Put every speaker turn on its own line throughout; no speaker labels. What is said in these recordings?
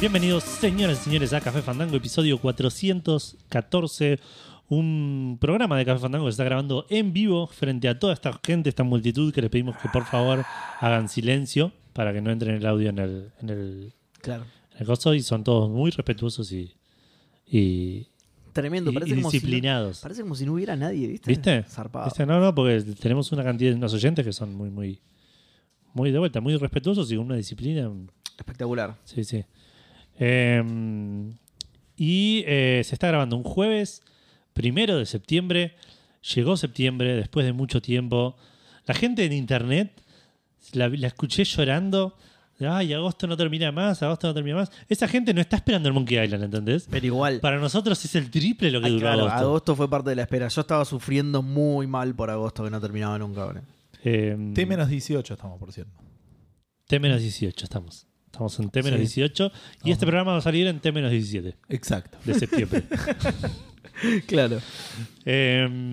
Bienvenidos, señoras y señores, a Café Fandango, episodio 414. Un programa de Café Fandango que se está grabando en vivo frente a toda esta gente, esta multitud que les pedimos que por favor hagan silencio para que no entren el audio en el, en el,
Claro.
en el coso. Y son todos muy respetuosos y, y,
Tremendo,
y-
parece
y
como si no-
disciplinados.
parece como si no hubiera nadie, ¿viste?
¿Viste?
Zarpado.
¿Viste? No, no, porque tenemos una cantidad de unos oyentes que son muy, muy, muy de vuelta, muy respetuosos y con una disciplina.
Espectacular.
Sí, sí. Eh, y eh, se está grabando un jueves, primero de septiembre. Llegó septiembre, después de mucho tiempo. La gente en internet la, la escuché llorando. Ay, agosto no termina más, agosto no termina más. Esa gente no está esperando el Monkey Island, ¿entendés?
Pero igual.
Para nosotros es el triple lo que
ah,
duró
claro,
agosto.
agosto. fue parte de la espera. Yo estaba sufriendo muy mal por agosto que no terminaba nunca, boludo.
Eh,
Mm. T-18 estamos, por cierto.
T-18 estamos. Estamos en T-18 y
Ajá.
este programa va a salir en T-17
Exacto.
de septiembre.
Claro.
Eh, 2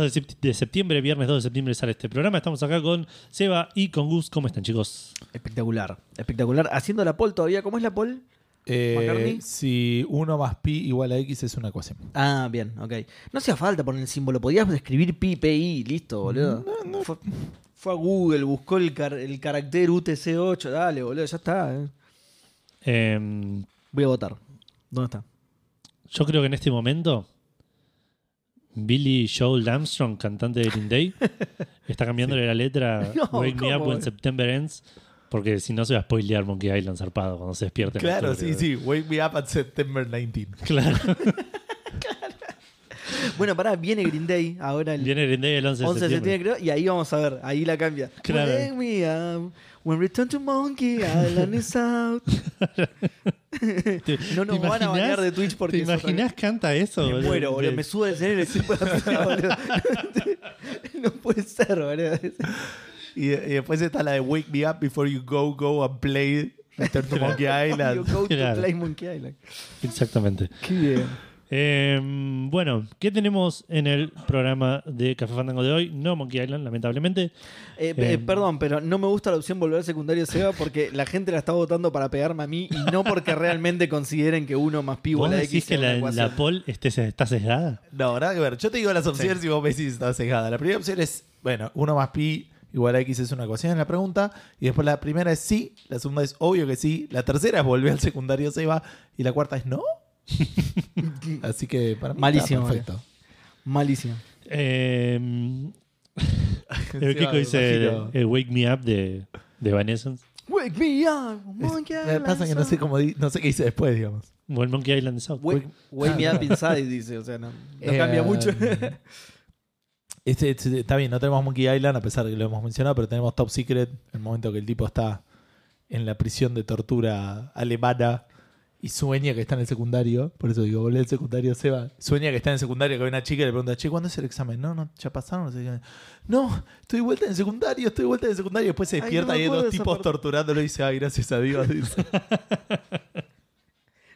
de, sept- de septiembre, viernes 2 de septiembre sale este programa. Estamos acá con Seba y con Gus. ¿Cómo están, chicos?
Espectacular. Espectacular. Haciendo la poll todavía. ¿Cómo es la poll? ¿McCartney?
Eh, si 1 más pi igual a x es una ecuación.
Ah, bien, ok. No hacía falta poner el símbolo. Podías escribir pi, pi, listo, boludo. Fue, fue a Google, buscó el, car- el carácter UTC-8. Dale, boludo, ya está. eh.
Eh,
Voy a votar. ¿Dónde está?
yo creo que en este momento, Billy Joel Armstrong, cantante de Green Day, está cambiándole la letra
No,
Wake Me Up
¿cómo?
When September Ends. Porque si no se va a spoilear Monkey Island zarpado cuando se despierte. en
Claro, sí,
octubre.
sí. Wake me up at September 19.
Claro.
Bueno, pará, viene Green Day ahora el
Viene Green Day el 11 de
11 de
septiembre.
septiembre, creo, y ahí vamos a ver, ahí la cambia.
Claro.
Wake me up when return to Monkey Island is out. No nos
¿Te
van a banear
imaginás-
de Twitch porque
¿Te
es otra
imaginás canta eso?
Me
boludo?
muero, boludo,
De-
me sube el cerebro y estoy por la puta, boludo. No puede ser, boludo.
Y, y después está la de Wake me up before you go, go and play Return to Monkey
You
Island.
go to
Claro.
play Monkey Island.
Exactamente.
Qué bien.
Eh, bueno, ¿qué tenemos en el programa de Café Fandango de hoy? No Monkey Island, lamentablemente.
Eh, eh,
Eh,
perdón, pero no me gusta la opción volver al secundario Seba porque la gente la está votando para pegarme a mí y no porque realmente consideren que uno más pi
¿Vos
igual a
decís
x
que
sea una
la,
ecuación.
la poll esté, está sesgada?
No, nada que ver. Yo te digo las opciones y vos me decís está cegada. La primera opción es, bueno, 1 más pi igual a x es una ecuación es la pregunta. Y después la primera es sí, la segunda es obvio que sí, la tercera es volver al secundario se va y la cuarta es no. Así que para mí
Malísimo,
está perfecto.
Malísimo.
Eh, el
Sí,
Kiko
me
dice
imagino.
eh, Wake Me Up de, de Evanescence.
Wake me up, monkey.
Es- me pasa que no sé cómo di- no sé qué hice después, digamos.
O el Monkey Island de South. Park.
Wake, wake me up inside, dice. O sea, no, no
Eh,
cambia mucho.
Este, este- está bien, no tenemos Monkey Island a pesar de que lo hemos mencionado, pero tenemos Top Secret, el momento que el tipo está en la prisión de tortura alemana y sueña que está en el secundario. Por eso digo, volé al secundario, Seba. Sueña que está en el secundario, que ve una chica y le pregunta, che, ¿cuándo es el examen? No, no, ya pasaron. los exámenes". No, estoy de vuelta en el secundario, estoy de vuelta en el secundario. Después se
Ay, no
despierta
me
y hay
acuerdo
dos
de esa
tipos
parte.
torturándolo y dice, ay, gracias a Dios. Dice.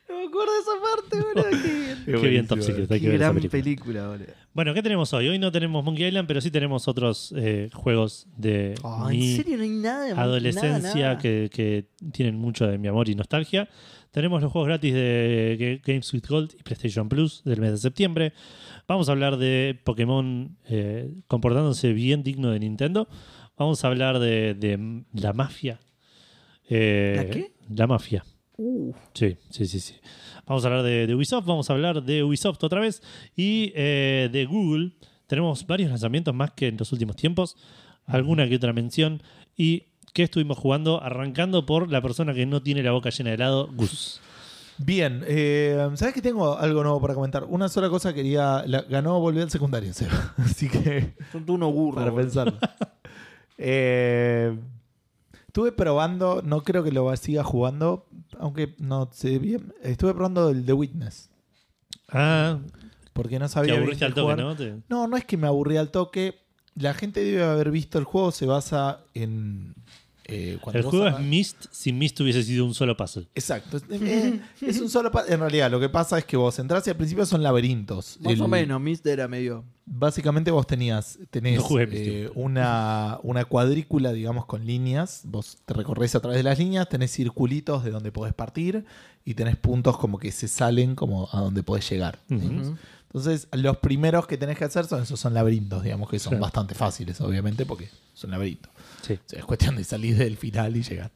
no me acuerdo de esa parte, boludo. Qué bien.
Qué bien Top Secret, hay que
Qué
ver esa
gran
película.
película, boludo.
Bueno, ¿qué tenemos hoy? Hoy no tenemos Monkey Island, pero sí tenemos otros eh, juegos de
Ah,
mi
en serio, no hay nada de
adolescencia
nada, nada.
Que, que tienen mucho de mi amor y nostalgia. Tenemos los juegos gratis de Ga- Games with Gold y PlayStation Plus del mes de septiembre. Vamos a hablar de Pokémon eh, comportándose bien digno de Nintendo. Vamos a hablar de, de la mafia. Eh,
¿La qué?
La mafia.
Uh,
Sí, sí, sí, sí. Vamos a hablar de, de Ubisoft, vamos a hablar de Ubisoft otra vez y eh, de Google. Tenemos varios lanzamientos más que en los últimos tiempos, alguna que otra mención y que estuvimos jugando, arrancando por la persona que no tiene la boca llena de helado, Gus.
Bien, eh, ¿sabes que tengo algo nuevo para comentar? Una sola cosa quería. la- ganó volver al secundario, Seba. Así que.
son tú unos burros.
Para
boludo.
pensarlo. Eh, estuve probando, no creo que lo siga jugando, aunque no sé bien. Estuve probando el The Witness.
Ah,
Porque no
te
sabía. bien
aburriste
qué
al toque,
jugar.
¿no? Te-
No, no es que me aburrí al toque. La gente debe haber visto el juego, se basa en, eh, cuando
El
vos
juego es
arran-
Myst si Myst hubiese sido un solo puzzle.
Exacto. Es- Es, es un solo pa- En realidad, lo que pasa es que vos entras y al principio son laberintos.
Más
El-
o menos, Mister era medio.
Básicamente vos tenías, tenés
No jugué, Mystic.
eh, una, una cuadrícula, digamos, con líneas. Vos te recorres a través de las líneas, tenés circulitos de donde podés partir y tenés puntos como que se salen como a donde podés llegar.
Ujú.
Ujú.
Entonces, los primeros que tenés que hacer son esos son laberintos, digamos, que son
Sí.
bastante fáciles, obviamente, porque son laberintos.
Sí.
O sea, es cuestión de salir del final y llegar.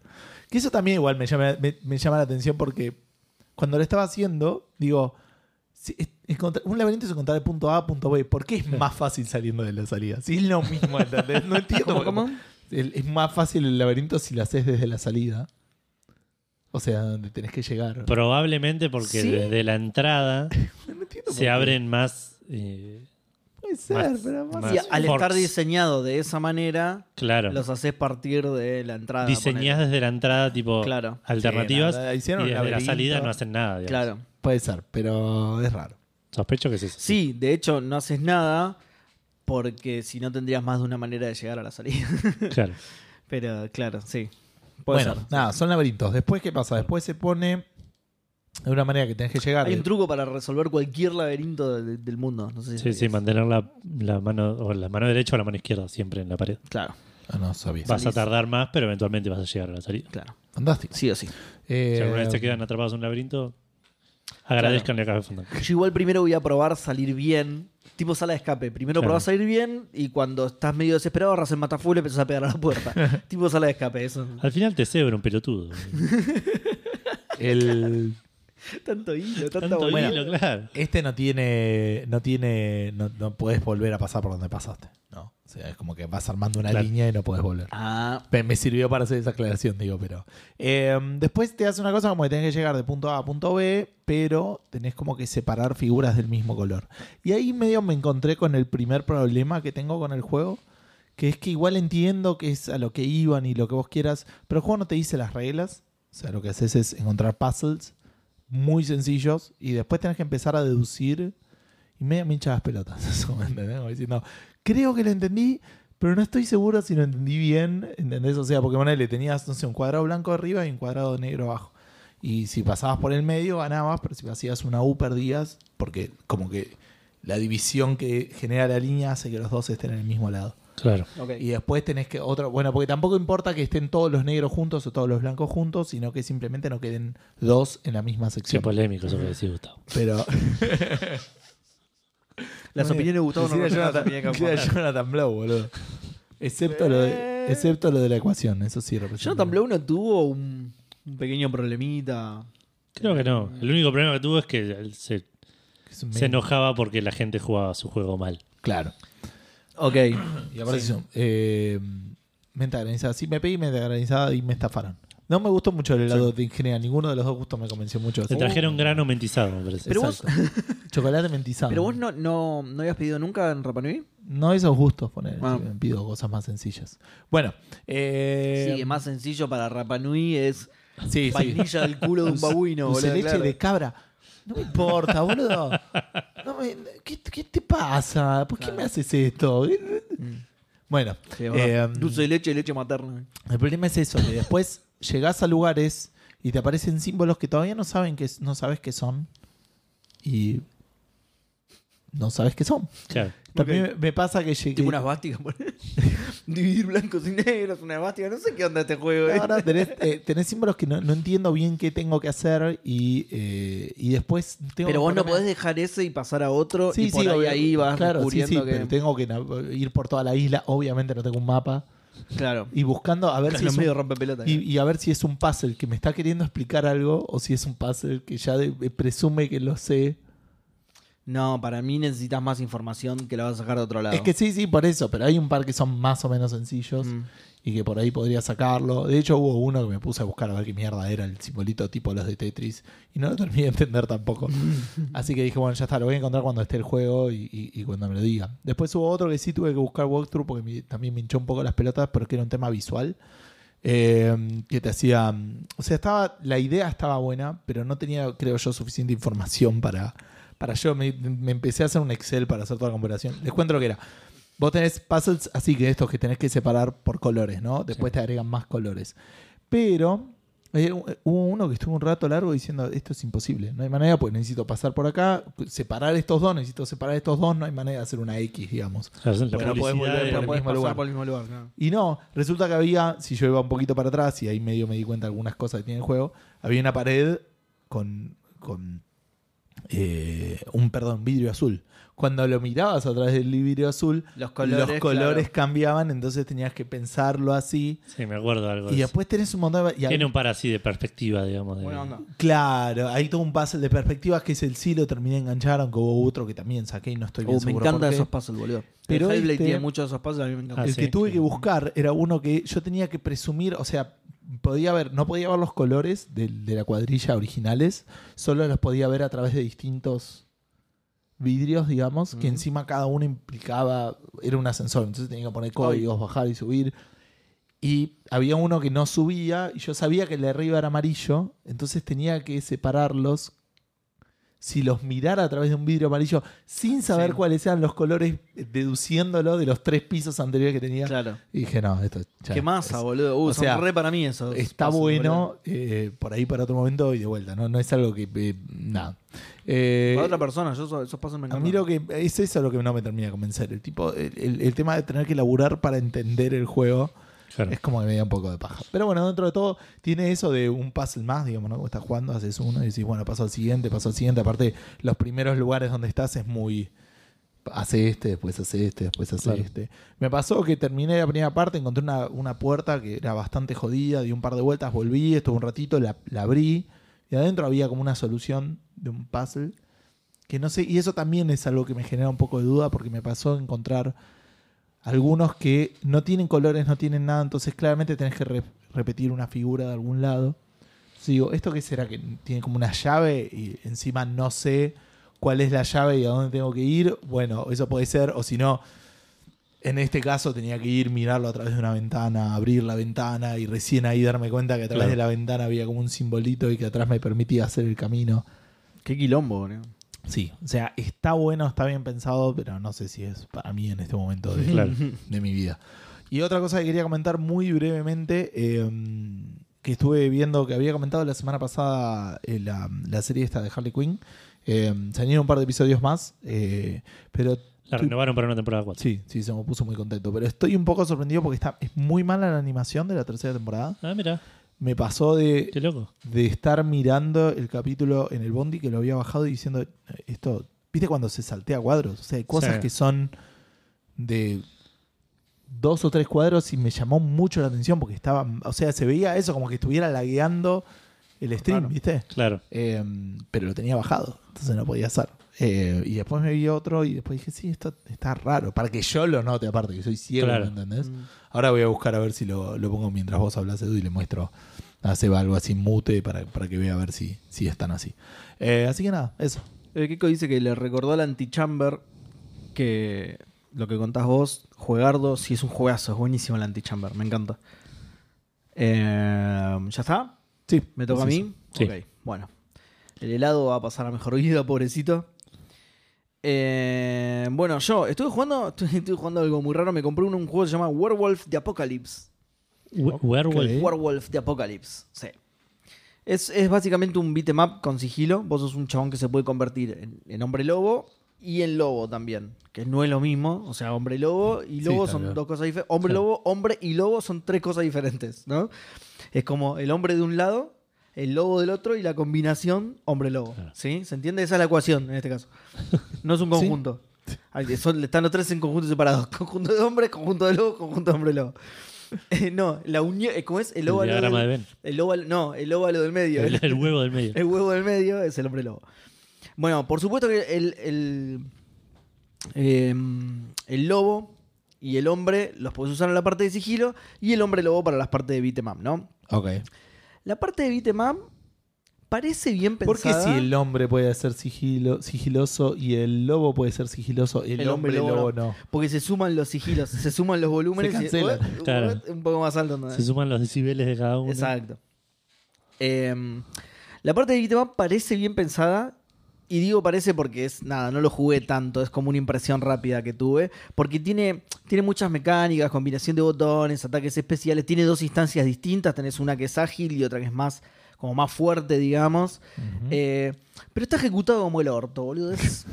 Que eso también igual me llama, me, me llama la atención porque cuando lo estaba haciendo, digo, si es- encontrar- un laberinto es encontrar de punto A a punto B. ¿Por qué es más fácil saliendo de la salida? Si es lo mismo, ¿entendés? No entiendo.
¿Cómo,
cómo-
cómo?
el- es más fácil el laberinto si lo haces desde la salida. O sea, donde tenés que llegar.
Probablemente porque
¿Sí?
desde la entrada
No entiendo por
se
qué.
abren más. eh,
Puede ser,
más-
pero más-
más-
Y al
forks.
estar diseñado de esa manera,
claro.
los haces partir de la entrada.
Diseñás desde la entrada, tipo
Claro.
alternativas.
Ah, Sí, nada, hicieron
y
un
desde la
laberinto.
salida no hacen nada.
ponele.
digamos.
Claro.
Puede ser, pero es raro.
Sospecho que es eso.
Sí, de hecho, no haces nada porque si no tendrías más de una manera de llegar a la salida.
Claro.
Pero claro, sí. Puede
bueno,
ser.
nada, son laberintos. Después, ¿qué pasa? Después se pone de una manera que tenés que llegar.
Hay un truco para resolver cualquier laberinto de- del mundo. No sé si
Sí, sí,
sabías.
mantener la, la mano o la mano derecha o la mano izquierda siempre en la pared.
Claro,
Ah, no, sabía.
Vas a
Salís.
tardar más, pero eventualmente vas a llegar a la salida.
claro.
Fantástico.
Sí o sí.
Eh,
Si alguna vez se quedan atrapados en un laberinto, agradezcanle a Café Fandango.
Yo igual primero voy a probar salir bien. Tipo sala de escape. Primero
Claro.
probás salir bien y cuando estás medio desesperado agarras el matafuel y empezás a pegar a la puerta. tipo sala de escape, eso.
Al final te cebra un pelotudo.
el-
Tanto hilo, tanta
Tanto
boludez.
hilo, claro.
este no tiene. No tiene. No, no puedes volver a pasar por donde pasaste. ¿no? O sea, es como que vas armando una
Claro.
línea y no puedes volver.
Ah,
Me, me sirvió para hacer esa aclaración, digo, pero. eh, después te hace una cosa como que tenés que llegar de punto A a punto B, pero tenés como que separar figuras del mismo color. Y ahí medio me encontré con el primer problema que tengo con el juego, que es que igual entiendo que es a lo que iban y lo que vos quieras, pero el juego no te dice las reglas. O sea, lo que haces es encontrar puzzles muy sencillos y después tenés que empezar a deducir. Y medio me hincha las pelotas. Eso, ¿me entendés? Como diciendo, creo que lo entendí, pero no estoy seguro si lo entendí bien. ¿Entendés? O sea, porque le tenías, no sé, un cuadrado blanco arriba y un cuadrado negro abajo. Y si pasabas por el medio, ganabas, pero si hacías una U, perdías, porque como que la división que genera la línea hace que los dos estén en el mismo lado.
Claro.
ok.
Y después tenés que otro, bueno, porque tampoco importa que estén todos los negros juntos o todos los blancos juntos, sino que simplemente no queden dos en la misma
Qué
sección.
pues.
polémico eso que decís, Gustavo.
pero
Las opiniones de Gustavo no
Decía
reflejan las
Jonathan,
opiniones que
decía
vamos a dar.
Jonathan Blow, boludo. Excepto lo, de,
Eh.
excepto lo de la ecuación, eso sí representa.
Jonathan Blow no tuvo un, un pequeño problemita.
Ah. Creo que no.
Mm.
El único problema que tuvo es que él se,
Es un
se
meme.
enojaba porque la gente jugaba su juego mal.
Claro.
Ok.
Y aparte son, eh, menta granizada. Sí, me pedí menta granizada y me estafaron. No me gustó mucho el helado de ingenia. Ninguno de los dos gustos me convenció mucho. Uh,
Le trajeron grano mentizado, me parece.
Pero vos,
Chocolate mentizado.
pero vos no, no, no habías pedido nunca en Rapa Nui.
No esos gustos, poner.
Ah.
Pido cosas más sencillas. Bueno. Eh,
sí, es más sencillo para Rapa Nui es
Sí, sí.
vainilla del culo de un babuino,
Dulce
boludo.
leche
claro.
de cabra. No me importa, boludo. No me- ¿qué, qué te pasa? ¿Por qué me haces esto?
Mm.
Bueno,
Sí, es verdad.
eh,
Dulce de leche y leche materna.
el problema es eso, que después llegás a lugares y te aparecen símbolos que todavía no saben que no sabes qué son y no sabes qué son.
Claro.
También me pasa que llegué
Tipo unas básticas. Dividir blancos y negros, una bástica. No sé qué onda este juego. eh.
Ahora tenés, eh, tenés símbolos que no, no entiendo bien qué tengo que hacer y, eh, y después tengo
Pero
que
vos no
ponerme-
podés dejar ese y pasar a otro
Sí,
y por
sí,
ahí,
obvio.
ahí vas
claro, sí,
descubriendo
sí,
que...
pero tengo que nav- ir por toda la isla, obviamente no tengo un mapa
Claro.
y buscando a ver si
Claro,
es un-
medio eh. rompe pelota.
y, y a ver si es un puzzle que me está queriendo explicar algo o si es un puzzle que ya de- presume que lo sé.
No, para mí necesitas más información que la vas a sacar de otro lado.
Es que sí, sí, por eso, pero hay un par que son más o menos sencillos
Mm.
y que por ahí podría sacarlo. De hecho, hubo uno que me puse a buscar a ver qué mierda era el simbolito tipo los de Tetris y no lo terminé de entender tampoco. Así que dije, bueno, ya está, lo voy a encontrar cuando esté el juego y, y- y cuando me lo diga. Después hubo otro que sí tuve que buscar walkthrough porque me- también me hinchó un poco las pelotas, pero que era un tema visual. eh, que te hacía. O sea, estaba. La idea estaba buena, pero no tenía, creo yo, suficiente información para. Para yo. Me, me empecé a hacer un Excel para hacer toda la comparación. Les cuento lo que era. Vos tenés puzzles así que estos que tenés que separar por colores, ¿no? Después
Sí.
te agregan más colores. Pero eh, hubo uno que estuvo un rato largo diciendo, esto es imposible, no hay manera, pues necesito pasar por acá, separar estos dos, necesito separar estos dos, no hay manera de hacer una X, digamos.
O sea, la
Bueno,
publicidad
podés
de-
volver, pero
Pero
el
podés
mismo
pasar
lugar.
por el mismo lugar. ¿no?
Y no, resulta que había, si yo iba un poquito para atrás y ahí medio me di cuenta de algunas cosas que tiene el juego, había una pared con, con eh, un, perdón, vidrio azul. Cuando lo mirabas a través del vidrio azul,
Los colores,
los colores
claro.
cambiaban, entonces tenías que pensarlo así.
Sí, me acuerdo algo.
Y
de eso.
después tenés un montón de... y
Tiene un par así de perspectiva, digamos. de-
Buena onda.
Claro, hay todo un puzzle de perspectivas que es el sí, lo terminé de enganchar, aunque hubo otro que también saqué y no estoy bien
Oh, me
seguro por
encantan
qué.
esos pasos, boludo.
Pero
Pero el Hellblade
este-
tiene muchos de esos pasos, a mí me encanta.
Ah,
el
sí,
que tuve
sí.
que buscar era uno que yo tenía que presumir, o sea, podía ver, no podía ver los colores del- de, la cuadrilla originales, solo los podía ver a través de distintos vidrios, digamos, que
Ujú.
encima cada uno implicaba, era un ascensor, entonces tenía que poner códigos, bajar y subir. Y había uno que no subía, y yo sabía que el de arriba era amarillo, entonces tenía que separarlos. Si los mirara a través de un vidrio amarillo, sin saber
Sí.
cuáles eran los colores, eh, deduciéndolo de los tres pisos anteriores que tenía.
Claro.
Y dije, no, esto ya
Qué masa,
es-
boludo. Uh,
o
son
sea,
re para mí esos.
Está
pasos, boludo.
bueno eh, por ahí para otro momento y de vuelta, ¿no? No es algo que. eh, nada. Eh,
Para otra persona, yo esos, esos pasos me
a
encantan.
mí lo que es eso lo que no me termina de convencer. El tipo, el, el- el tema de tener que laburar para entender el juego
Claro.
es como que me da un poco de paja. Pero bueno, dentro de todo, tiene eso de un puzzle más, digamos, ¿no? Como Estás jugando, haces uno y decís, bueno, paso al siguiente, paso al siguiente. Aparte, los primeros lugares donde estás es muy. Hace este, después hace este, después hace
Claro.
este. Me pasó que terminé la primera parte, encontré una, una puerta que era bastante jodida, di un par de vueltas, volví, estuve un ratito, la, la abrí. Y adentro había como una solución de un puzzle. Que no sé, y eso también es algo que me genera un poco de duda porque me pasó encontrar algunos que no tienen colores, no tienen nada, entonces claramente tenés que re- repetir una figura de algún lado. Entonces digo, ¿esto qué será? Que tiene como una llave y encima no sé cuál es la llave y a dónde tengo que ir. Bueno, eso puede ser, o si no, en este caso tenía que ir, mirarlo a través de una ventana, abrir la ventana y recién ahí darme cuenta que a través
Claro.
de la ventana había como un simbolito y que atrás me permitía hacer el camino.
Qué quilombo, boludo.
Sí, o sea, está bueno, está bien pensado, pero no sé si es para mí en este momento de,
Claro.
de mi vida. Y otra cosa que quería comentar muy brevemente, eh, que estuve viendo, que había comentado la semana pasada eh, la, la serie esta de Harley Quinn. Eh, salieron un par de episodios más, eh, pero
La renovaron para una temporada 4.
sí, sí, se me puso muy contento. Pero estoy un poco sorprendido porque está, es muy mala la animación de la tercera temporada.
Ah, mira,
Me pasó de,
qué loco.
de estar mirando el capítulo en el Bondi que lo había bajado y diciendo esto. ¿Viste cuando se saltea cuadros? O sea, hay cosas
Sí.
que son de dos o tres cuadros y me llamó mucho la atención porque estaba. O sea, se veía eso como que estuviera lagueando el stream,
Raro.
¿viste?
Claro.
Eh, pero lo tenía bajado, entonces no podía hacer. Eh, y después me vi otro y después dije, sí, esto está raro. Para que yo lo note, aparte, que soy ciego,
Claro.
¿me entendés? Ahora voy a buscar a ver si lo, lo pongo mientras vos hablas, Edu, y le muestro a Seba algo así mute para, para que vea a ver si, si están así. Eh, así que nada, eso.
Eh, Kiko dice que le recordó al Antichamber que lo que contás vos, Juegardo, sí es un juegazo, es buenísimo el Antichamber, me encanta. Eh, ¿Ya está?
Sí,
¿Me toca a
es
mí?
Sí.
Ok, bueno. El helado va a pasar a mejor vida, pobrecito. Eh, bueno, yo estuve jugando, estuve, estuve jugando algo muy raro. Me compré un, un juego que se llama Werewolf the Apocalypse.
We- Werewolf.
¿Eh?
Werewolf the Apocalypse, sí. Es, es básicamente un beat'em up con sigilo. Vos sos un chabón que se puede convertir en, en hombre lobo y en lobo también. Que no es lo mismo. O sea, hombre lobo y
Sí,
lobo
está
son
bien.
dos cosas diferentes. Hombre
Sí.
lobo, hombre y lobo son tres cosas diferentes, ¿no? Es como el hombre de un lado, el lobo del otro y la combinación hombre-lobo.
Claro.
¿Sí? ¿Se entiende? Esa es la ecuación en este caso. No es un
Sí.
conjunto. Ay, son- están los tres en conjuntos separados. Conjunto de hombres, conjunto de lobos, conjunto de hombre-lobo. Eh, no, la unión... eh, ¿Cómo es? El
El
óvalo...
diagrama
del-
de Venn.
el óvalo- no, el óvalo del medio.
El, el huevo del medio.
El huevo del medio es el hombre lobo. Bueno, por supuesto que el, el, em, el lobo y el hombre los puedes usar en la parte de sigilo y el hombre lobo para las partes de beat'em up, ¿no?
Ok.
La parte de beat'em up parece bien
¿Por qué
pensada.
si el hombre puede ser sigilo, sigiloso y el lobo puede ser sigiloso, el,
El
hombre,
hombre
lobo
lobo
no?
Porque se suman los sigilos, se suman los volúmenes.
Se
y-
cancelan.
What? What?
Claro.
Un poco más alto. ¿no?
Se suman los decibeles de cada uno.
Exacto. Em, la parte de beat'em up parece bien pensada Y digo parece porque es, nada, no lo jugué tanto, es como una impresión rápida que tuve, porque tiene, tiene muchas mecánicas, combinación de botones, ataques especiales, tiene dos instancias distintas, tenés una que es ágil y otra que es más, como más fuerte, digamos. Eh, pero está ejecutado como el orto, boludo. Es,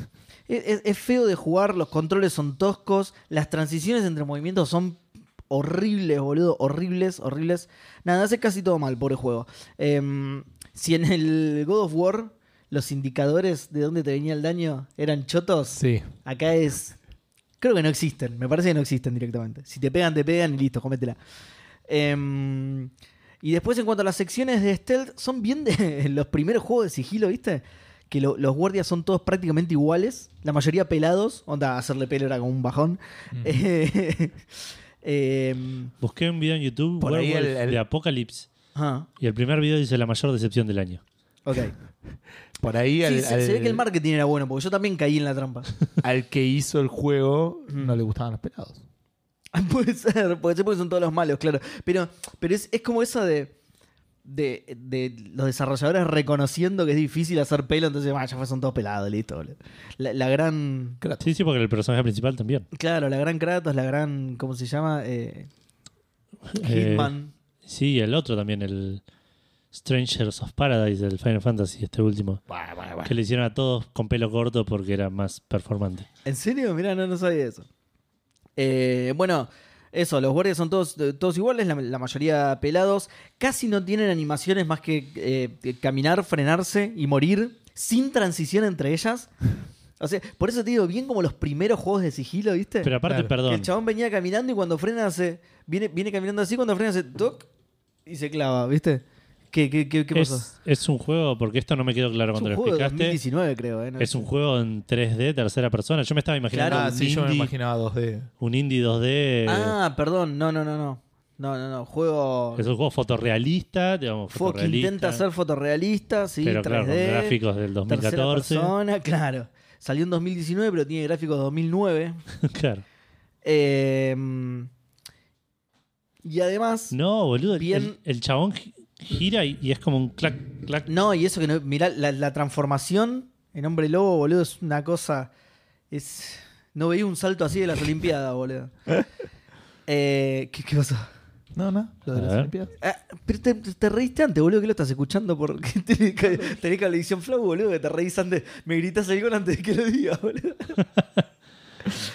es- es- es feo de jugar, los controles son toscos, las transiciones entre movimientos son horribles, boludo, horribles, horribles. Nada, hace casi todo mal, pobre juego. Em, si en el God of War los indicadores de dónde te venía el daño eran chotos,
Sí.
acá es... Creo que no existen, me parece que no existen directamente. Si te pegan, te pegan y listo, cométela. Em, y después en cuanto a las secciones de stealth, son bien de los primeros juegos de sigilo, ¿viste? Que lo- los guardias son todos prácticamente iguales, la mayoría pelados, onda, hacerle pelo era como un bajón. Eh, em,
Busqué un video en YouTube
Por ahí
Werewolf
el- el-
de Apocalypse
ah,
y el primer video dice la mayor decepción del año.
ok.
Por ahí
Sí,
al,
se,
al-
se ve que el marketing era bueno, porque yo también caí en la trampa.
al que hizo el juego
Mm.
no le gustaban los pelados.
Puede ser, puede ser porque son todos los malos, claro. Pero, pero es, es como esa de, de, de los desarrolladores reconociendo que es difícil hacer pelo, entonces, "Bah, ya fue, son todos pelados, listo. boludo". La, la gran.
Sí, sí, porque el personaje principal también.
Claro, la gran Kratos, la gran. ¿Cómo se llama? Eh,
Eh,
Hitman.
sí, y el otro también, el Strangers of Paradise del Final Fantasy, este último. Que le hicieron a todos con pelo corto porque era más performante.
¿En serio? Mira, no, no sabía eso. Eh, bueno, eso, los guardias son todos, eh, todos iguales, la, la mayoría pelados. Casi no tienen animaciones más que eh, que caminar, frenarse y morir, sin transición entre ellas. O sea, por eso te digo, bien como los primeros juegos de sigilo, ¿viste?
Pero aparte,
Claro.
Que
perdón.
el chabón venía caminando y cuando frena hace. Viene, viene caminando así, cuando frena hace toc y se clava, ¿viste? ¿Qué, qué, qué, qué pasó?
Es, es un juego, porque esto no me quedó claro
es
cuando
un
lo
juego de
explicaste.
2019, creo. ¿eh? No
Es un juego en 3D, tercera persona. Yo me estaba imaginando
Claro,
un,
sí,
indie,
yo me imaginaba 2D.
un indie 2D.
Ah, perdón, no, no, no, no. No, no, no. Juego.
Es un juego fotorrealista, digamos,
Fox
fotorrealista.
intenta ser fotorrealista, sí,
pero
3D,
claro, con gráficos del
tercera
2014.
persona, claro. Salió en 2019, pero tiene gráficos de 2009.
claro.
Eh, y además, no.
No, boludo, el-
Bien.
el, el chabón gi- gira y, y es como un clac, clac.
y eso que no, mirá, la, la transformación en hombre lobo, boludo, es una cosa, es, no veía un salto así de las Olimpiadas, boludo. Eh, ¿qué, qué pasó?
No, no, lo
A
de las
ver.
Olimpiadas.
Ah, pero te, te reíste antes, boludo, que lo estás escuchando porque tenés, ca- tenés edición flow, boludo, que te reís antes, me gritas el gol antes de que lo diga, boludo.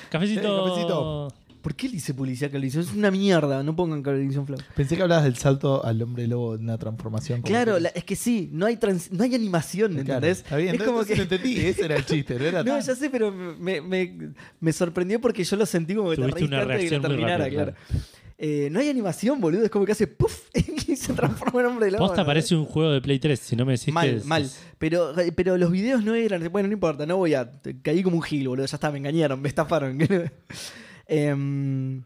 Cafecito.
Eh, cafecito.
¿Por qué le hice publicidad a Cablevisión? Es una mierda, no pongan Cablevisión Flow.
Pensé que hablabas del salto al hombre lobo en una transformación. como
Claro,
que-
la- es que sí, no hay, trans- no hay animación,
Claro,
¿entendés?
Está bien,
es
no,
como
entonces
que...
lo entendí, ese era el chiste, no era
No,
tan-
ya sé, pero me, me- me sorprendió porque yo lo sentí como que te
Tuviste
reíste
una
antes de que lo
reacción muy
terminara,
rápida,
claro. Eh, no hay animación, boludo, es como que hace puff y se transforma en hombre de
Posta parece un juego de Play 3, si no me decís que
Mal,
es-
mal.
es-
Pero, eh, pero los videos no eran. Bueno, no importa, no voy a. Caí como un gil, boludo. Ya está, me engañaron, me estafaron. Em,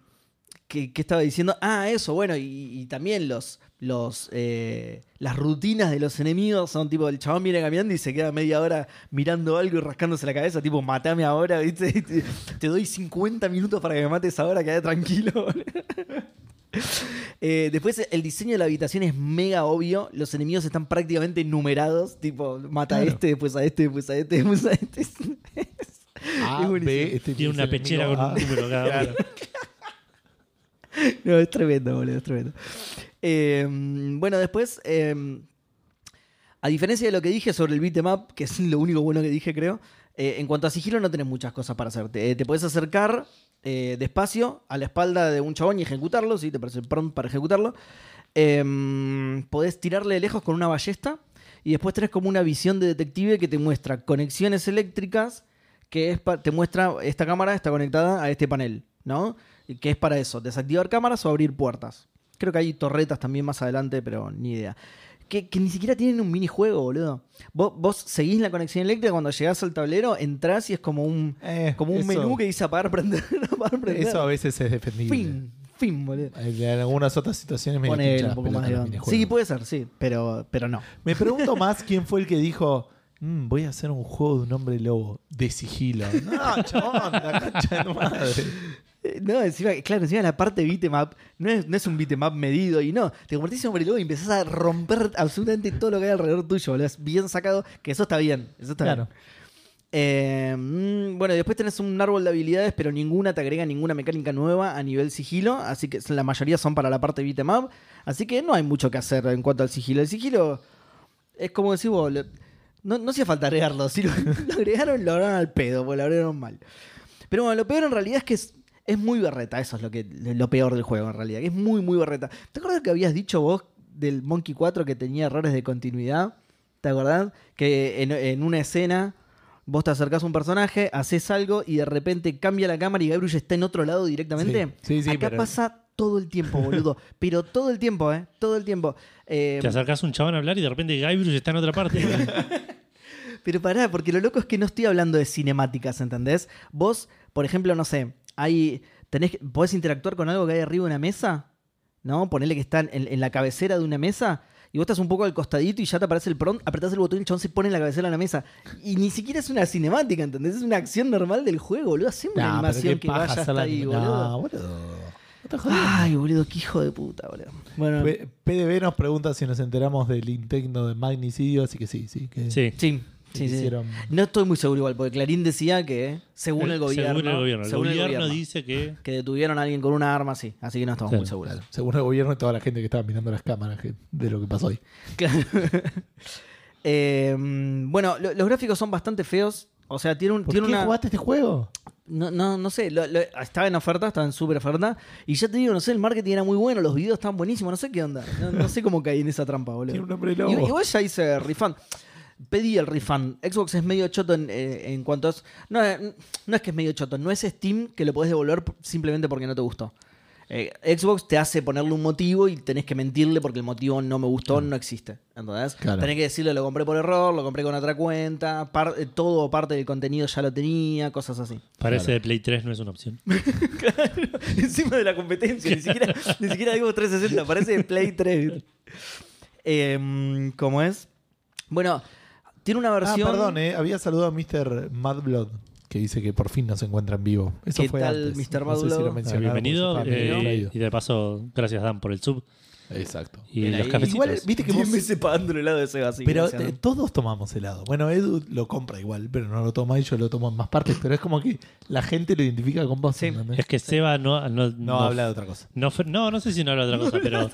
¿qué, qué estaba diciendo? Ah, eso, bueno, y, y también los. los eh, las rutinas de los enemigos son tipo: el chabón viene caminando y se queda media hora mirando algo y rascándose la cabeza, tipo, matame ahora, ¿viste? Te, te doy 50 minutos para que me mates ahora, quedé tranquilo, boludo. Eh, después, el diseño de la habitación es mega obvio. Los enemigos están prácticamente numerados. Tipo, mata a
Claro.
este, después a este, después a este, después a este.
A,
es buenísimo.
B, este
Tiene
es
una
el
pechera
enemigo
con
ah.
un
A.
número cada uno.
No, es tremendo, boludo, es tremendo. Eh, bueno, después, eh, a diferencia de lo que dije sobre el beatmap, que es lo único bueno que dije, creo, eh, en cuanto a sigilo no tenés muchas cosas para hacerte. Eh, te podés acercar eh, despacio a la espalda de un chabón y ejecutarlo, si te parece el prompt para ejecutarlo. Eh, podés tirarle de lejos con una ballesta y después tenés como una visión de detective que te muestra conexiones eléctricas que es pa- te muestra esta cámara está conectada a este panel, ¿no? Y Que es para eso, desactivar cámaras o abrir puertas. Creo que hay torretas también más adelante, pero ni idea. Que, que ni siquiera tienen un minijuego, boludo. Vos, vos seguís la conexión eléctrica, cuando llegás al tablero, entrás y es como un,
Eh,
como un
eso-
menú que dice apagar, prender, apagar, prender.
Eso a veces es defendible.
fin, fin, boludo.
En algunas otras situaciones me
Ponele
hincha
un
las
poco
pelotas
más de
los
onda.
minijuegos.
Sí, pues. puede ser, sí, pero, pero no.
Me pregunto más quién fue el que dijo: "Mm, Voy a hacer un juego de un hombre lobo de sigilo. No, chabón, la cancha de tu madre.
Eh, No, encima, claro, encima la parte beatemap no es, no es un beatemap medido y no. Te convertís en hombre lobo y empezás a romper absolutamente todo lo que hay alrededor tuyo, boludo. Es bien sacado, que eso está bien. Eso está
Claro.
bien. Eh, mm, bueno, después tenés un árbol de habilidades, pero ninguna te agrega ninguna mecánica nueva a nivel sigilo, así que la mayoría son para la parte beat 'em up, así que no hay mucho que hacer en cuanto al sigilo. El sigilo es como decís vos, lo- no, no hacía falta agregarlo, si lo, lo agregaron lo agregaron al pedo, porque lo agregaron mal. Pero bueno, lo peor en realidad es que es, es muy berreta, eso es lo, que, lo peor del juego en realidad, que es muy, muy berreta. ¿Te acuerdas que habías dicho vos del Monkey 4 que tenía errores de continuidad? ¿Te acordás? Que en, en una escena vos te acercás a un personaje, haces algo y de repente cambia la cámara y Gabriel está en otro lado directamente.
Sí, sí, sí,
Acá
pero-
pasa todo el tiempo, boludo. pero todo el tiempo, ¿eh? Todo el tiempo. Eh,
Te acercás a un chabón a hablar y de repente Guybrush está en otra parte.
Pero pará, porque lo loco es que no estoy hablando de cinemáticas, ¿entendés? Vos, por ejemplo, no sé, hay, tenés, que- podés interactuar con algo que hay arriba de una mesa, ¿no? Ponele que está en, en la cabecera de una mesa y vos estás un poco al costadito y ya te aparece el prompt, apretás el botón y el chabón se pone en la cabecera de la mesa. Y ni siquiera es una cinemática, ¿entendés? Es una acción normal del juego, boludo. Hacemos una
Nah, pero
animación
qué
que
paja
vaya hasta
hacerla
ahí,
ni-
boludo. Ah.
Nah, boludo. No te jodas.
Ay, boludo, qué hijo de puta, boludo. Bueno,
P- PDB nos pregunta si nos enteramos del interno de magnicidio, así que sí, sí. Que
Sí.
sí,
que
sí, sí.
hicieron-
No estoy muy seguro igual, porque Clarín decía que, eh, según el gobierno,
Eh, Según el gobierno. El
según el
gobierno
gobierno.
dice que.
que detuvieron a alguien con una arma así, así que no estamos
Sí.
muy seguros.
Claro, según el gobierno y toda la gente que estaba mirando las cámaras que- de lo que pasó hoy.
Claro. Eh, bueno, lo- los gráficos son bastante feos. O sea, tiene un.
¿Por
Tiene
qué
una,
jugaste este juego?
no, no, no sé, lo- lo- estaba en oferta, estaba en súper oferta. Y ya te digo, no sé, el marketing era muy bueno, los videos estaban buenísimos, no sé qué onda. No, no sé cómo caí en esa trampa, boludo.
Tiene un nombre
Y-
lobo.
Igual ya hice refund. Pedí el refund. Xbox es medio choto en, eh, en cuanto a... eso. No, eh, no es que es medio choto. No es Steam que lo podés devolver p- simplemente porque no te gustó. Eh, Xbox te hace ponerle un motivo y tenés que mentirle porque el motivo no me gustó, no existe. Entonces,
Claro.
tenés que decirle lo compré por error, lo compré con otra cuenta, par- eh, todo o parte del contenido ya lo tenía, cosas así.
Parece de Play 3 no es una opción.
Encima de la competencia, ni siquiera, ni siquiera digo 360, parece Play 3. Em, ¿Cómo es? Bueno, tiene una
Ah,
versión.
perdón, eh, había saludado a Mr. Madblood, que dice que por fin nos encuentra en vivo. Eso
¿Qué
fue
tal, Mr.
antes. No sé si
Madblood?
lo mencionaron,
Bienvenido.
porque yo estaba
eh,
medio distraído.
y de paso, gracias Dan por el sub
Exacto.
y
Bien
los
ahí.
cafecitos.
Igual, viste que
10
vos...
meses pagando el helado de Seba, sí,
Pero
o sea, ¿no?
eh, todos tomamos helado. Bueno, Edu lo compra igual, pero no lo toma y yo lo tomo en más partes. Pero es como que la gente lo identifica con vos.
Sí.
¿entendés?
Es que Seba no, no,
No, habla de otra cosa.
No, fue- no, no sé si no habla de otra cosa, pero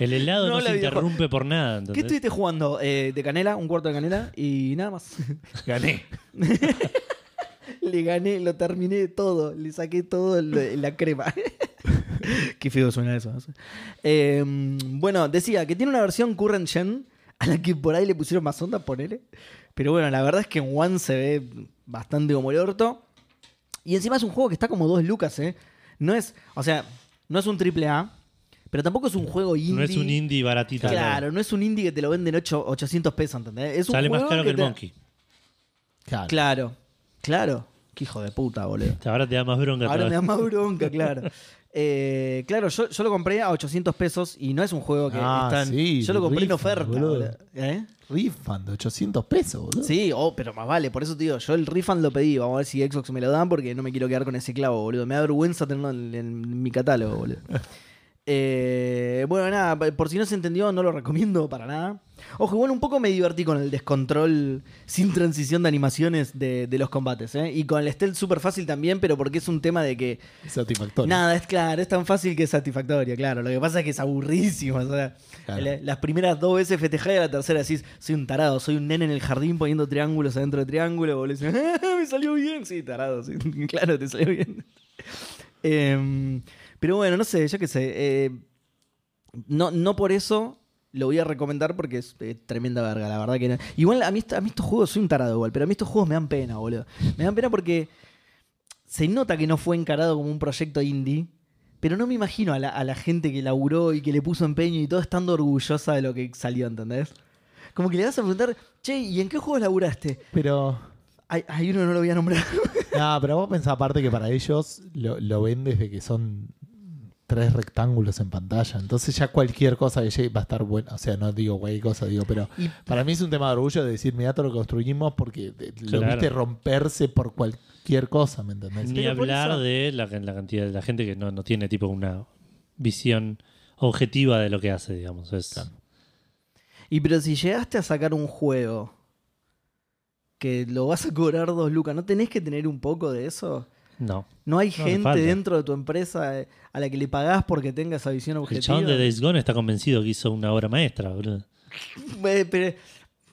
el helado
No
no,
habla
se
de videojuegos.
interrumpe por nada. ¿entendés?
¿Qué estuviste jugando? Eh, de canela, un cuarto de canela y nada más.
Gané.
Le gané, lo terminé todo, le saqué todo el- la crema. Qué feo suena eso. no sé. Eh, bueno, decía que tiene una versión current gen a la que por ahí le pusieron más onda, ponele. Pero bueno, la verdad es que en One se ve bastante como el orto. Y encima es un juego que está como dos lucas, ¿eh? No es, o sea, no es un triple A, pero tampoco es un juego indie.
No es un indie baratito.
Claro, no es un indie que te lo venden ocho- 800 pesos, ¿entendés? Es un
Sale más
juego
caro que el
te-
Monkey.
Claro.
Claro, claro. Qué hijo de puta, boludo.
Ahora te da más bronca.
Ahora me
todavía.
da más bronca, claro. Eh, claro, yo, yo lo compré a 800 pesos y no es un juego que
Ah,
está en-
sí,
yo lo compré en
rifa,
oferta,
boludo.
boludo. ¿Eh?
Rifan de 800 pesos, boludo.
Sí, oh, pero más vale, por eso te digo, yo el refund lo pedí, vamos a ver si Xbox me lo dan porque no me quiero quedar con ese clavo, boludo. Me da vergüenza tenerlo en, en mi catálogo, boludo. Eh, bueno, nada, pa- por si no se entendió, no lo recomiendo para nada. Ojo, igual un poco me divertí con el descontrol sin transición de animaciones de, de los combates, ¿eh? Y con el stealth súper fácil también, pero porque es un tema de que
Satisfactorio.
Nada, es claro, es tan fácil que es satisfactorio, claro. Lo que pasa es que es aburrísimo. o sea,
Claro.
la- las primeras dos veces festejás y a la tercera decís, soy un tarado, soy un nene en el jardín poniendo triángulos adentro de triángulos, boludo. Y decís, "Ah, me salió bien, sí, tarado, sí, claro, te salió bien. Em, pero bueno, no sé, yo qué sé. eh, no, no por eso lo voy a recomendar porque es eh, tremenda verga, la verdad que no. Igual a mí, est- a mí estos juegos, soy un tarado igual, pero a mí estos juegos me dan pena, boludo. Me dan pena porque se nota que no fue encarado como un proyecto indie, pero no me imagino a la, a la gente que laburó y que le puso empeño y todo estando orgullosa de lo que salió, ¿entendés? Como que le vas a preguntar, che, ¿y en qué juegos laburaste?
Pero.
Hay, hay uno que no lo voy a nombrar.
Nah, pero vos pensás aparte que para ellos lo, lo ven desde que son tres rectángulos en pantalla. Entonces ya cualquier cosa que llegue va a estar buena. O sea, no digo cualquier cosa, digo, pero
Y-
para mí es un tema de orgullo de decir, mirá todo lo que construimos porque te- lo
Claro.
viste romperse por cualquier cosa, ¿me entendés?
Ni
Pero por
hablar
eso-
de la, la cantidad de la gente que no, no tiene tipo una visión objetiva de lo que hace, digamos. Es,
Claro.
Y pero si llegaste a sacar un juego que lo vas a cobrar dos lucas. ¿No tenés que tener un poco de eso?
No.
No hay
hace
gente
falta.
dentro de tu empresa eh, a la que le pagás porque tenga esa visión
El
objetiva.
chabón de Days Gone está convencido que hizo una obra maestra, boludo.
Eh, pero,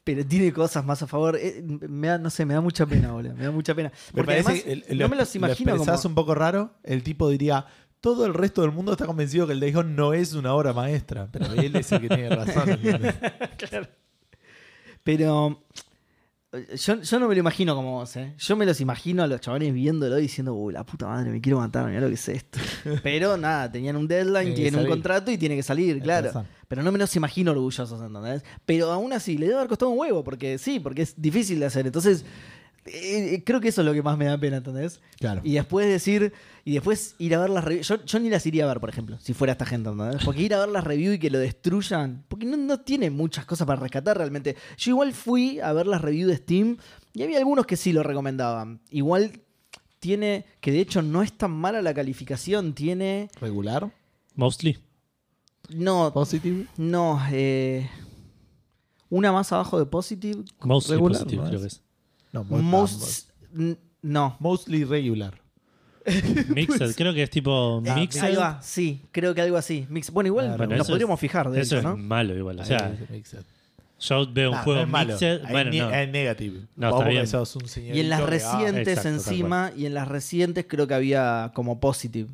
pero tiene cosas más a favor. Eh, me da, no sé, me da mucha pena, boludo. Me da mucha pena.
Me
Porque
parece
además,
que el- el-
no me los imagino
Lo
como...
expresás un poco raro, el tipo diría. Todo el resto del mundo está convencido que el Days Gone no es una obra maestra, pero él es el que tiene razón. ¿entendés?
Pero eh, yo, yo no me lo imagino como vos, ¿eh? Yo me los imagino a los chavales viéndolo y diciendo, uy, la puta madre, me quiero matar, mirá lo que es esto. Pero nada, tenían un deadline,
Tiene que
tienen un
salir.
contrato y tiene que salir,
Tenés
claro.
razón.
Pero no me los imagino orgullosos, ¿entendés? Pero aún así, le debe haber costado un huevo, porque sí, porque es difícil de hacer. Entonces, eh, eh, creo que eso es lo que más me da pena, ¿entendés?
Claro.
Y después decir, y después ir a ver las reviews. Yo, yo ni las iría a ver, por ejemplo, si fuera esta gente, ¿entendés? Porque ir a ver las reviews y que lo destruyan, porque no, no tiene muchas cosas para rescatar realmente. Yo igual fui a ver las reviews de Steam y había algunos que sí lo recomendaban. Igual tiene, que de hecho no es tan mala la calificación, tiene...
¿Regular?
Mostly.
No,
¿Positive?
no, eh, una más abajo de Positive.
Mostly
Regular,
positivo,
¿no
creo
es?
que es.
No, most-
Most, n- no.
mostly regular.
Mixed, creo que es tipo
Eh,
Mixed.
Ahí va, sí, creo que algo así. Mix. Bueno, igual
Claro.
Bueno,
nos
eso
podríamos
es-
fijar de
Eso
eso, ¿no?
es malo igual. O sea,
Ahí, mixed.
yo veo un
Nah,
juego
no es malo.
Mixed.
Ahí
Bueno,
ni-
no.
ahí negative.
No,
Vos
está
porque
bien.
sos un señorito
Y en las
que, ah,
recientes
exacto, tal
encima, y en las recientes creo que había como positive.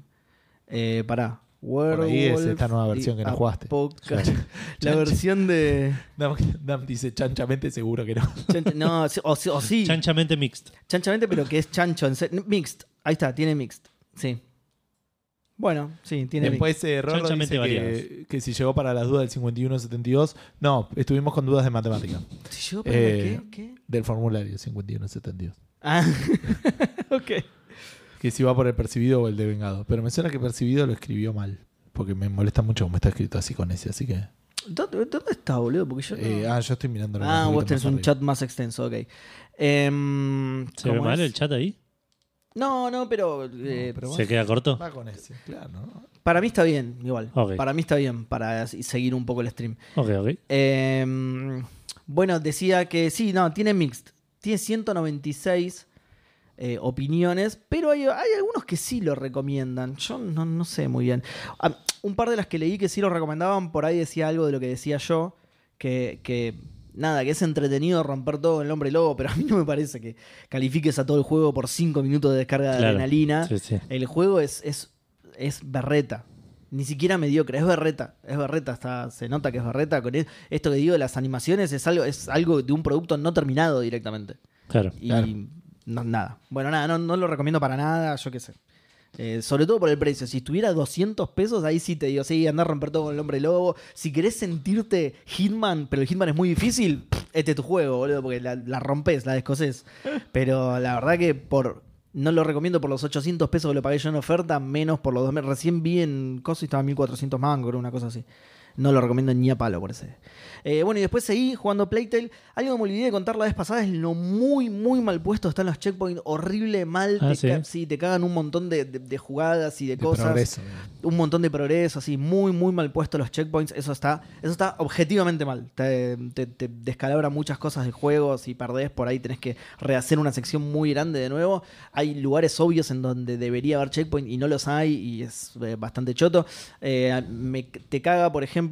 Eh, pará.
Por ahí es
Werewolf
esta nueva versión
y
que no jugaste.
Apoca- La versión de.
Dam, Dam dice chanchamente seguro que no.
Chan- No, sí, o, sí- o sí.
Chanchamente Mixed.
Chanchamente, pero que es chancho. en se- Mixed. Ahí está, tiene mixed. Sí. Bueno, sí, tiene mixed.
Después eh, Rorro
Chanchamente
dice que,
variadas.
que si llegó para las dudas del 51-72, no, estuvimos con dudas de matemática.
Si yo-
eh,
¿qué? ¿Qué?
Del formulario 51-72.
Ah, ok.
Que si va por el percibido o el devengado. Pero me suena que percibido lo escribió mal. Porque me molesta mucho cómo está escrito así con ese. Así que.
¿Dónde, dónde está, boludo? Porque yo. no-
eh, ah, yo estoy mirando
Ah, vos tenés un chat más extenso, ok. Em,
¿Se ve
¿cómo
mal
es?
el chat ahí?
No, no, pero, eh,
pero
¿Se queda corto?
Va con ese, claro. ¿no?
para mí está bien, igual.
Ok.
Para mí está bien, para así seguir un poco el stream.
Ok, ok.
Em, bueno, decía que sí, no, tiene mixed. Tiene 196 eh, opiniones, pero hay, hay algunos que sí lo recomiendan. Yo no, no sé muy bien. Ah, un par de las que leí que sí lo recomendaban, por ahí decía algo de lo que decía yo, que, que nada, que es entretenido romper todo el hombre lobo, pero a mí no me parece que califiques a todo el juego por 5 minutos de descarga de
Claro.
adrenalina.
Sí, sí.
El juego es, es, es berreta. Ni siquiera mediocre, es berreta. Es berreta, está, se nota que es berreta. Con e- esto que digo de las animaciones es algo, es algo de un producto no terminado directamente.
Claro.
Y
Claro.
no- nada. Bueno, nada, no, no lo recomiendo para nada, yo qué sé. Eh, sobre todo por el precio. Si estuviera 200 pesos, ahí sí te digo, sí, andar a romper todo con el hombre lobo. Si querés sentirte Hitman, pero el Hitman es muy difícil, este es tu juego, boludo, porque la, la rompes, la descosés. Pero la verdad que por no lo recomiendo por los 800 pesos que lo pagué yo en oferta, menos por los dos meses. Recién vi en Coso y estaba 1400 mangos, una cosa así. No lo recomiendo ni a palo por ese. Eh, bueno, y después seguí jugando Playtale. Algo que me olvidé de contar la vez pasada es lo muy, muy mal puesto están los checkpoints. Horrible, mal.
Ah,
te
¿sí?
ca- sí, te cagan un montón de, de- de jugadas y de,
De
cosas.
progreso.
Un montón de progreso, así. Muy, muy mal puesto los checkpoints. Eso está, eso está objetivamente mal. Te, te- te descalabra muchas cosas del juego. Si perdés por ahí, tenés que rehacer una sección muy grande de nuevo. Hay lugares obvios en donde debería haber checkpoint y no los hay. Y es eh, bastante choto. Eh, me- te caga, por ejemplo,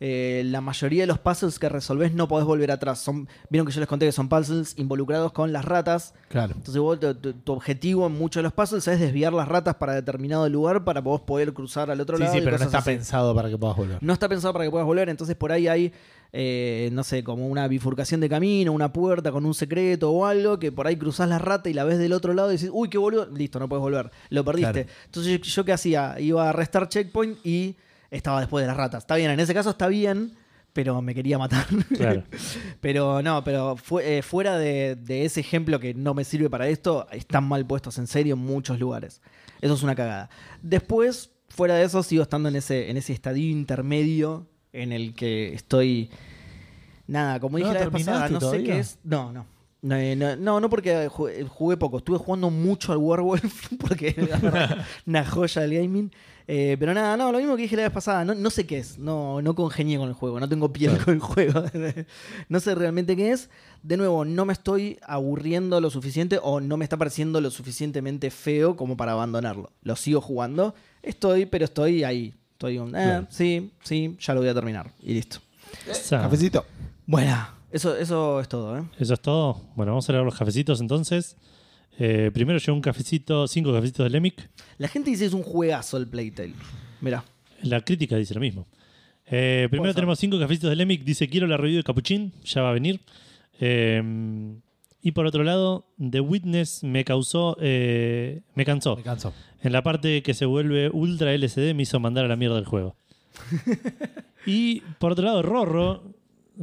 eh, la mayoría de los puzzles que resolvés no podés volver atrás. Son, Vieron que yo les conté que son puzzles involucrados con las ratas.
Claro.
Entonces vos, tu, tu- tu objetivo en muchos de los puzzles es desviar las ratas para determinado lugar para vos poder cruzar al otro
Sí,
lado.
sí,
y
pero no
cosas
está
así.
pensado para que puedas volver.
No está pensado para que puedas volver, entonces por ahí hay, eh, no sé, como una bifurcación de camino, una puerta con un secreto o algo, que por ahí cruzás la rata y la ves del otro lado y dices, uy, qué boludo, listo, no puedes volver, lo perdiste.
Claro.
Entonces yo, yo qué hacía, iba a restar checkpoint y estaba después de las ratas. Está bien, en ese caso está bien, pero me quería matar.
Claro.
Pero no, pero fu- eh, fuera de, de ese ejemplo que no me sirve para esto, están mal puestos en serio en muchos lugares. Eso es una cagada. Después, fuera de eso, sigo estando en ese, en ese estadio intermedio en el que estoy. Nada, como
No,
dije la vez pasada,
¿terminaste
no sé
todavía?
qué es. No, no. No, eh, no, no, no porque jugué, jugué poco. Estuve jugando mucho al Warwolf porque era una joya del gaming. Eh, pero nada, no, lo mismo que dije la vez pasada. No, no sé qué es. No, no congenié con el juego. No tengo piel con el juego. no sé realmente qué es. De nuevo, no me estoy aburriendo lo suficiente o no me está pareciendo lo suficientemente feo como para abandonarlo. Lo sigo jugando. Estoy, pero estoy ahí. Estoy un, eh,
Claro.
sí, sí, ya lo voy a terminar. Y listo.
Sa.
Cafecito.
Bueno, eso, eso es todo, ¿eh?
Eso es todo. Bueno, vamos a leer los cafecitos entonces. Eh, primero llegó un cafecito, cinco cafecitos de Lemic.
La gente dice es un juegazo el Playtale. Mirá.
La crítica dice lo mismo. Eh, primero
ser.
tenemos cinco cafecitos de Lemic. Dice, quiero la review de Capuchín. Ya va a venir. Eh, y por otro lado, The Witness me causó... eh, me cansó.
Me canso.
En la parte que se vuelve ultra LCD me hizo mandar a la mierda el juego. y por otro lado, Rorro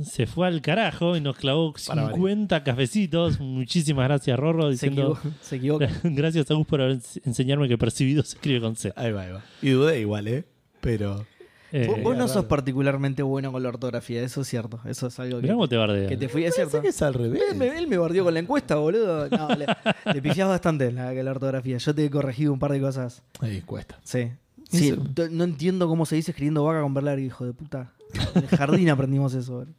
se fue al carajo y nos clavó
Para variar.
50 cafecitos. Muchísimas gracias, Rorro,
Se,
diciendo
equivo- se equivoca.
gracias a Gus por haber ens- enseñarme que percibido se escribe con C.
Ahí va, ahí va. Y dudé igual, ¿eh? Pero.
Eh,
Vos- Vos no
raro.
sos particularmente bueno con la ortografía, eso es cierto. Eso es algo que,
mirá cómo te bardea.
que te fui. Es cierto.
Pensé que es al revés.
Él me, él me bardeó con la encuesta, boludo. No, le, le pifiás bastante la, la ortografía. Yo te he corregido un par de cosas.
Ahí cuesta.
Sí. Sí,
Eso.
t- no entiendo cómo se dice escribiendo vaca con verlar, hijo de puta. En el jardín aprendimos eso. boludo.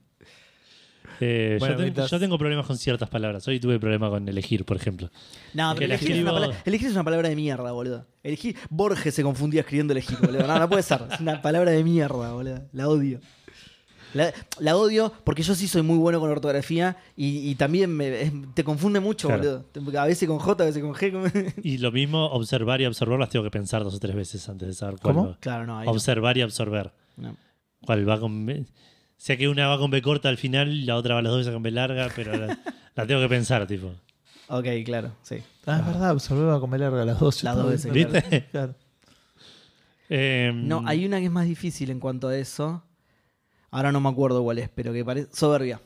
Eh, yo
Bueno,
ten-
mientras-
Yo tengo problemas con ciertas palabras. Hoy tuve problema con elegir, por ejemplo.
No,
Que
pero
la
elegir, es una
escribo-
palabra, elegir es una palabra de mierda, boludo. Elegir, Borges se confundía escribiendo elegir, boludo. No, no puede ser. Es una palabra de mierda, boludo. La odio. La, la odio porque yo sí soy muy bueno con ortografía y, y también me- es- te confunde mucho,
Claro.
boludo. Te- A veces con J, a veces con G. con-
Y lo mismo, observar y absorber las tengo que pensar dos o tres veces antes de saber cuál
¿Cómo?
va.
Claro, no, ahí no.
Observar y absorber.
No.
¿Cuál va con B? O sea que una va con B corta al final y la otra va las dos veces con B larga, pero la, la tengo que pensar, tipo.
Ok, claro, sí.
Ah, es verdad, absorbeba a comer larga las dos.
Las
Yo
dos
estaba-
veces,
claro.
Claro.
Em,
No, hay una que es más difícil en cuanto a eso. Ahora no me acuerdo cuál es, pero que parece. Soberbia.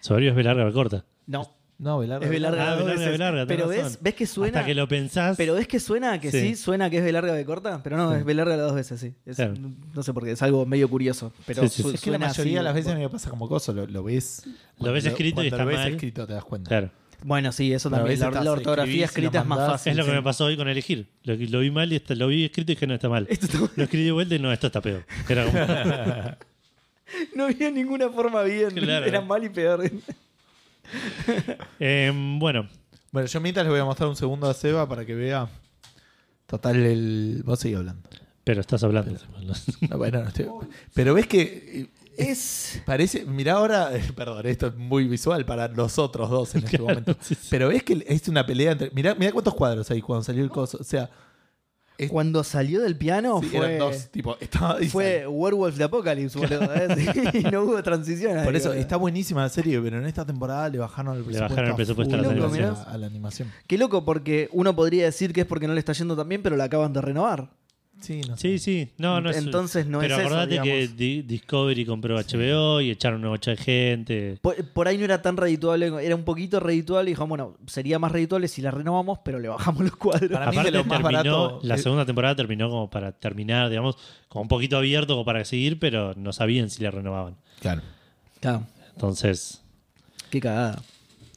Soberbio es B larga, B corta.
No,
No, velar.
es B larga.
Ah,
dos
B larga,
veces.
B larga, tenés
pero ves,
razón.
ves que suena.
Hasta que lo pensás.
Pero es que suena que sí,
Sí.
suena que es B larga de corta, pero no, es B larga las dos veces, sí. Es-
Claro.
No sé por qué, es algo medio curioso. Pero
Sí, sí,
su-
sí.
Es que la
suena así,
mayoría de las veces a
bo-
mí me pasa como coso, lo, lo ves.
Lo ves
cuando-
escrito y
cuando
está
lo ves
mal.
escrito te das cuenta.
Claro.
Bueno, sí, eso
Pero a
también.
veces
La,
estás,
la ortografía
escribís y lo
escrita es más
mandás,
fácil.
es lo que
sí.
me pasó hoy con elegir. Lo, lo vi mal y hasta, lo vi escrito y dije, no, está mal.
Esto está-
Lo escribí de vuelta y no, esto está peor. Era como-
No había ninguna forma bien,
Claro.
era mal y peor.
Em, bueno,
Bueno, yo mientras le voy a mostrar un segundo a Seba para que vea. Total, el. Vos seguís hablando.
pero estás hablando.
No, bueno, no estoy- Pero ves que. eh,
Es.
Parece, mirá ahora, eh, perdón, esto es muy visual para nosotros dos en este momento.
sí, sí.
Pero es que es una pelea entre. Mirá, mirá cuántos cuadros hay cuando salió el coso. O sea, Es-
Cuando salió del piano
sí,
fue.
eran dos, tipo, estaba y
Fue Werewolf de Apocalypse, boludo. ¿eh? Sí, no hubo transición.
salió.
ahí,
Por eso,
boludo.
está buenísima la serie, pero en esta temporada le bajaron el presupuesto.
bajaron el presupuesto
a la
full
Loco,
a,
animación. mirá.
a la animación.
Qué loco, porque uno podría decir que es porque no le está yendo tan bien, pero la acaban de renovar.
Sí, no
Sí, sí. No, no es-
Entonces no
pero
es eso,
acordate que
digamos.
Di- Discovery compró HBO y echaron una bocha de gente.
Por, por ahí no era tan redituable, era un poquito redituable y dijimos, bueno, sería más redituable si la renovamos, pero le bajamos los cuadros.
Para mí,
Aparte
de lo más
terminó,
barato.
la
eh,
segunda temporada terminó como para terminar, digamos, como un poquito abierto como para seguir, pero no sabían si la renovaban.
Claro,
Claro,
Entonces,
qué cagada.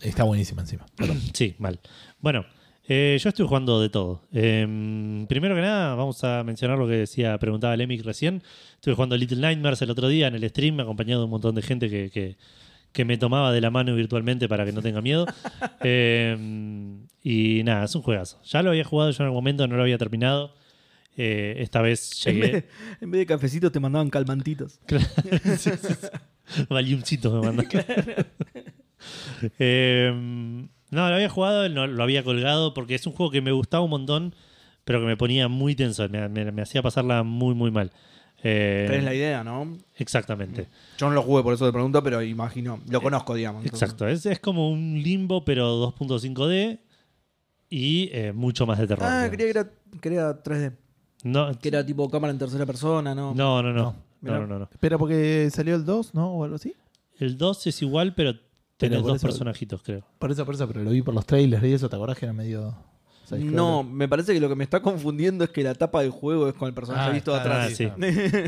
está buenísima encima. Perdón.
sí, mal. Bueno, eh, yo estoy jugando de todo. Eh, primero que nada, vamos a mencionar lo que decía, preguntaba Lemic recién. Estuve jugando Little Nightmares el otro día en el stream, acompañado de un montón de gente que, que- que me tomaba de la mano virtualmente para que no tenga miedo. Eh, y nada, es un juegazo. Ya lo había jugado yo en algún momento, no lo había terminado. Eh, esta vez
En
llegué.
vez, en vez de cafecitos te mandaban calmantitos.
Claro. Sí, sí, sí. Valiumcito me mandó. Eh, no, lo había jugado, no, lo había colgado porque es un juego que me gustaba un montón, pero que me ponía muy tenso, me, me- me hacía pasarla muy, muy mal. Eh,
Pero es la idea, ¿no?
exactamente,
Yo no lo jugué, por eso te pregunto, pero imagino,
Eh,
lo conozco, digamos. entonces.
exacto. Es, es como un limbo, pero 2.5D y eh, mucho más de terror.
Ah,
digamos.
creía que era, creía 3D.
no,
Que era tipo cámara en tercera persona, ¿no?
no, no, no, no,
mirá.
no, no, no.
Espera, porque salió el 2, ¿no? O algo así.
El 2 es igual, pero tenés
por
dos
eso-
personajitos, creo.
Por eso, por eso, pero lo vi por los trailers y eso, ¿te acordás que era medio. side-scroller?
No, me parece que lo que me está confundiendo es que la tapa del juego es con el personaje
Ah,
visto de
está,
atrás.
ah, sí.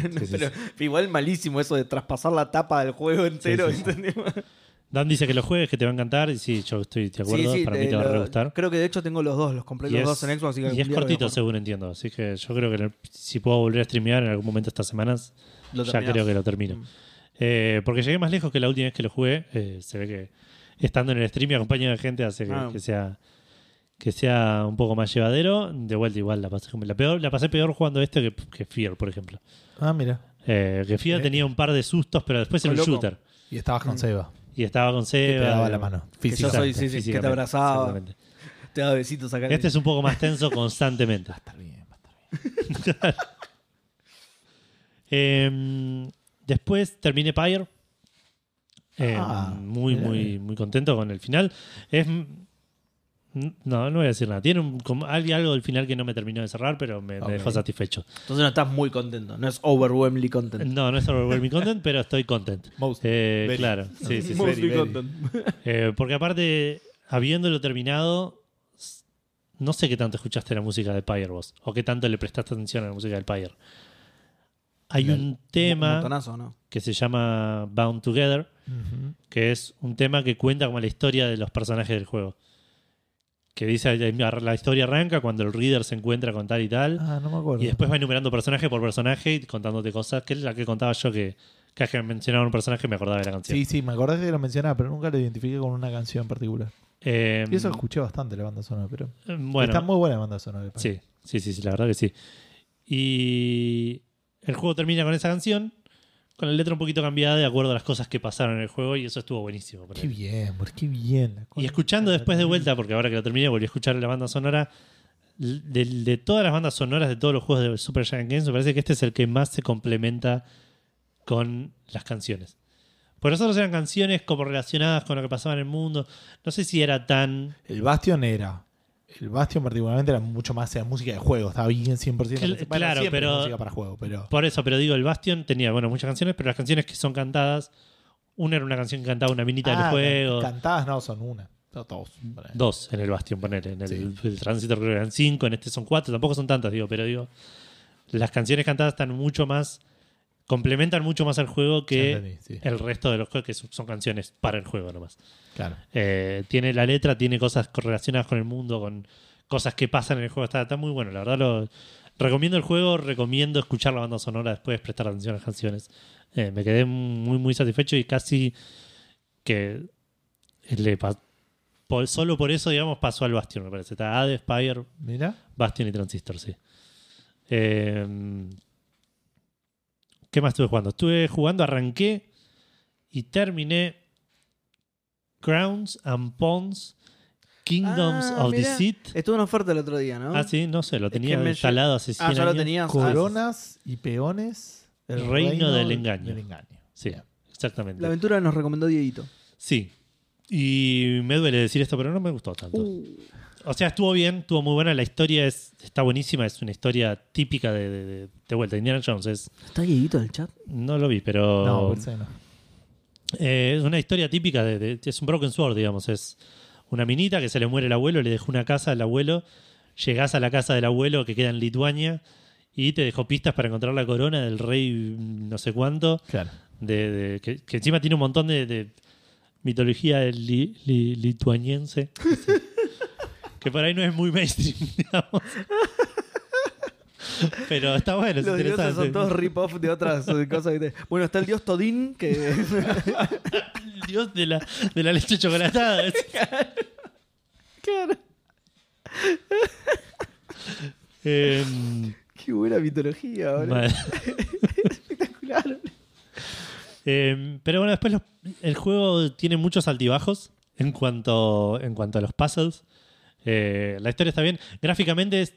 No,
sí, sí.
pero igual malísimo eso de traspasar la tapa del juego entero,
sí, sí.
¿entendés?
Dan dice que lo juegues, que te va a encantar. Y sí, yo estoy de acuerdo.
Sí, sí,
Para mí te va a
lo-
re gustar.
Creo que de hecho tengo los dos, los compré
Y
los
es-
dos en Xbox. así que
Y es
algún día lo voy a
cortito,
jugar.
según entiendo. Así que yo creo que en el- si puedo volver a streamear en algún momento estas semanas,
Lo
ya
terminás.
creo que lo termino.
Mm.
Eh, porque llegué más lejos que la última vez que lo jugué. Eh, se ve que estando en el stream y acompañando a gente hace que,
Ah.
que sea que sea un poco más llevadero. De vuelta, igual la pasé, como- la peor, la pasé peor jugando esto que, que Fear, por ejemplo.
Ah, mira.
Eh, que Fear
Eh.
tenía un par de sustos, pero después era un
Loco.
shooter.
Y estabas con Seba.
Y estaba con
Te
Seba.
daba la
digamos.
mano.
Que yo soy- sí,
Físicamente.
sí, que te
Físicamente,
abrazaba.
exactamente.
Te da besitos acá.
Este es un poco más tenso constantemente.
Va a estar bien, va a estar bien.
Eh, después terminé Pyre. Eh,
Ah,
muy,
mirá.
muy, muy contento con el final. Es. No, no voy a decir nada. Tiene un- como hay algo del final que no me terminó de cerrar, pero me, me
Ok.
dejó satisfecho.
Entonces no estás muy contento. No es overwhelmingly content.
No, no es overwhelming content, pero estoy content.
Most.
Eh,
Very.
claro, sí, sí, sí.
Very, very.
Eh, porque aparte, habiéndolo terminado, s- no sé qué tanto escuchaste la música de Pyre vos, o qué tanto le prestaste atención a la música del Pyre. Hay
Claro.
un
Un
tema
montonazo, ¿no?
que se llama Bound Together,
Ujú.
que es un tema que cuenta como la historia de los personajes del juego. Que dice, la historia arranca cuando el reader se encuentra con tal y tal,
Ah, no me acuerdo.
y después va enumerando personaje por personaje y contándote cosas, que es la que contaba yo que cada vez que mencionaba un personaje me acordaba de la canción.
Sí, sí, me acordé que lo mencionaba, pero nunca lo identifiqué con una canción en particular.
Eh,
Y eso escuché bastante la banda sonora, pero.
bueno,
Está muy buena la banda sonora. me parece.
Sí, sí, sí, sí, la verdad que sí. Y el juego termina con esa canción, con la letra un poquito cambiada de acuerdo a las cosas que pasaron en el juego y eso estuvo buenísimo.
Qué bien, boludo, qué bien. la
Y
concha
escuchando
la
después de
lora.
vuelta, porque ahora que lo terminé volví a escuchar la banda sonora, l- de, de todas las bandas sonoras de todos los juegos de Super Giant Games, me parece que este es el que más se complementa con las canciones. Por nosotros eran canciones como relacionadas con lo que pasaba en el mundo. No sé si era tan
El Bastion era. El Bastion, particularmente, era mucho más era música de juego. Estaba bien 100%.
Cl-
Bueno,
claro,
siempre
pero-
es Música para juego, pero.
Por eso, pero digo, el Bastion tenía, bueno, muchas canciones, pero las canciones que son cantadas, una era una canción que cantaba una minita
Ah,
del juego.
Cantadas no, son una. Son dos. ponele.
Dos en el Bastion, ponele. En el,
Sí.
el Transitor creo que eran cinco, en este son cuatro, tampoco son tantas, digo, pero digo, las canciones cantadas están mucho más, complementan mucho más al juego
Ya
que Eh,
entendí, sí.
el resto de los juegos, que son- son canciones para el juego nomás.
Claro.
Eh, tiene la letra, tiene cosas correlacionadas con el mundo, con cosas que pasan en el juego. Está, está muy bueno, la verdad. Lo, recomiendo el juego, recomiendo escuchar la banda sonora después, prestar atención a las canciones. Eh, me quedé muy, muy satisfecho y casi que le pa- por- solo por eso, digamos, pasó al Bastion, me parece. Está Hades, Spire,
Mira.
Bastion y Transistor, sí. Eh, ¿Qué más estuve jugando? Estuve jugando, arranqué y terminé Crowns and Pawns, Kingdoms
Ah,
of
mirá.
Deceit.
Estuvo en oferta la otro día, ¿no?
Ah, sí, no sé, lo
Es que
tenía
me lle-
instalado hace 100
Ah, ya lo
años.
tenías.
Coronas y peones.
El reino del engaño.
del engaño.
Sí,
La
exactamente.
aventura nos recomendó Dieguito.
Sí. Y me duele decir esto, pero no me gustó tanto.
Uh.
O sea, estuvo bien, estuvo muy buena. La historia es, está buenísima. Es una historia típica de, de, de- de vuelta. Indiana Jones es-
¿Está Dieguito en el chat?
No lo vi, pero.
No, por eso no.
Eh, es una historia típica de, de- Es un Broken Sword, digamos. Es una minita que se le muere el abuelo, le dejó una casa al abuelo. Llegás a la casa del abuelo que queda en Lituania y te dejó pistas para encontrar la corona del rey mm, no sé cuánto.
Claro.
de- de- que, que encima tiene un montón de, de mitología li- li- lituaniense. que por ahí no es muy mainstream, digamos. Pero está bueno, es
Los dioses
interesante.
son todos rip-off de otras eh, cosas. ¿viste? Bueno, está el dios Todín, que
El dios de la, de la leche chocolatada. Es-
Claro.
Em,
Qué buena mitología, boludo.
mal.
Claro.
Em, pero bueno, después los- el juego tiene muchos altibajos en cuanto, en cuanto a los puzzles. Eh, la historia está bien. Gráficamente es,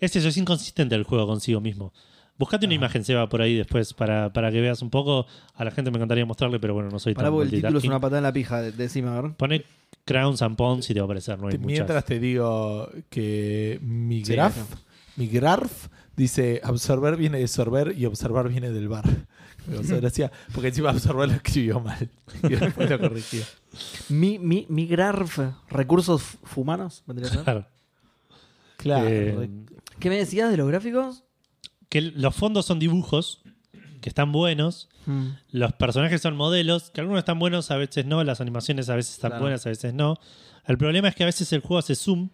es eso, es inconsistente el juego consigo mismo. Buscate una
Ah.
imagen, Seba, por ahí después para, para que veas un poco. A la gente me encantaría mostrarle, pero bueno, no soy
Pará,
tan
porque el título es
multitasking.
una patada en la pija, de- decime, a ver.
Pone Crowns and Pawns y te va a aparecer, no hay
Te-
muchas.
mientras te digo que mi
Sí,
graf,
eso.
mi graf dice absorber viene de sorber y observar viene del bar. Me causó gracia, porque encima absorber lo escribió mal. Y después lo corrigió.
Mi, mi, mi Grarf, recursos f- humanos, vendría a ser.
Claro.
Claro.
Eh,
re-
¿Qué me decías de los gráficos?
que los fondos son dibujos que están buenos.
Hmm.
Los personajes son modelos, que algunos están buenos, a veces no. Las animaciones a veces están
Claro.
buenas, a veces no. El problema es que a veces el juego hace zoom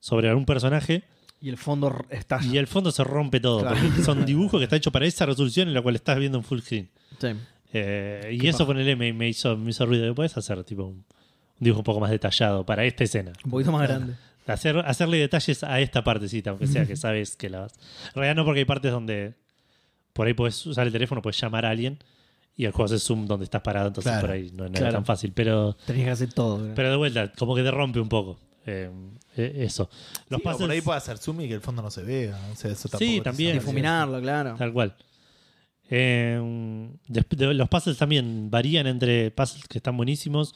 sobre algún personaje
Y el fondo r- está.
y el fondo se rompe todo.
Claro.
Porque son dibujos que están hechos para esa resolución en la cual estás viendo en full screen.
Sí.
Eh,
Qué
y eso ponele me, me hizo, me hizo ruido. Puedes hacer tipo un, un dibujo un poco más detallado para esta escena.
Un poquito más grande.
Hacer, hacerle detalles a esta partecita, aunque sea que sabes que la vas. En realidad no, porque hay partes donde por ahí puedes usar el teléfono, puedes llamar a alguien y el juego hace zoom donde estás parado, entonces
Claro,
por ahí no, no
claro.
es tan fácil. Pero,
Tenías que hacer todo. ¿verdad?
pero de vuelta, como que te rompe un poco eh, eh, eso. Los
Sí, o
puzzles-
Por ahí puede hacer zoom y que el fondo no se vea. O sea, eso
Sí,
tampoco es
también.
una realidad.
Difuminarlo, claro.
Tal cual. Eh, desp- de- los puzzles también varían entre puzzles que están buenísimos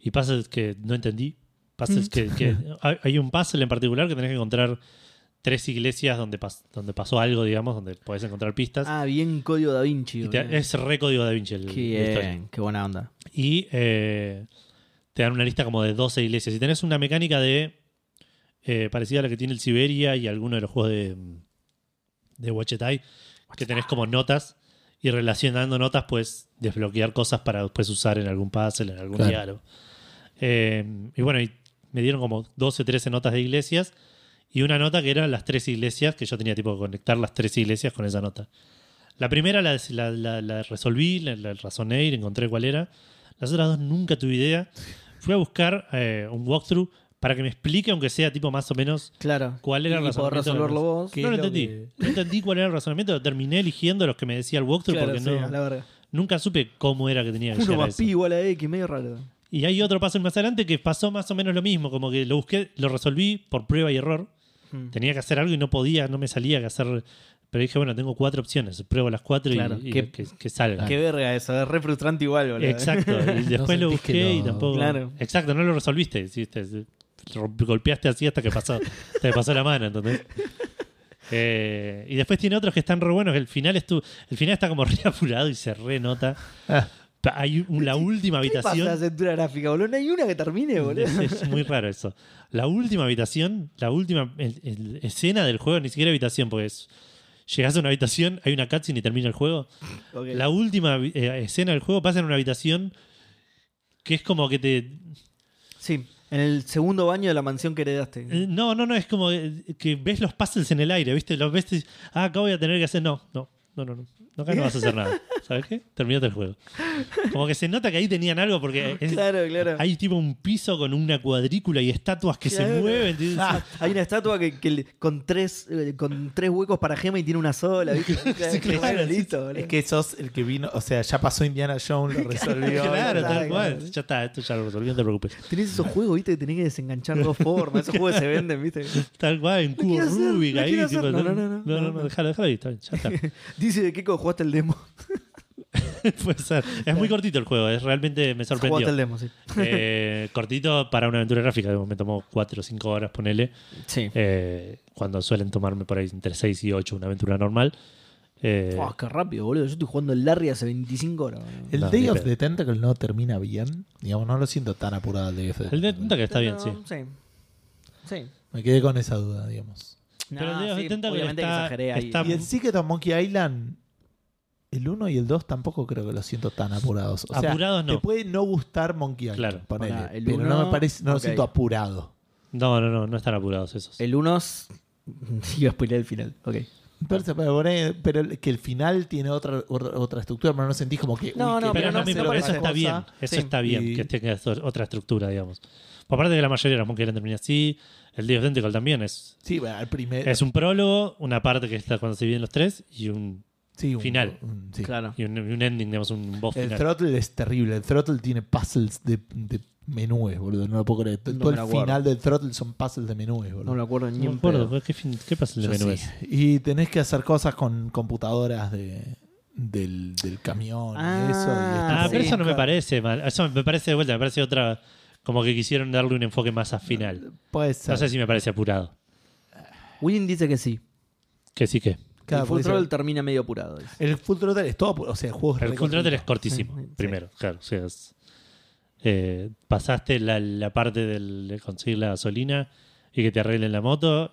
y puzzles que no entendí.
Mm.
Puzzles que, que- hay, hay un puzzle en particular que tenés que encontrar tres iglesias donde, pas- donde pasó algo, digamos, donde podés encontrar pistas.
Ah, bien código da Vinci.
y te-
boludo.
es re código da Vinci el-
Qué
la historia.
bien, qué buena onda.
Y eh, te dan una lista como de 12 iglesias. Y tenés una mecánica de eh, parecida a la que tiene el Siberia y alguno de los juegos de, de Wachetai, que tenés como notas y relacionando notas puedes desbloquear cosas para después usar en algún puzzle, en algún
Claro.
diálogo. Eh, y bueno, y me dieron como 12, 13 notas de iglesias y una nota que eran las tres iglesias, que yo tenía tipo que conectar las tres iglesias con esa nota. La primera la, la- la- la resolví, la, la razoné y encontré cuál era. Las otras dos nunca tuve idea. Fui a buscar eh, un walkthrough para que me explique, aunque sea tipo más o menos
Claro.
cuál era el
Y poder
razonamiento de los-
resolverlo vos.
¿Qué
no lo
es lo
entendí.
que-
No entendí cuál era el razonamiento. Terminé eligiendo los que me decía el walkthrough
Claro,
porque
sí,
no,
a la verga.
nunca supe cómo era que tenía que
Uno
llegar a
más
eso.
pi igual a X, medio raro.
Y hay otro paso más adelante que pasó más o menos lo mismo. Como que lo busqué, lo resolví por prueba y error.
Mm.
Tenía que hacer algo y no podía, no me salía que hacer. Pero dije, bueno, tengo cuatro opciones. Pruebo las cuatro y-
Claro,
y,
que-
que, que salga.
Qué verga eso, es re frustrante igual, boludo.
Exacto. Y después lo
sentís que
busqué y
lo-
tampoco.
Claro.
Exacto, no lo resolviste. hiciste- romp- golpeaste así hasta que pasó, hasta que pasó la mano, ¿entendés? Eh, y después tiene otros que están re buenos. que El final, estu- el final está como re apurado y se renota.
Ah.
Pa- Hay un- la última
¿Qué pasa
habitación.
la cintura gráfica, boludo? No hay una que termine, boludo.
Es, es muy raro eso. La última habitación, la última el- el- escena del juego, ni siquiera habitación, porque es. Llegas a una habitación, hay una cutscene y termina el juego.
Ok.
La última eh, escena del juego pasa en una habitación que es como que te.
Sí, en el segundo baño de la mansión que heredaste.
eh, No, no, no, es como eh, que ves los puzzles en el aire, ¿viste? Los ves y dices, ah, acá voy a tener que hacer. No, no, no, no, no. no, Acá no vas a hacer nada. ¿Sabes qué? Terminate el juego. Como que se nota que ahí tenían algo porque es-
Claro, claro.
hay tipo un piso con una cuadrícula y estatuas que
Claro.
se mueven. ¿sí?
Ah, hay una estatua que, que le- con tres eh, con tres huecos para gema y tiene una sola, ¿viste?
Sí, claro,
Bueno,
sí,
listo, boludo.
Es que sos el que vino, o sea, ya pasó Indiana Jones, lo resolvió.
Claro,
Claro,
tal cual.
claro.
Ya está, esto ya lo resolví, no te preocupes.
Tenés esos juegos, viste, que tenés que desenganchar dos formas. Esos juegos se venden, viste.
Tal cual, en cubo
quiero hacer,
Rubik
no
ahí.
quiero
tipo,
hacer. No,
no,
no, no, no,
no,
no.
déjalo, déjalo ahí, está bien, ya está.
Dice de Keiko, jugaste el demo.
Puede ser. Es muy cortito el juego, es, realmente me
Jugaste el
sorprendió.
demo, sí.
Eh, cortito para una aventura gráfica, digamos, me tomó 4 o 5 horas, ponele.
Sí.
eh, cuando suelen tomarme por ahí entre 6 y 8 una aventura normal. Eh,
Oh, qué rápido, boludo. Yo estoy jugando el Larry hace 25 horas. boludo.
El
No,
Day
ni
of
pedo.
the Tentacle no termina bien. Digamos, no lo siento tan apurado el Day of the
el de
Tentacle.
que está bien,
No,
sí.
Sí. Sí.
Me quedé con esa duda, digamos.
Pero el
Nah,
Deus
sí,
intenta que
obviamente
está-
que exageré ahí.
está-
Y en Secret of Monkey Island, el 1 y el 2 tampoco creo que los siento tan apurados. O sea,
Apurados no.
Te puede no gustar Monkey Island,
Claro.
ponele,
Pará, el
pero
uno,
no me parece, no lo
ok.
siento apurado.
No, no, no, no están apurados esos.
El 1 es- iba a spoilear el final. Ok.
Me parece, pero, pone- pero el- que el final tiene otra, otra, otra estructura, pero no sentís como que.
No,
uy,
pero
no,
que
pero
no,
van a
me-
hacer
pero
otra
eso está
cosa.
bien. Eso
Sí.
está bien,
Y-
que tenga o- otra estructura, digamos. Aparte que la mayoría de los Monkey Island termina así, el Dios Tentacle también es.
Sí, bueno, el primer.
Es un prólogo, una parte que está cuando se dividen los tres y un,
sí, un-
final.
un- sí.
Claro.
y un, y un ending, digamos, un boss
El
final.
Throttle es terrible. El Throttle tiene puzzles de, de menúes, boludo. No lo puedo creer.
No
Todo
me
el
lo acuerdo.
final del Throttle son puzzles de menúes, boludo.
No me lo acuerdo ni
no
en
me acuerdo,
pedo.
¿qué, fin- qué pasa en
Yo
el menú
sí.
ese?
Y tenés que hacer cosas con computadoras de, del, del camión
Ah,
y eso. y es
Ah,
tipo-
pero
sí,
eso no me
claro.
parece mal. Eso me parece de vuelta, me parece otra. Como que quisieron darle un enfoque más a
Ah,
final.
Puede
No
ser.
sé si me parece apurado.
Willin dice que sí.
Que sí que.
Claro,
el Full
puede ser.
Troll termina medio apurado. dice.
El Full Throttle es todo. O sea, el juego es
El
re
Full Throttle es
cortito.
cortísimo,
Sí, sí.
primero, claro. O sea, es- eh, pasaste la, la parte del- de conseguir la gasolina y que te arreglen la moto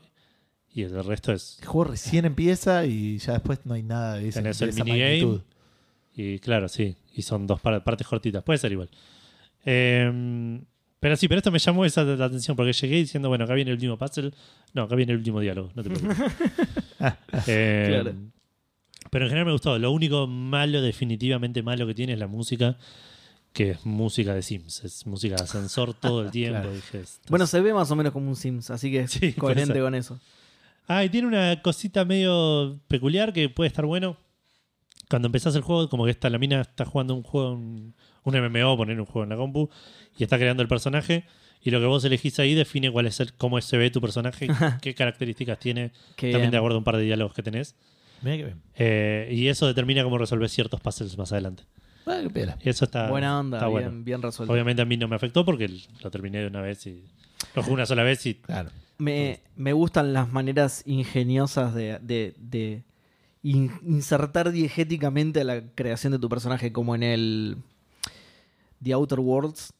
Y el resto es.
El juego recién empieza y ya después no hay nada de, ese-
Tenés
de
el
esa
minigame.
magnitud.
Y claro, sí. Y son dos par- partes cortitas. Puede ser igual. Eh, pero sí, pero esto me llamó esa la atención porque llegué diciendo, bueno, acá viene el último puzzle. No, acá viene el último diálogo. No te preocupes. Eh,
Claro.
Pero en general me gustó. Lo único malo, definitivamente malo que tiene es la música. Que es música de Sims. Es música de ascensor todo el tiempo.
Claro.
Dije, esto
Bueno, se ve más o menos como un Sims, así que es
Sí,
coherente
puede ser.
con eso.
Ah, y tiene una cosita medio peculiar que puede estar bueno. Cuando empezás el juego, como que esta, la mina está jugando un juego, un, un MMO, poner un juego en la compu, y está creando el personaje. Y lo que vos elegís ahí define cuál es el, cómo se ve tu personaje, qué características tiene,
Qué
también de
bien.
acuerdo a un par de diálogos que tenés.
Mirá que bien.
Eh, y eso determina cómo resolver ciertos puzzles más adelante.
Ah, qué piola.
Eso está,
Buena onda,
está
bien,
bueno.
bien resuelto.
Obviamente a mí no me afectó porque lo terminé de una vez y lo jugué una sola vez y
Claro.
Me, me gustan las maneras ingeniosas de, de- de in- insertar diegéticamente a la creación de tu personaje, como en el The Outer Worlds,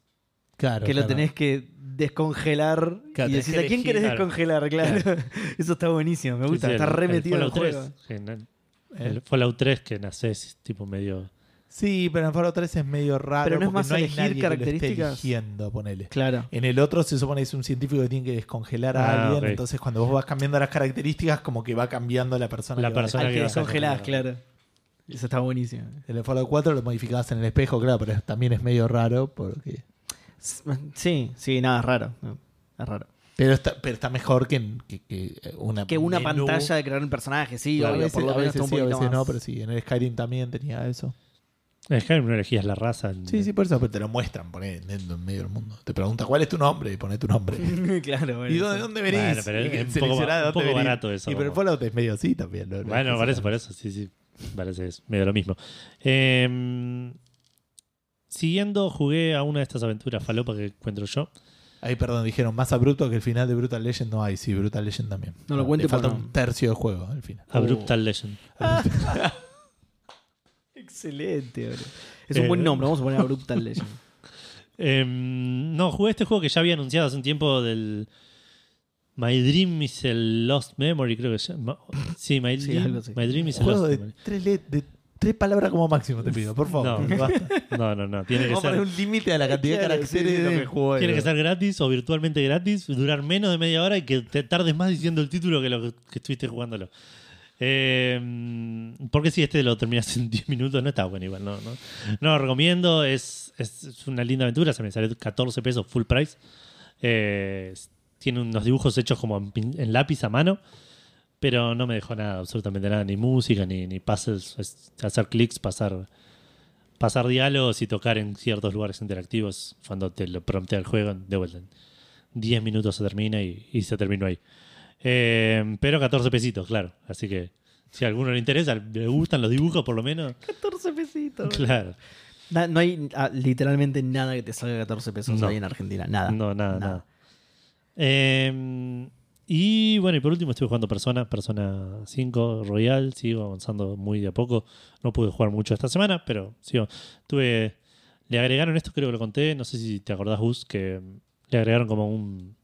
Claro.
que lo
claro.
tenés que descongelar
Claro,
y
tenés
decís,
que
¿a quién
elegir,
querés
claro.
descongelar? Claro. Eso está buenísimo, me gusta,
Sí, sí,
está
el-
re
el
metido en el
Fallout
juego.
3, que no-
Eh.
El Fallout 3 que nacés, tipo medio.
Sí, pero en Fallout 3 es medio raro.
Pero no es
porque
más
hay
elegir
nadie que lo esté
características.
eligiendo, ponele.
Claro.
En el otro se supone que es un científico que tiene que descongelar a
Ah,
alguien.
ok.
Entonces, cuando vos vas cambiando las características, como que va cambiando la persona.
La
que va a
persona
Al que
vas a
descongelás,
descongelar.
claro. Eso está buenísimo.
En el Fallout 4 lo modificabas en el espejo, claro, pero también es medio raro porque.
Sí, sí, nada, es raro. Es raro.
Pero está, pero está mejor que, en- que- que una,
Que una
menú.
pantalla de crear un personaje, sí,
a
obvio,
veces,
por lo
a
menos
veces
está un
sí, a
poquito
veces
más.
no, pero sí. En el Skyrim también tenía eso.
En Skyrim no elegías la raza. en-
Sí, sí, por eso. Pero te lo muestran, poné en, en medio del mundo. Te pregunta cuál es tu nombre y poné tu nombre.
claro, bueno,
¿Y dónde,
eso.
dónde venís?
Bueno, pero
Y
es
que
un
seleccioná
poco ba-
de
un
dónde
poco
venís.
barato eso,
Y pero el
como-
Fallout es medio así también. ¿no? No es
Bueno,
que
por
sea-
eso, por eso, sí, sí. Parece es medio lo mismo. Eh, siguiendo, jugué a una de estas aventuras falopa que encuentro yo.
Ahí, perdón, dijeron más abrupto que el final de Brutal Legend. No hay, sí, Brutal Legend también.
No lo
Le
cuente
falta
porque no.
un tercio de juego al final.
Abruptal Legend.
Excelente, bro. Es
Eh.
un buen nombre, vamos a poner Abruptal Legend.
Eh, no, jugué este juego que ya había anunciado hace un tiempo del. My Dream is a Lost Memory, creo que se llama. Sí, My,
Sí,
dream,
algo así.
My Dream is a
Juego
Lost
de
Memory.
tres, let- de tres palabras como máximo, te pido, por favor.
No.
Basta.
No, no, no. Tiene que
Vamos a
ser.
poner un límite a la cantidad de
Claro,
caracteres
sí, sí, lo que
de juego.
Tiene que ser gratis o virtualmente gratis, durar menos de media hora y que te tardes más diciendo el título que lo que, que estuviste jugándolo. Eh, porque si este lo terminas en 10 minutos, no está bueno igual, no, no, no lo recomiendo, es, es- es una linda aventura, se me sale 14 pesos full price. Eh, tiene unos dibujos hechos como en, pin- en lápiz a mano, pero no me dejó nada, absolutamente nada, ni música, ni, ni puzzles, es hacer clics, pasar pasar diálogos y tocar en ciertos lugares interactivos cuando te lo promptea el juego, de vuelta. en 10 minutos se termina y, y se terminó ahí. Eh, pero 14 pesitos, claro. Así que si a alguno le interesa, le gustan los dibujos por lo menos.
14 pesitos. bro.
Claro.
Na- no hay ah, literalmente nada que te salga 14 pesos
No.
ahí en Argentina. Nada.
No, nada, nada. Eh, y bueno, y por último estuve jugando Persona, Persona 5 Royal, sigo avanzando muy de a poco. No pude jugar mucho esta semana, pero sigo. Tuve. Le agregaron esto, creo que lo conté, no sé si te acordás, Gus, que mm, le agregaron como un.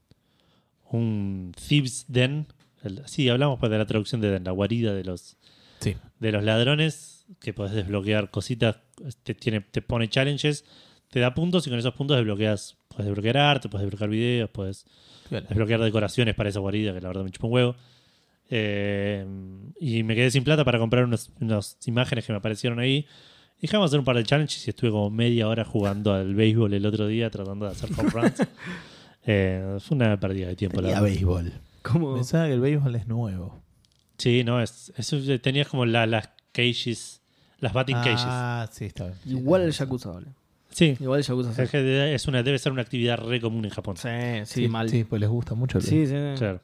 un Thieves Den. El- sí, hablamos pues de la traducción de Den, la guarida de los
Sí.
de los ladrones, que podés desbloquear cositas, te, tiene, te pone challenges, te da puntos y con esos puntos desbloqueas, puedes desbloquear arte, puedes desbloquear videos, puedes desbloquear decoraciones para esa guarida, que la verdad me chupa un huevo. Eh, y me quedé sin plata para comprar unos- unas imágenes que me aparecieron ahí. Y Dije, vamos a hacer un par de challenges y estuve como media hora jugando al béisbol el otro día tratando de hacer home runs. Eh, fue una pérdida de tiempo, la
Tenía
verdad.
béisbol.
Oh.
¿Cómo?
Pensaba que el béisbol es nuevo.
Sí, no, es, eso eh, tenías como la- las cages, las batting cages.
Ah, sí, está bien.
Igual el Yakuza, boludo.
Sí,
Igual el Yakuza.
Es que es una, debe ser una actividad re común en Japón.
Sí, sí, mal.
Sí, pues les gusta mucho el
Sí, sí.
Claro.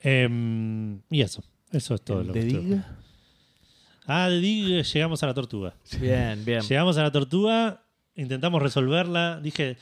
Em, y eso. Eso es todo
¿El
lo
de
que estuve
Diga?
jugando. Ah, de Dig, llegamos a la tortuga.
Bien, bien.
Llegamos a la tortuga, intentamos resolverla. Dije,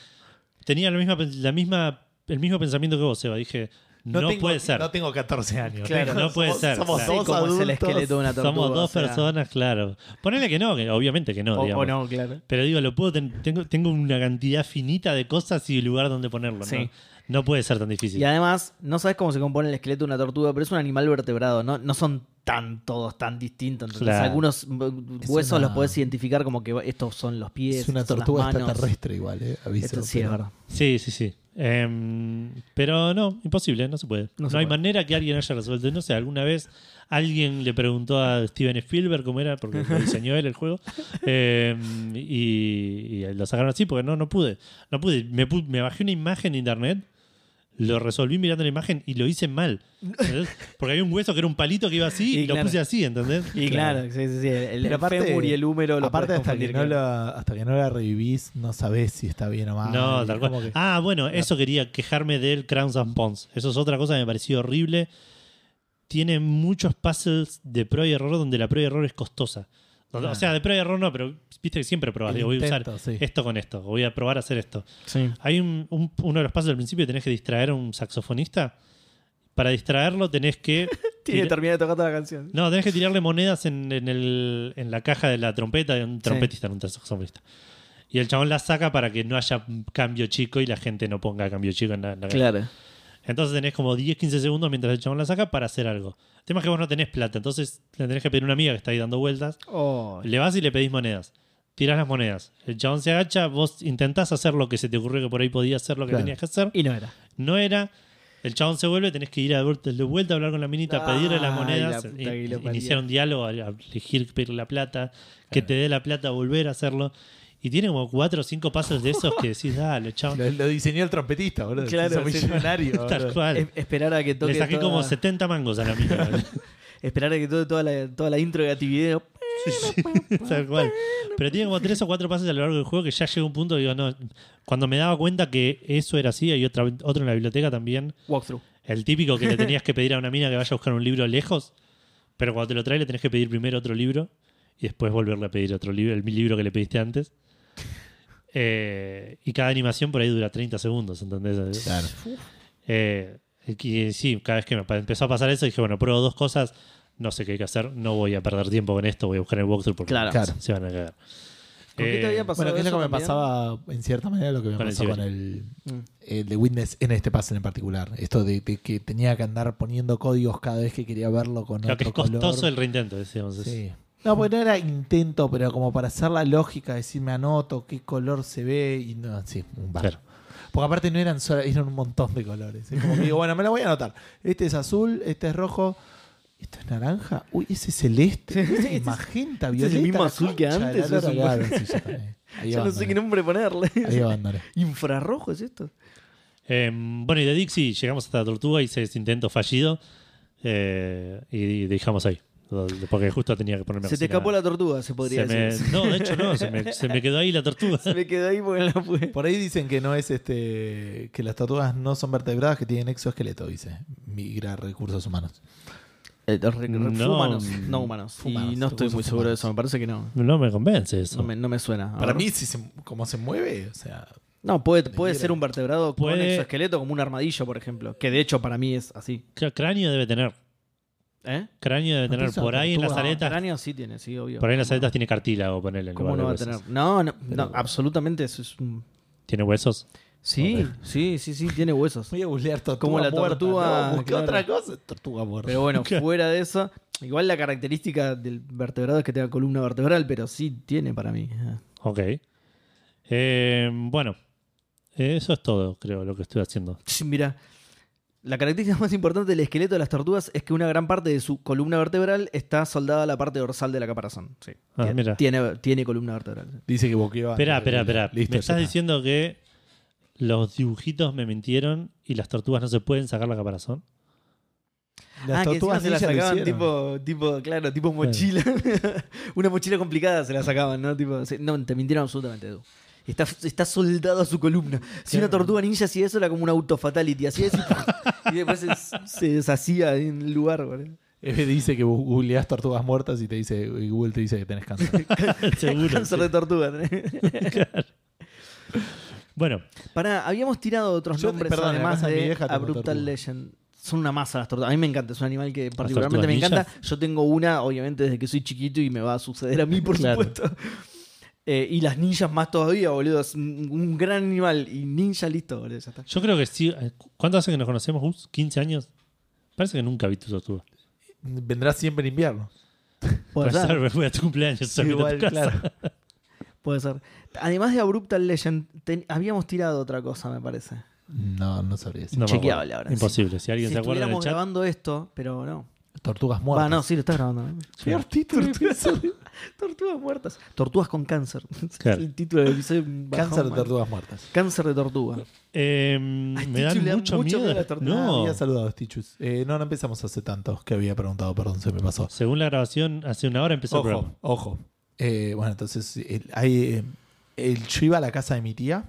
tenía la misma, la misma, el mismo pensamiento que vos, Eva. Dije, no,
tengo-
puede ser.
No tengo 14 años.
Claro, no puede
Somos-
ser.
Somos
Claro.
Sé
dos
cómo es el
adultos.
esqueleto de una tortuga.
Somos dos
o sea,
personas, claro. Ponele que no, que obviamente que no,
O,
digamos.
o no, claro.
Pero digo, lo puedo ten- tengo, tengo una cantidad finita de cosas y lugar donde ponerlo. ¿no?
Sí.
No puede ser tan difícil.
Y además, no sabes cómo se compone el esqueleto de una tortuga, pero es un animal vertebrado, no, no son tan todos tan distintos. Entonces,
Claro.
algunos mm, huesos
una-
los podés identificar como que estos son los pies.
es una
estas son las
tortuga
manos.
extraterrestre igual, eh, aviso.
Esto- sí, es
pero-
verdad.
Sí, sí, sí. Em, pero no, imposible, no se puede. No,
No se
hay
puede.
manera que alguien haya resuelto. No sé, alguna vez alguien le preguntó a Steven Spielberg cómo era, porque lo diseñó él el juego. Em, y, y lo sacaron así, porque no, no pude. No pude. Me, pu- me bajé una imagen de internet, lo resolví mirando la imagen y lo hice mal. ¿Entendés? Porque había un hueso que era un palito que iba así y,
Y
lo
claro.
puse así, ¿entendés?
Y claro, sí, sí, sí. El, el
Pero aparte-
fémur y el húmero lo
Aparte,
podés
hasta que,
confundir,
no
claro.
la, hasta que no la revivís, no sabés si está bien o mal.
No,
y
tal
como que-
cual. Ah, bueno, eso quería quejarme del Crowns and Pawns. Eso es otra cosa que me pareció horrible. Tiene muchos puzzles de pro y error donde la pro y error es costosa. Donde-
Ah.
O sea, de pro y error no, pero viste que siempre probas.
El
digo, voy a usar
intento, sí.
esto con esto. Voy a probar a hacer esto.
Sí.
Hay un- un- uno de los puzzles al principio tenés que distraer a un saxofonista. Para distraerlo tenés que.
Tiene que
tira-
terminar de tocar toda la canción.
no, tenés que tirarle monedas en, en el- en la caja de la trompeta de un trompetista, no un saxofonista. Y el chabón la saca para que no haya cambio chico y la gente no ponga cambio chico en la, en la caja.
Claro.
Entonces tenés como 10, 15 segundos mientras el chabón la saca para hacer algo. El tema es que vos no tenés plata, entonces le tenés que pedir a una amiga que está ahí dando vueltas.
Oh,
Le vas y le pedís monedas. Tirás las monedas. El chabón se agacha, vos intentás hacer lo que se te ocurrió que por ahí podías hacer lo que
Claro.
tenías que hacer.
y no era.
No era. El chabón se vuelve, tenés que ir a vuelta- de vuelta a hablar con la minita,
Ay,
pedirle las
Ah, la
monedas,
puta
i-
que lo parió.
iniciar un diálogo, a- a elegir pedirle la plata, que te dé la plata, volver a hacerlo. Y tiene como cuatro o cinco pasos de esos que decís, dale, chabón.
Lo, lo diseñó el trompetista, boludo.
Claro,
Claro,
sí.
millonario.
Tal
boludo.
cual.
Es- esperar a que toque.
Le saqué
toda-
como 70 mangos a la mina.
Esperar a que toque toda la, toda la intro de Gativideo.
Tal cual. Pero tiene como tres o cuatro pases a lo largo del juego que ya llega un punto que digo, no. Cuando me daba cuenta que eso era así, hay otra, otro en la biblioteca también.
Walkthrough.
El típico que le tenías que pedir a una mina que vaya a buscar un libro lejos, pero cuando te lo trae le tenés que pedir primero otro libro y después volverle a pedir otro libro, el libro que le pediste antes. Eh, y cada animación por ahí dura 30 segundos, ¿entendés?
Claro.
Eh, y sí, cada vez que me pa- empezó a pasar eso dije, bueno, pruebo dos cosas, no sé qué hay que hacer, no voy a perder tiempo con esto, voy a buscar el walkthrough porque
Claro.
Claro.
se van a cagar.
¿Con qué te
Eh,
había pasado?
Bueno, que es lo
eso
que me
también?
pasaba, en cierta manera, lo que me
Con el
pasó
ciber.
con el,
Mm.
el de Witness en este pase en particular. Esto de, de que tenía que andar poniendo códigos cada vez que quería verlo con
Lo
otro
que es
color.
costoso el reintento, decíamos. es-
Sí. No, porque no era intento, pero como para hacer la lógica, decirme anoto qué color se ve y no, sí, un barro.
Claro.
Porque aparte no eran solo, eran un montón de colores. Es como que digo, bueno, me la voy a anotar. Este es azul, este es rojo, esto es naranja, uy, ese es celeste, ese es
este
magenta,
es
violeta.
el mismo
la
azul que
concha de la
antes,
lora.
es un-
Claro, sí, ya está bien. Ahí
Ya no sé
abandoné.
qué nombre ponerle.
Ahí abandoné.
¿Infrarrojo es esto?
Eh, bueno, y de Dixie llegamos hasta la tortuga y se ese intento fallido. eh, y dejamos ahí. Porque justo tenía que ponerme a
Se te
cocinar.
escapó la tortuga, se podría
Se me-
decir.
No, de hecho no, se me, se me quedó ahí la tortuga.
Se me quedó ahí porque no la pude.
Por ahí dicen que no es este que las tortugas no son vertebradas, que tienen exoesqueleto, dice. Migrar recursos humanos.
Eh,
No.
Humanos, no humanos.
Fumanos,
y no estoy
fumanos.
muy seguro de eso, me parece que no.
No me convence eso.
No me, no me suena. A
Para
ver.
mí, si se- como se mueve, o sea,
No, puede, puede ser un vertebrado con
Puede-
exoesqueleto como un armadillo, por ejemplo. Que de hecho para mí es así.
Creo- Cráneo debe tener.
¿Eh?
Cráneo debe
No
tener.
pienso
Por ahí en las
No,
aletas.
cráneo sí tiene, sí, obvio.
Por ahí en las
¿Cómo
aletas tiene cartílago, ponele. en
no? ¿Cómo
lugar de
no va a
huesos.
tener? No, no, no,
Pero-
absolutamente eso es un...
¿Tiene huesos?
Sí, sí, sí, sí, tiene huesos.
voy a googlear tortuga
Como la
muerta,
tortuga,
¿no? Busqué
claro.
otra cosa, tortuga muerta.
Pero bueno, fuera de eso, igual la característica del vertebrado es que tenga columna vertebral, pero sí tiene para mí.
Ok. Eh, bueno. eh, Eso es todo, creo, lo que estoy haciendo.
Sí, Mira, la característica más importante del esqueleto de las tortugas es que una gran parte de su columna vertebral está soldada a la parte dorsal de la caparazón. Sí.
Ah,
Tien-
mira.
Tiene, tiene columna vertebral.
Dice que boqueó.
Espera,
antes.
espera, espera.
Listo,
Me
ya
estás
está.
diciendo que los dibujitos me mintieron y las tortugas no se pueden sacar la caparazón.
Las
ah, que encima
tortugas
se la
ninja lo
sacaban
hicieron.
tipo, tipo, claro, tipo mochila. una mochila complicada se la sacaban, ¿no? Tipo, se- no, te mintieron absolutamente, Edu. Está, está soldado a su columna. Si una tortuga ninja hacía eso, era como un autofatality. Así es. y después se, se deshacía en el lugar, boludo.
Efe dice que googleás tortugas muertas y te dice, y Google te dice que tenés cáncer.
Seguro.
Cáncer
sí.
de tortuga. ¿eh?
Bueno,
Pará, habíamos tirado otros
Yo-
nombres
perdón,
además
además a mi
de
vieja tengo
Abruptal
tortuga.
Legend. Son una masa las tortugas. A mí me encanta, es un animal que
tortugas
particularmente me encanta.
ninjas?
Yo tengo una, obviamente, desde que soy chiquito y me va a suceder a mí, por
Claro.
supuesto. Eh, y las ninjas más todavía, boludo. Es un, un gran animal. Y ninja, listo, boludo. Ya está.
Yo creo que sí. ¿Cuánto hace que nos conocemos, Gus? ¿15 años? Parece que nunca vi tu tortuga.
Vendrá siempre en invierno.
Puede
Puede
ser,
ser, fue a tu cumpleaños. salió de tu casa.
claro.
puede ser. Además de Abruptal Legend, ten- habíamos tirado otra cosa, me parece.
No, no sabría decir.
No me acuerdo.
Chequeable ahora, sí.
Imposible. Si alguien
si
se acuerda en el
estuviéramos
chat.
grabando esto, pero no.
Tortugas
Ah,
muertas.
no, sí, lo estás grabando. ¿no? Peor título. Tortugas muertas. Tortugas con cáncer.
Claro.
Es el título del episodio. un bajón,
Cáncer de
man.
tortugas muertas.
Cáncer de tortuga.
Eh, me
Tichu,
dan
le dan
mucho,
mucho miedo a
miedo.
las tortugas.
no.
Había saludado, Stichus. Eh, no, no empezamos hace tanto que había preguntado, perdón, se me pasó.
Según la grabación, hace una hora empezó el
Ojo,
programa.
ojo. Eh, bueno, entonces, el- hay, eh, el- yo iba a la casa de mi tía,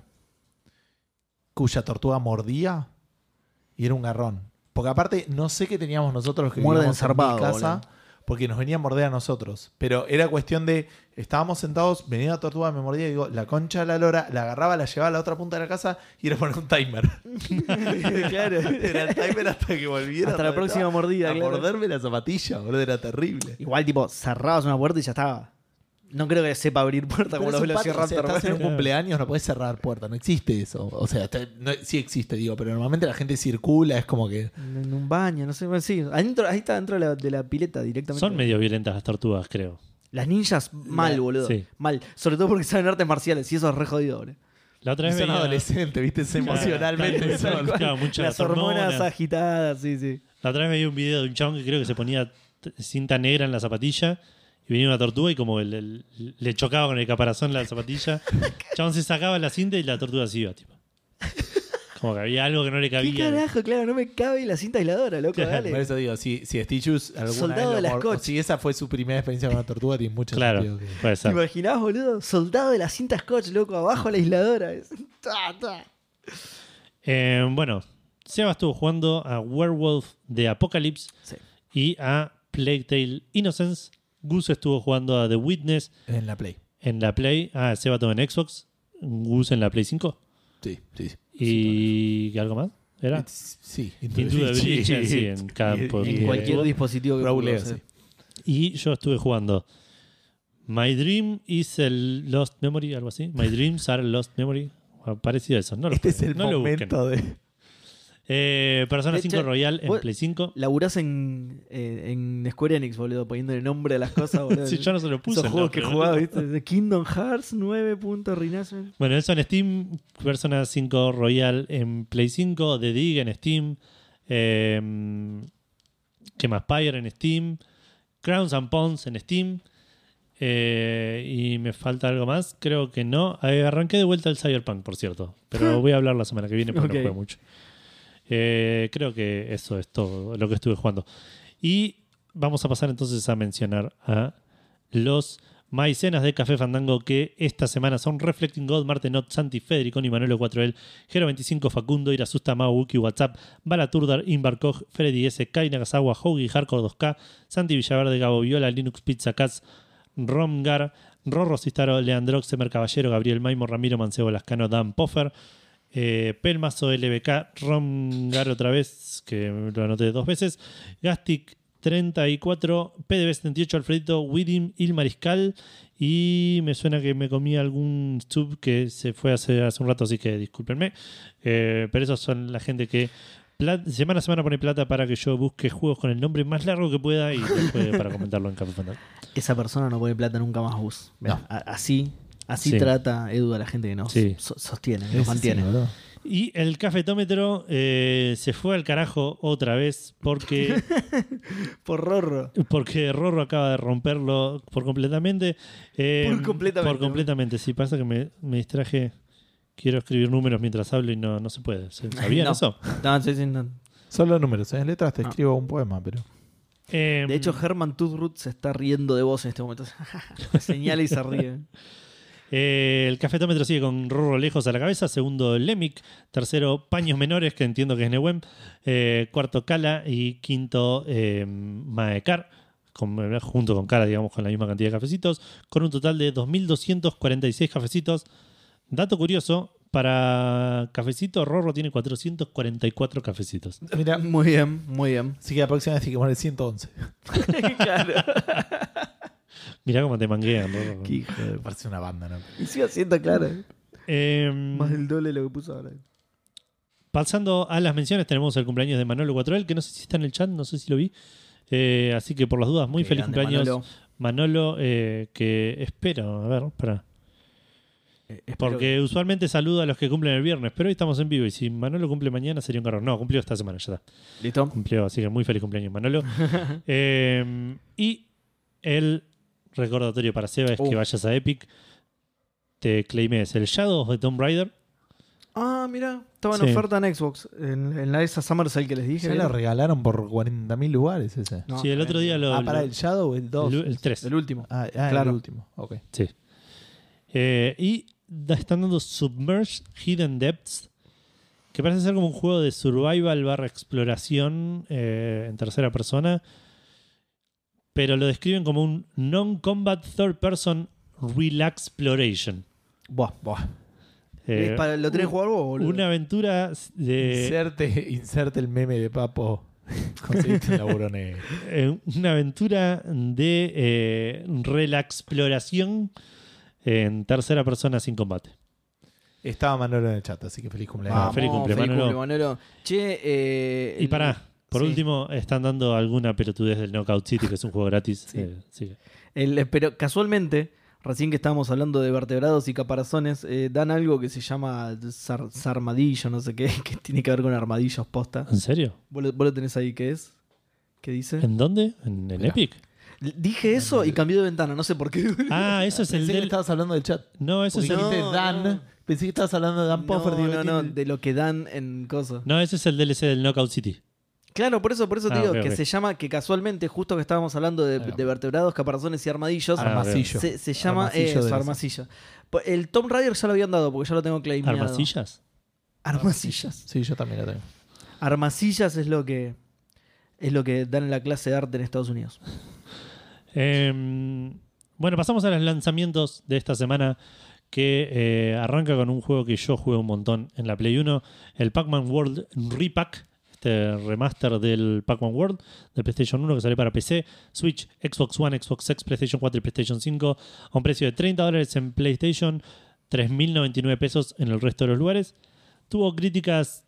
cuya tortuga mordía y era un garrón. Porque aparte, no sé qué teníamos nosotros los que
Muerden
vivíamos en mi
zarpado,
casa,
boludo.
porque nos venía a morder a nosotros. Pero era cuestión de, estábamos sentados, venía la tortuga, me mordía, y digo, la concha de la lora, la agarraba, la llevaba a la otra punta de la casa y era poner un timer.
claro.
Era el timer hasta que volviera.
Hasta la próxima mordida,
A
claro.
morderme la zapatilla, boludo, era terrible.
Igual, tipo, cerrabas una puerta y ya estaba. No creo que sepa abrir puerta como
Pero
los
es un patio, o sea,
velociraptor.
estás en un
Claro.
cumpleaños, no puedes cerrar puertas, no existe eso. O sea, te- no- sí existe, digo, pero normalmente la gente circula, es como que.
En un baño, no sé. bueno, Sí, adentro, ahí está dentro de la, de la pileta directamente.
Son medio violentas las tortugas, creo.
Las ninjas, mal, boludo.
sí.
Mal. Sobre todo porque saben artes marciales y eso es re jodido, boludo.
La otra vez
Son
veía-
adolescentes, viste, es
Claro, claro,
emocionalmente. son.
claro, claro, mucho
Las hormonas, agitadas, sí, sí.
La otra vez veía un video de un chabón que creo que se ponía t- cinta negra en la zapatilla y venía una tortuga y como el- el- le chocaba con el caparazón la zapatilla. El chabón se sacaba la cinta y la tortuga se iba, tipo. Como que había algo que no le
¿Qué
cabía.
carajo? Claro, no me cabe la cinta aisladora, loco,
Claro,
dale.
Por eso digo, si, si Stitchus alguna
Soldado
vez lo
de las
mor-
Scotch.
Si esa fue su primera experiencia con una tortuga, tiene mucho
Claro,
sentido que-
puede
¿Te
ser.
imaginás, boludo? Soldado de la cinta Scotch, loco, abajo la aisladora. Es- Ta, ta.
Eh, bueno, Seba estuvo jugando a Werewolf de Apocalypse
Sí.
y a Plague Tale Innocence. Gus estuvo jugando a The Witness
en la Play.
en la Play. Ah, Seba todo en Xbox. Gus en la Play 5.
Sí, sí. sí.
¿Y algo más? ¿Era?
It's- Sí,
Into the Breach, sí, sí, en campo.
Y-
En
y-
cualquier dispositivo que
Brauleo,
puedas,
sí.
eh.
Y yo estuve jugando My Dream is a Lost Memory, algo así. My Dreams are a Lost Memory. Ah, Parecido a eso. No lo
Este es
jueguen,
el
no lo busquen.
momento de.
Eh, Persona
De
5
hecho,
Royal en
vos-
Play 5.
Laburás en, eh, en Square Enix, boludo, poniéndole nombre a las cosas, boludo.
Si yo no se lo puse.
eh, Esos
el
juegos que
nombre,
jugaba,
boludo.
¿viste? De Kingdom Hearts 9.Renacement.
Bueno, eso en Steam, Persona 5 Royal en Play 5, The Dig en Steam, eh, ¿qué más? Pyre en Steam, Crowns and Pawns en Steam, eh, y me falta algo más, creo que no. Eh, arranqué de vuelta el Cyberpunk, por cierto, pero voy a hablar la semana que viene porque
Ok.
no jugué mucho. Eh, creo que eso es todo lo que estuve jugando. Y vamos a pasar entonces a mencionar a los maicenas de Café Fandango que esta semana son Reflecting God, Martenot, Santi, Federico, Manuel 4L, Gero 25, Facundo, Irasusta, Mau, Wiki, WhatsApp, Balaturdar, Imbarcoj, Freddy S, Kai Nagasawa, Hogi, Hardcore 2K, Santi Villaverde, Gabo Viola, Linux Pizza Cats, Romgar, Rorro Cistaro, Leandrox, Semer Caballero, Gabriel Maimo, Ramiro Mancebo Lascano, Dan Poffer, eh, Pelmazo LBK, Romgar otra vez, que lo anoté dos veces, Gastic 34, PDB 78, Alfredito, Widim, Il Mariscal y me suena que me comí algún sub que se fue hace, hace un rato, así que discúlpenme. Eh, pero esos son la gente que pla- semana a semana pone plata para que yo busque juegos con el nombre más largo que pueda y después para comentarlo en Café Fandango.
Esa persona no pone plata nunca más bus.
No.
A- Así, así
Sí.
trata Edu a la gente que nos
Sí.
so- sostiene, nos mantiene.
Y el cafetómetro eh, se fue al carajo otra vez porque
Por rorro.
Porque Rorro acaba de romperlo por completamente. Eh,
Por completamente.
Por completamente, sí. Pasa que me, me distraje. Quiero escribir números mientras hablo y no, no se puede. ¿Se- ¿Sabían
No.
eso?
No, sí, sí, no.
Solo números, en letras
Ah.
te escribo un poema, pero.
Eh,
De hecho, Herman Tudrut se está riendo de vos en este momento. Señala y se ríe.
eh, el cafetómetro sigue con Rorro lejos a la cabeza. Segundo, Lemic. Tercero, Paños Menores, que entiendo que es Nehuen. Eh, cuarto, Cala. Y quinto, eh, Maecar. con- junto con Cala, digamos, con la misma cantidad de cafecitos. Con un total de 2.246 cafecitos. Dato curioso, para cafecito, Rorro tiene 444 cafecitos.
Mira,
Muy bien, muy bien.
así que la próxima vez hay que poner 111.
claro.
Mirá cómo te manguean. boludo.
Qué hijo de-
Parece una banda, ¿no?
Y sigue siendo claro.
Em,
Más del doble de lo que puso ahora.
Pasando a las menciones, tenemos el cumpleaños de Manolo Cuatroel, que no sé si está en el chat, no sé si lo vi. Eh, así que por las dudas, muy
Qué
feliz
grande,
cumpleaños. Manolo,
Manolo.
eh, que espero, a ver, para.
Eh, espero
Porque usualmente saludo a los que cumplen el viernes, pero hoy estamos en vivo y si Manolo cumple mañana sería un carro. No, cumplió esta semana, ya está.
que- ¿Listo?
Cumplió, así que muy feliz cumpleaños, Manolo. Eh, y el recordatorio para Seba es
Uh.
que vayas a Epic, te claimes el Shadow de Tomb Raider.
Ah, mira, estaba en
Sí.
oferta en Xbox. En, en la esa Summer Sale que les dije.
Ya lo
¿vieron?
regalaron por 40.000 lugares ese.
No,
sí, el otro día lo.
ah, para
lo-
el Shadow, el 2.
el 3.
El último.
Ah, ah,
Claro.
el último. Ok.
Sí. Eh, y da- están dando Submerge Hidden Depths, que parece ser como un juego de survival barra exploración eh, en tercera persona, pero lo describen como un non-combat third person relax exploration.
Buah.
Buah.
Eh,
Es para- ¿Lo tenés que jugar vos, boludo?
una aventura de
inserte, inserte el meme de Papo. Conseguiste un laburo negro.
eh, una aventura de eh, relax exploración eh, en tercera persona sin combate.
Estaba Manolo en el chat, así que feliz cumpleaños.
Vamos. feliz cumple, Manolo.
Manolo. Che, eh,
Y
el-
pará, por
sí.
último, están dando alguna pelotudez del Knockout City, que es un juego gratis.
Sí.
eh, así que-
el- pero casualmente, recién que estábamos hablando de vertebrados y caparazones, eh, dan algo que se llama sar- sarmadillo, no sé qué, que tiene que ver con armadillos posta.
¿En serio?
¿Vos lo, vos lo tenés ahí, ¿qué es? ¿Qué dice?
¿En dónde? ¿En, en
Mirá.
Epic?
L- Dije eso y cambié de ventana, no sé por qué.
Ah, eso es el
Pensé que
del...
estabas hablando del chat.
No, eso es
Porque
el...
No,
dijiste
no.
Dan. Pensé que estabas hablando de Dan Poffer.
no,
digo,
no,
¿qué-
no, de lo que dan en cosas.
No, ese es el DLC del Knockout City.
Claro, por eso, por eso te
Ah,
digo
ok,
que
ok.
se llama, que casualmente, justo que estábamos hablando de,
Ahí va.
de vertebrados, caparazones y armadillos,
Ah,
Armacillo.
se, se llama
Armacillo
eso,
de-
armacillo. Po- El Tom Raider ya lo habían dado porque ya lo tengo claimado.
¿Armacillas?
Armacillas.
Sí, yo también lo tengo.
Armacillas es lo que es lo que dan en la clase de arte en Estados Unidos.
Eh, bueno, pasamos a los lanzamientos de esta semana, que eh, arranca con un juego que yo jugué un montón en la Play 1, el Pac-Man World Repack, este remaster del Pac-Man World de PlayStation 1 que sale para PC, Switch, Xbox One, Xbox X, PlayStation 4 y PlayStation 5, a un precio de 30 dólares en PlayStation, 3.099 pesos en el resto de los lugares. Tuvo críticas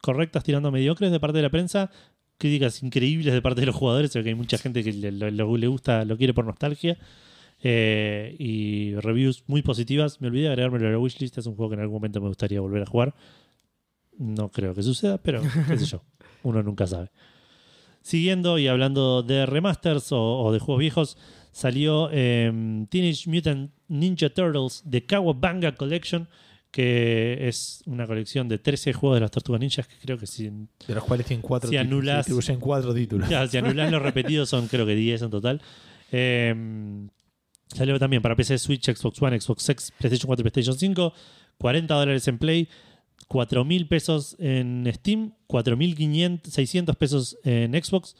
correctas tirando a mediocres de parte de la prensa, críticas increíbles de parte de los jugadores, se ve que hay mucha gente que le, lo- lo- le gusta, lo quiere por nostalgia. Eh, y reviews muy positivas. Me olvidé de agregármelo a la wishlist. Es un juego que en algún momento me gustaría volver a jugar. No creo que suceda, pero qué sé yo. Uno nunca sabe. Siguiendo y hablando de remasters o, o de juegos viejos, salió em, Teenage Mutant Ninja Turtles de Kawabanga Collection, que es una colección de 13 juegos de las Tortugas Ninjas que creo que sin
De los cuales tienen cuatro
Si
títulos.
anulás-
Se distribuyen cuatro títulos.
ya, si anulás los repetidos, son creo que 10 en total. Eh, salió también para PC, Switch, Xbox One, Xbox X, PlayStation 4 y PlayStation 5. 40 dólares en Play, 4.000 pesos en Steam, 4.600 pesos en Xbox.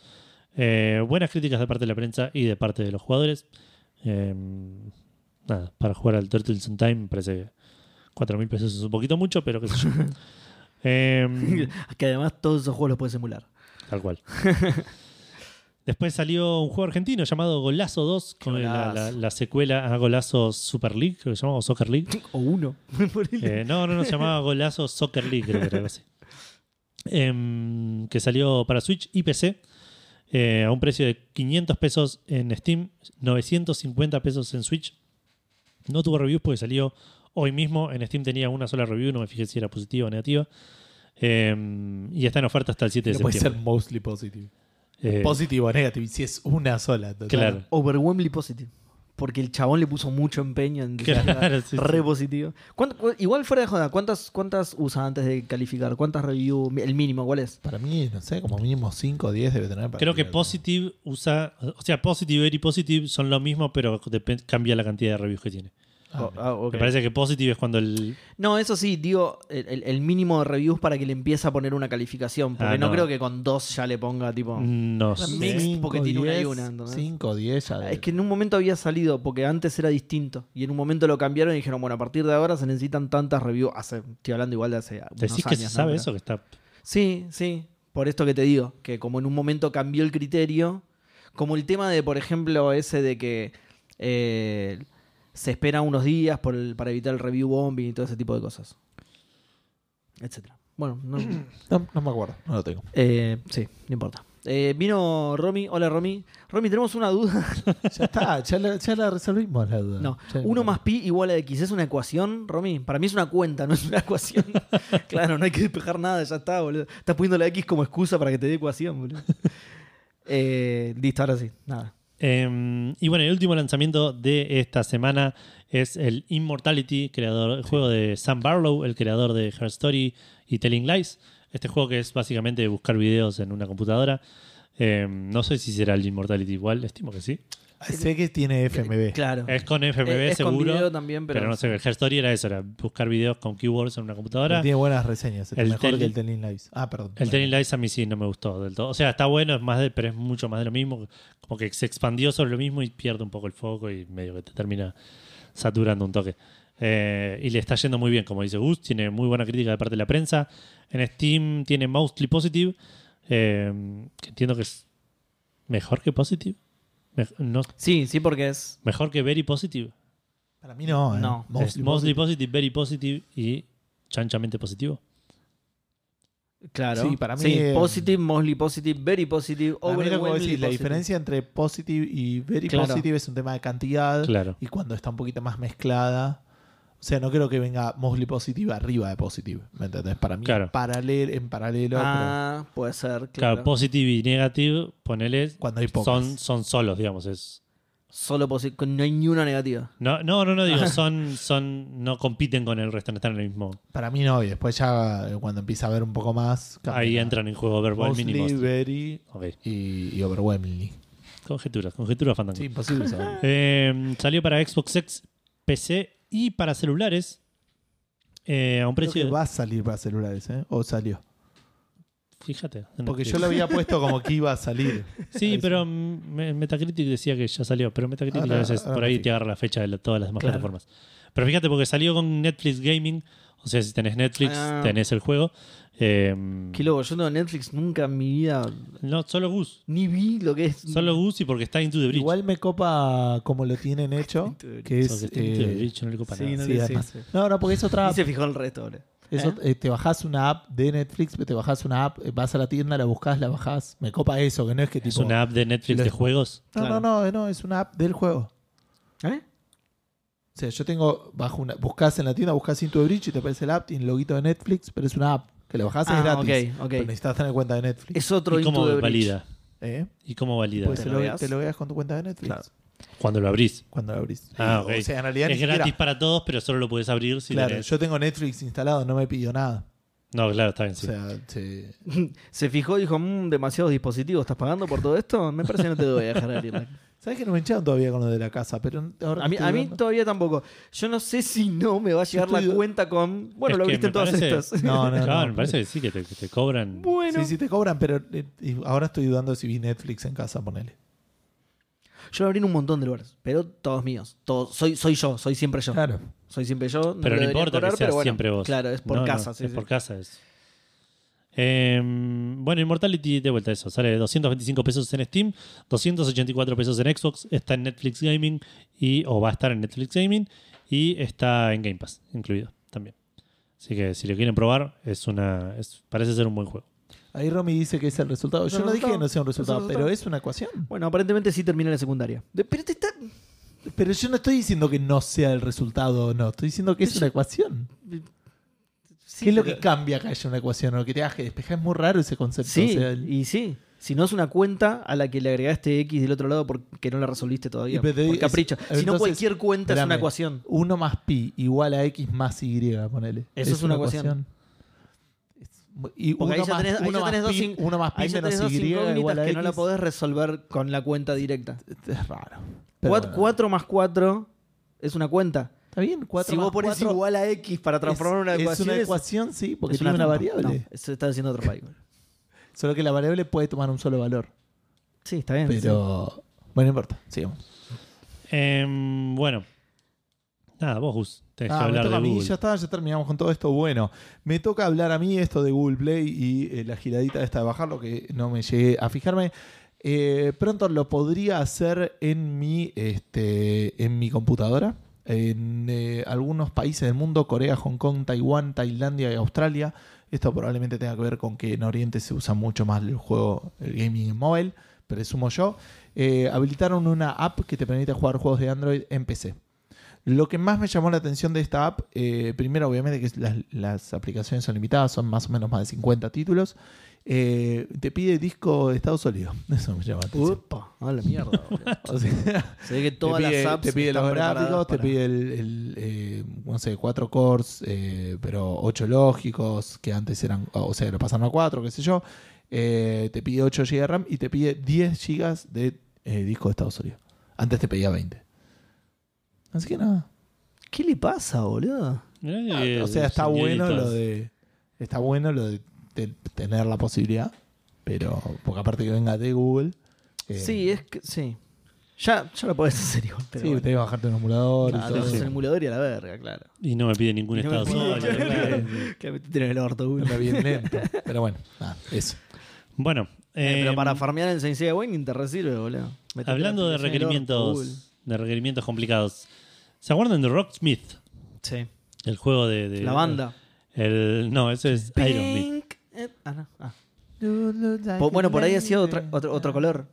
Eh, buenas críticas de parte de la prensa y de parte de los jugadores. Eh, nada, para jugar al Turtles in Time me parece que 4.000 pesos es un poquito mucho, pero qué sé yo. Eh,
que además todos esos juegos los puedes emular.
Tal cual. Después salió un juego argentino llamado Golazo 2, con la,
golazo.
la- la secuela a Golazo Super League, creo que se llamaba, o Soccer League.
O uno.
Eh, no, no, no, se llamaba Golazo Soccer League, creo que era algo así. Em, que salió para Switch y PC eh, a un precio de 500 pesos en Steam, 950 pesos en Switch. No tuvo reviews porque salió hoy mismo. En Steam tenía una sola review, no me fijé si era positiva o negativa. Em, y está en oferta hasta el 7 de
No puede ser
septiembre.
mostly positive.
Eh,
Positivo o negativo. y Si es una sola. total.
Claro.
Overwhelmingly positive. Porque el chabón le puso mucho empeño en
Claro, sí,
re
sí.
positivo. ¿Cuánto- cu- igual fuera de joda, ¿cuántas, ¿cuántas usa antes de calificar? ¿Cuántas review? El mínimo, ¿cuál es?
Para mí, no sé, como mínimo 5 o 10 debe tener. para
Creo que
tirar.
Positive usa. O sea, Positive y Very Positive son lo mismo, pero depen- cambia la cantidad de reviews que tiene.
Ah,
O- ah, ok.
Me parece que Positive es cuando el.
No, eso sí, digo, el, el- el mínimo de reviews para que le empiece a poner una calificación. Porque
Ah,
no.
no.
creo que con dos ya le ponga tipo.
No
mix,
sé.
mixed, porque tiene una y una, ¿entendés? Ah,
5 o 10 ya debe-
Es que en un momento había salido, porque antes era distinto. Y en un momento lo cambiaron y dijeron, bueno, a partir de ahora se necesitan tantas reviews. Hace, estoy hablando igual de hace. unos
Decís que se
años, ¿no?
sabe
Pero-
eso, que está.
Sí, sí. Por esto que te digo, que como en un momento cambió el criterio, como el tema de, por ejemplo, ese de que eh, se espera unos días por el- para evitar el review bombing y todo ese tipo de cosas. Etcétera. Bueno, no,
No, no me acuerdo, no lo tengo.
eh, sí, no importa. Eh, vino Romy, hola Romy. Romy, tenemos una duda.
Ya está, ya la, ya la resolvimos la duda.
No,
Ya-
1 más pi igual a x. ¿Es una ecuación, Romy? Para mí es una cuenta, no es una ecuación. claro, no hay que despejar nada, ya está, boludo. Estás poniendo la x como excusa para que te dé ecuación, boludo. Eh, listo, ahora sí, nada.
Eh, y bueno, el último lanzamiento de esta semana es el Immortality, creador, el juego de Sam Barlow, el creador de Her Story y Telling Lies. Este juego que es básicamente buscar videos en una computadora. Eh, no sé si será el Immortality igual, estimo que sí.
Sé que tiene FMB.
Eh, Claro.
Es con FMV
Eh, es con
seguro.
video también, pero-
pero... no sé, el Her Story era eso, era buscar videos con keywords en una computadora.
Tiene buenas reseñas. Está
El
mejor
Telling-
que el Telling Lives. Ah, perdón.
El Telling Lies a mí sí no me gustó del todo. O sea, está bueno, es más de, pero es mucho más de lo mismo. Como que se expandió sobre lo mismo y pierde un poco el foco y medio que te termina saturando un toque. Eh, y le está yendo muy bien, como dice Gus. Tiene muy buena crítica de parte de la prensa. En Steam tiene Mostly Positive, eh, que entiendo que es mejor que Positive. Mej- no-
Sí, sí, porque es.
mejor que Very Positive.
Para mí no. ¿eh?
No.
Es mostly positive, Very Positive y chanchamente positivo.
Claro.
Sí, para mí, eh,
positive, mostly positive, very positive,
Para mí lo que vos
overwhelmingly
decís, la
positive.
diferencia entre positive y very
Claro.
positive es un tema de cantidad
Claro.
y cuando está un poquito más mezclada. O sea, no creo que venga mostly positive arriba de positive. ¿Me entendés? Para mí,
Claro.
es paralel, en paralelo.
Ah, puede ser,
Claro,
claro.
positive y negative, ponele,
pero cuando hay pocas.
son, son solos, digamos. Es,
Solo positive, no hay ni una negativa.
no, no, no, no, digo, son, son, no compiten con el resto, no están en el mismo.
Para mí no, y después ya eh, cuando empieza a ver un poco más. cambia.
Ahí entran en juego
Mostly,
overwhelming y mostly.
very
Ok,
y, y overwhelmingly.
conjeturas, conjeturas fandango.
Sí, imposible saber.
Eh, salió para Xbox X, PC y para celulares eh, a un
Creo que
precio. de-
va a salir para celulares, ¿eh? O salió.
Fíjate. en
Porque
Netflix.
yo lo había puesto como que iba a salir.
Sí, pero mm, me- Metacritic decía que ya salió, pero Metacritic
Ahora-
a veces
ahora
por ahí
Ah, Metacritic.
te agarra la fecha de la- todas las demás
Claro.
plataformas. Pero fíjate, porque salió con Netflix Gaming, o sea, si tenés Netflix,
Ah.
tenés el juego. Eh,
Qué loco, yo no Netflix nunca en mi vida
no, solo Gus.
ni vi lo que es.
Solo Gus y porque está Into the Bridge.
Igual me copa como lo tienen hecho, que es...
Porque está Into the
eh,
Bridge, no le copa
sí,
nada.
no
sí,
le-
además. Ah,
sí.
No, no, porque es otra...
Y se fijó el resto, boludo.
es ot- eh, te bajás una app de Netflix, te bajás una app, eh, vas a la tienda, la buscás, la bajás. Me copa eso, que no es que
Es
tipo...
una app de Netflix
lo-
de juegos.
No,
Claro.
no, eh, no, no, es una app del juego.
¿Eh?
O sea, yo tengo, bajo una, buscás en la tienda, buscás Into the Bridge y te aparece el app, tiene el loguito de Netflix, pero es una app que la bajás es
Ah,
gratis.
ok, ok.
Pero necesitas tener cuenta de Netflix.
Es otro
¿Y cómo
Into the Breach.
valida?
¿Eh?
¿Y cómo valida?
Pues
¿Te
te
lo
lo,
veas?
te lo veas con tu cuenta de Netflix.
Claro.
Cuando lo abrís.
Cuando la abrís.
Ah, ok.
O sea, en realidad
es
ni siquiera-
gratis para todos, pero solo lo puedes abrir si
claro,
tenés-
yo tengo Netflix instalado, no me pidió nada.
No, claro, está bien,
O
sí.
sea, sí.
Se fijó y dijo, "Mm, demasiados dispositivos, ¿estás pagando por todo esto? Me parece que no te voy a dejar abrirla.
¿Sabes que no me echaron todavía con lo de la casa? Pero ahora
A mí,
que estoy
a mí
hablando-
todavía tampoco. Yo no sé si no me va a llegar la
estoy-
cuenta con... Bueno,
Es
lo
que
viste en
me
todas
parece-
estas.
No, no,
Claro,
no.
me parece que sí, que te, que te cobran.
Bueno.
Sí, sí te cobran, pero eh, y ahora estoy dudando si vi Netflix en casa, ponele.
Yo lo abrí en un montón de lugares, pero todos míos. Todos, soy, soy yo, soy siempre yo.
Claro.
Soy siempre yo.
Pero
me
no
lo deberían
importa
cobrar,
que seas
pero bueno,
siempre vos.
Claro, es por
No, no,
casa. sí,
es
sí.
por casa. Es. Eh, bueno, Immortality, de vuelta a eso. Sale 225 pesos en Steam, 284 pesos en Xbox, está en Netflix Gaming y, o va a estar en Netflix Gaming y está en Game Pass incluido también. Así que si lo quieren probar, es una es- parece ser un buen juego.
Ahí Romy dice que es el resultado. Yo
No,
no,
no,
dije
no.
que no sea un
Es el
resultado,
resultado.
pero es una ecuación.
Bueno, aparentemente sí termina la secundaria. De- Pero te está...
Pero yo no estoy diciendo que no sea el resultado o no. Estoy diciendo que es una ecuación.
Sí,
¿Qué es lo
pero-
que cambia que haya una ecuación o que te hagas que despejar? Es muy raro ese concepto.
Sí,
o sea, el-
y sí. Si no es una cuenta a la que le agregaste X del otro lado porque no la resolviste todavía.
Y pero te
por
digo,
capricho.
es-
Si no,
entonces,
cualquier cuenta es una
espérame.
ecuación.
1 más pi igual a x más y, ponele.
Eso es una ecuación.
Es mu- Y
Porque ahí
1
ya
más,
tenés- ahí
uno
ya
más
tenés dos
pi,
in-
uno más
Ahí
pi
ya tenés dos
menos y igual
incógnitas
a
que
x.
no la podés resolver con la cuenta directa.
Es raro. Pero bueno.
4 más 4 es una cuenta.
Está bien, 4
si
más
vos ponés
4
igual a X para transformar una
Es
ecuación.
una
es-
ecuación, sí, porque
es
tiene una,
trampa.
variable.
No, eso está haciendo otro país.
Solo que la variable puede tomar un solo valor.
Sí, está bien. sí.
Pero. Bueno, no importa. Sigamos.
Eh, bueno, nada, vos, Gus, tenés que
Ah, me
hablar
toca a
de
mí,
Google.
ya está, ya terminamos con todo esto. Bueno, me toca hablar a mí esto de Google Play y eh, la giradita esta de bajarlo, que no me llegué a fijarme. Eh, pronto lo podría hacer en mi, este, en mi computadora. En eh, algunos países del mundo, Corea, Hong Kong, Taiwán, Tailandia y Australia. Esto probablemente tenga que ver con que en Oriente se usa mucho más el juego, el gaming en móvil, presumo yo. Eh, habilitaron una app que te permite jugar juegos de Android en PC. Lo que más me llamó la atención de esta app, eh, primero obviamente que las, las aplicaciones son limitadas, son más o menos más de 50 títulos. Eh, te pide disco de estado sólido. Eso me llama la atención.
Upa, a la mierda. boludo.
O sea,
Se ve que
te
todas
pide,
las apps.
te pide
están
los
preparadas
gráficos, te
para-
pide el, el, eh, no sé, cuatro cores, eh, pero ocho lógicos, que antes eran, o sea, lo pasaron a cuatro, qué sé yo. Eh, te pide 8 GB de RAM y te pide 10 GB de eh, disco de estado sólido. Antes te pedía 20. Así que nada.
¿Qué le pasa, boludo?
Mirá que
o Ah, sea, está
son
bueno
guiñitos.
lo de. Está bueno lo de, te- tener la posibilidad. Pero. Porque aparte que venga de Google. eh,
Sí, es que. Sí. Ya, ya lo podés hacer igual. Pero
sí,
bueno.
tenés que bajarte un emulador. y
Ah,
todo.
tenés el emulador y a la verga, claro.
Y no me pide ningún
Y no me
estado
pide-
sólido,
claro.
claro.
Claro, te tienen el orto, Google.
Anda bien lento. Pero bueno, nada, eso.
Bueno,
Eh, pero
eh,
para farmear en Saint Seiya Wayne te resirve, boludo. Metete
hablando
la
de
aplicación en el orto, Google.
requerimientos, de requerimientos complicados. ¿Se acuerdan de Rocksmith?
Sí.
El juego de, de-
La banda.
El, no, ese es Ironmith.
Pink. Eh, ah, no. Ah. Po- bueno, por ahí ha sido otra- otro, otro color.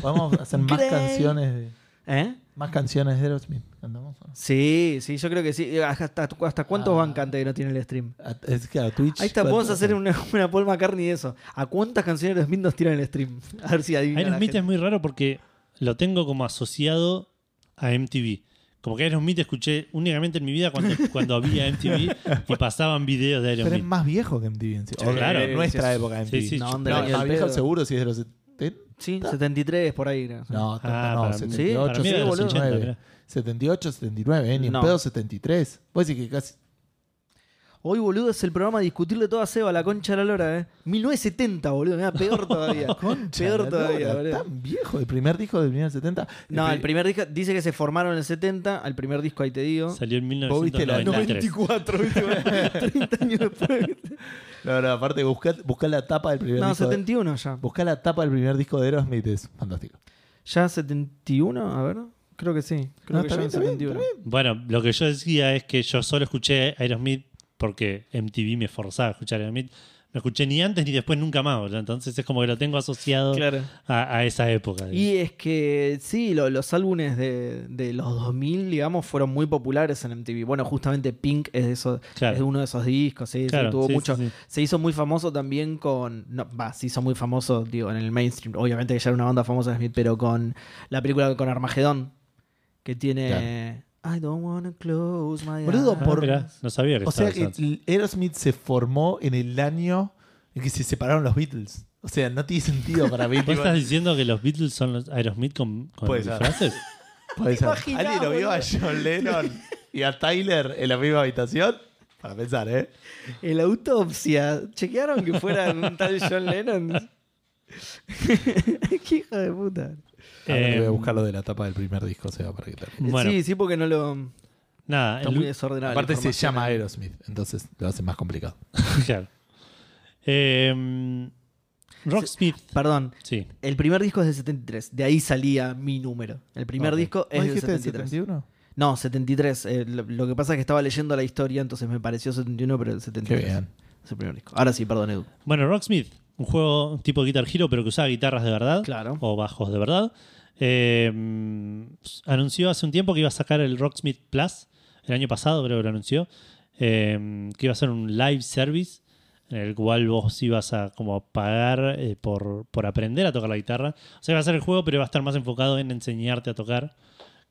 Vamos a hacer más
Grey.
canciones de,
¿Eh?
más canciones de Aerosmith. ¿Andamos? o no?
Sí, sí, yo creo que sí. Eh, ¿Hasta, hasta cuántos
Ah.
van canta que no tiene el stream?
A- Es que a Twitch.
Ahí está, podemos hacer una, una Paul McCartney de eso. ¿A cuántas canciones de Smith nos tiran el stream? A ver si adivina. la
Aerosmith es
gente.
muy raro porque lo tengo como asociado a MTV. Como que Aerosmith escuché únicamente en mi vida cuando, cuando había MTV y pasaban videos de
Pero es
Aerosmith.
más viejo que MTV en sí.
Sí,
O
claro.
en nuestra época de MTV.
Sí, sí,
No,
yo-
onda,
No,
ni
más
al
viejo
pedo.
seguro si es de los 70.
Sí, 73 por ahí. creo.
No,
Ah,
no,
para mí-
78,
para mí era de los 80,
79.
mirá.
78, 79, eh, ni en
No.
pedo 73. Vos decís que casi.
Hoy, boludo, es el programa discutirle todo a Seba, la concha de la lora, ¿eh? 1970, boludo, mira, peor todavía. peor
Chala,
todavía,
Lola,
boludo.
Tan viejo, el primer disco del 1970.
No, el
pri-
primer disco, dice que se formaron en el 70, al primer disco ahí te digo.
Salió en
Vos viste la
1993.
94, ¿viste? 30 años después.
No, no, aparte, buscar la tapa del primer
No,
disco. de-
71 ya.
Buscá la tapa del primer disco de Aerosmith, es fantástico.
¿Ya 71? A ver, creo que sí. Creo
No,
que ya
está bien,
en
está bien,
71.
está
Bueno, lo que yo decía es que yo solo escuché Aerosmith porque MTV me forzaba a escuchar Aerosmith. No escuché ni antes ni después nunca más. boludo. Entonces es como que lo tengo asociado
Claro.
a, a esa época.
Y es que sí, lo- los álbumes de, de los 2000, digamos, fueron muy populares en MTV. Bueno, justamente Pink es, de esos-
Claro.
es uno de esos discos, sí, sí,
Claro,
tuvo
sí,
mucho.
sí, sí.
Se hizo muy famoso también con. No, va, se hizo muy famoso, digo, en el mainstream. Obviamente que ya era una banda famosa de Smith, pero con la película con Armagedón, que tiene. I don't wanna close my eyes.
Boludo,
Ah,
por-
mirá, no sabía que
O sea
estaba
que
esa-
l- Aerosmith se formó en el año en que se separaron los Beatles. O sea, no tiene sentido para
¿Vos
Beatles.
estás diciendo que los Beatles son los Aerosmith con, con
Puede ser.
disfraces?
Puede ser.
imaginás,
¿Alguien lo vio a
boludo?
John Lennon y a Tyler en la misma habitación? Para pensar, ¿eh?
El autopsia. ¿Chequearon que fuera un tal John Lennon? Qué hijo de puta.
A ver,
Eh,
voy a buscar lo de la tapa del primer disco, o sea, para que te-
Bueno,
Sí, sí, porque no lo.
nada.
Está
el-
muy desordenado. la
Aparte se
información.
llama Aerosmith, entonces lo hace más complicado.
claro. Eh, Rocksmith,
Perdón,
sí.
el primer disco es del 73. De ahí salía mi número. El primer
Ok.
disco
¿Vos
es del
dijiste
73.
del 71?
No, 73. eh, lo, lo que pasa es que estaba leyendo la historia, entonces me pareció 71, pero el
Qué
73.
bien.
Es el primer disco. Ahora sí, perdón, Edu.
Bueno, Rocksmith, un juego tipo Guitar Hero, pero que usaba guitarras de verdad.
Claro.
O bajos de verdad. Eh, anunció hace un tiempo que iba a sacar el Rocksmith Plus. El año pasado creo que lo anunció. eh, que iba a ser un live service en el cual vos ibas a como pagar eh, por, por aprender a tocar la guitarra. O sea, va a ser el juego, pero va a estar más enfocado en enseñarte a tocar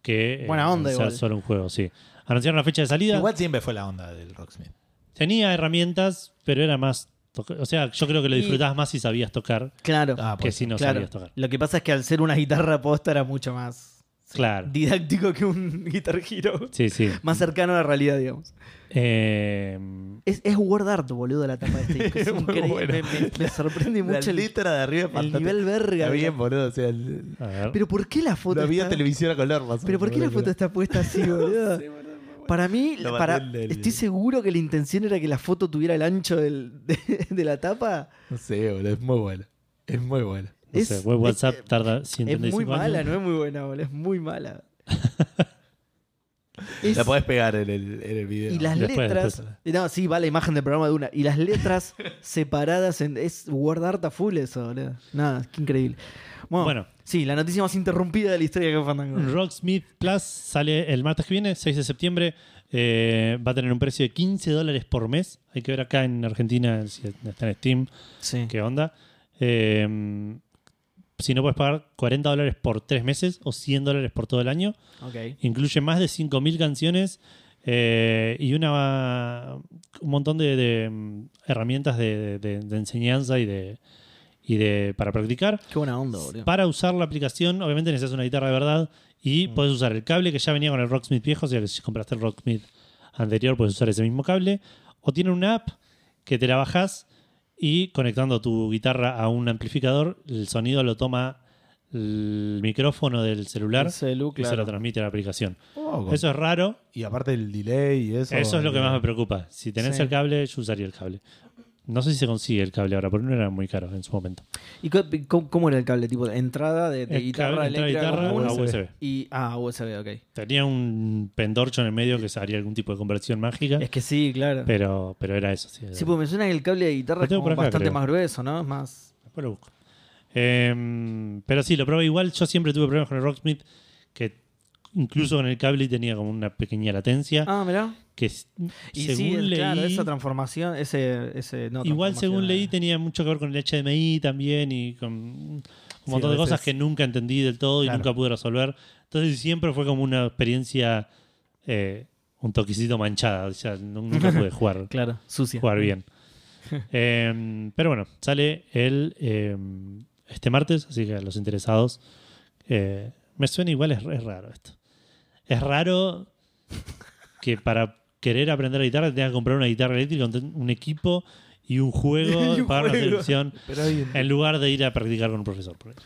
que eh,
Buena onda
en ser
igual.
solo un juego, sí. Anunciaron la fecha de salida.
Igual siempre fue la onda del Rocksmith.
Tenía herramientas, pero era más... toca- O sea, yo creo que lo
Y-
disfrutabas más si sabías tocar
Claro.
Ah,
que
pues,
si no
claro.
sabías tocar.
Lo que pasa es que al ser una guitarra posta era mucho más
Claro.
didáctico que un guitar hero.
Sí, sí.
Más cercano a la realidad, digamos.
Eh,
Es, es Word Art, boludo, la tapa de este disco. Es
Muy
increíble.
bueno.
Me, me- me sorprende
La
mucho el,
letra de arriba es
el
fantástica.
nivel verga.
Está bien,
digamos.
boludo. O sea, el-
a ver.
Pero ¿por qué la
no
foto
había
está-
televisión a color más o
¿Pero por
menos,
qué la
boludo.
foto está puesta así, boludo? Para mí,
Lo
para,
mandé el- el-
estoy seguro que la intención era que la foto tuviera el ancho del- de, de la tapa.
No sé, boludo. Es muy buena. Es muy buena.
No
Es-
sé, web
es-
WhatsApp
eh,
tarda
Es
135
muy mala,
años.
no es muy buena, boludo. Es muy mala. Es-
La podés pegar en el, en el video.
y las
Después,
letras.
después.
No, sí, va la imagen del programa de una. Y las letras separadas en. Es Word Art a full eso, boludo. Nada, qué increíble. Bueno,
Bueno.
Sí, la noticia más interrumpida de la historia de Café Fandango.
Rocksmith Plus sale el martes que viene, 6 de septiembre. Eh, va a tener un precio de 15 dólares por mes. Hay que ver acá en Argentina si está en Steam,
Sí.
qué onda. Eh, si no puedes pagar 40 dólares por 3 meses o 100 dólares por todo el año.
Ok.
Incluye más de 5.000 canciones eh, y una, un montón de, de, mm, herramientas de, de- de enseñanza y de, y de para practicar.
Qué buena onda, boludo.
Para usar la aplicación, obviamente necesitas una guitarra de verdad y puedes usar el cable que ya venía con el Rocksmith viejo, o sea que si compraste el Rocksmith anterior puedes usar ese mismo cable. O tienen una app que te la bajas y conectando tu guitarra a un amplificador, el sonido lo toma el micrófono del celular
El celu,
y se
claro.
lo transmite a la aplicación.
Oh, con-
Eso es raro,
Y aparte el delay y eso.
eso es lo que más me preocupa. Si tenés
Sí.
el cable, yo usaría el cable. No sé si se consigue el cable ahora, porque no era muy caro en su momento.
¿Y co- cómo, cómo era el cable? Tipo, entrada de, de
El
guitarra
cable, entrada de
eléctrica
guitarra
común
a USB.
y ah, USB, ok.
Tenía un pendorcho en el medio que haría algún tipo de conversión mágica,
Es que sí, claro.
pero, pero era eso. Sí,
Sí, porque me suena que el cable de guitarra
Lo
es
tengo
como
por acá,
bastante
creo.
más grueso, ¿no? Es más.
Después lo busco. Eh, pero sí, lo probé igual. Yo siempre tuve problemas con el Rocksmith, que incluso con el cable tenía como una pequeña latencia.
Ah, mirá.
Que s-
Y
según
sí,
leí,
claro, esa transformación, ese, ese no,
igual según
transformación,
leí
eh.
tenía mucho que ver con el HDMI también y con un
Sí,
montón
a
de cosas
veces-
que nunca entendí del todo y
Claro.
nunca pude resolver. Entonces siempre fue como una experiencia eh, un toquecito manchada. O sea, nu- nunca pude jugar,
Claro, sucia.
jugar bien. Eh, pero bueno, sale el eh, este martes, así que a los interesados. eh, me suena igual, es, es raro esto. Es raro que para querer aprender a guitarra tengas que comprar una guitarra eléctrica, un, un equipo y un juego,
Y un
pagar una
juego.
suscripción,
Pero ahí en-
en lugar de ir a practicar con un profesor. por ejemplo.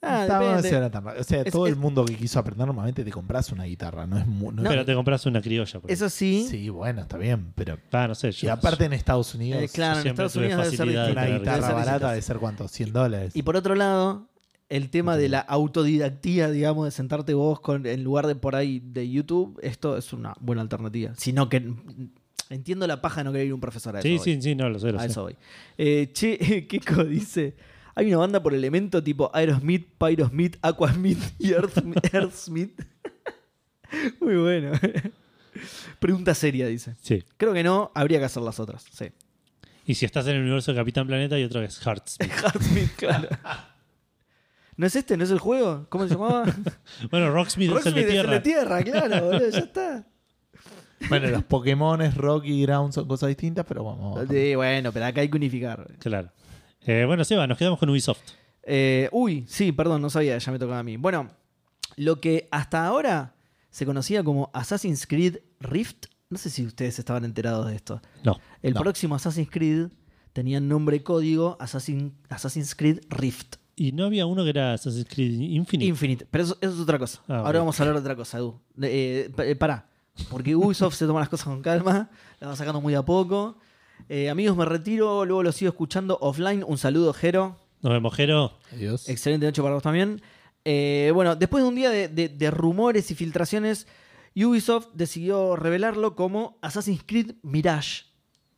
Ah,
Está- no
depende.
será tan raro. O sea,
Es-
todo el
es-
mundo que quiso aprender normalmente te compras una guitarra. No es muy. no es-
Pero te compras una criolla. por
Eso sí,
Sí, bueno, está bien, pero.
ejemplo. Ah, no sé.
Y
yo-
aparte en Estados Unidos.
eh, claro, en
siempre
Estados
tuve
Unidos debe ser
facilidad de
distinto.
Una
Claro,
Debe
guitarra
ser distinto.
barata de ser cuánto, 100 dólares.
Y por otro lado, el tema de la autodidactía, digamos, de sentarte vos con, en lugar de por ahí de YouTube, esto es una buena alternativa. Sino que entiendo la paja de no querer ir a un profesor a eso.
Sí,
voy.
sí, sí, no, lo sé. lo
A
sé.
eso voy. Eh, che, Keko dice: Hay una banda por elemento tipo Aerosmith, Pyrosmith, Aquasmith y Earthsmith. Earthsmith. Muy bueno. Pregunta seria, dice.
Sí.
Creo que no, habría que hacer las otras. Sí.
Y si estás en el universo de Capitán Planeta y otra es Hearts.
Hearthsmith, claro. ¿No es este? ¿No es el juego? ¿Cómo se llamaba?
Bueno, Rocksmith, es el
Rocksmith
de
es el
tierra.
de tierra, claro, boludo, ya está.
Bueno, los Pokémon, Rocky y Ground son cosas distintas, pero vamos.
Sí, bueno, pero acá hay que unificar.
Claro. Eh, bueno, Seba, nos quedamos con Ubisoft.
Eh, uy, sí, perdón, no sabía, ya me tocaba a mí. Bueno, lo que hasta ahora se conocía como Assassin's Creed Rift, no sé si ustedes estaban enterados de esto.
No.
El
No.
próximo Assassin's Creed tenía nombre código Assassin- Assassin's Creed Rift
Y no había uno que era Assassin's Creed Infinite.
Infinite. Pero eso, eso es otra cosa.
Ah,
ahora
bueno.
vamos a hablar de otra cosa, Edu. De- eh, pa- eh, pará, porque Ubisoft se toma las cosas con calma, las va sacando muy a poco. Eh, amigos, me retiro, luego los sigo escuchando offline. Un saludo, Jero.
Nos vemos, Jero.
Adiós.
Excelente noche para vos también. Eh, bueno, después de un día de, de- de rumores y filtraciones, Ubisoft decidió revelarlo como Assassin's Creed Mirage.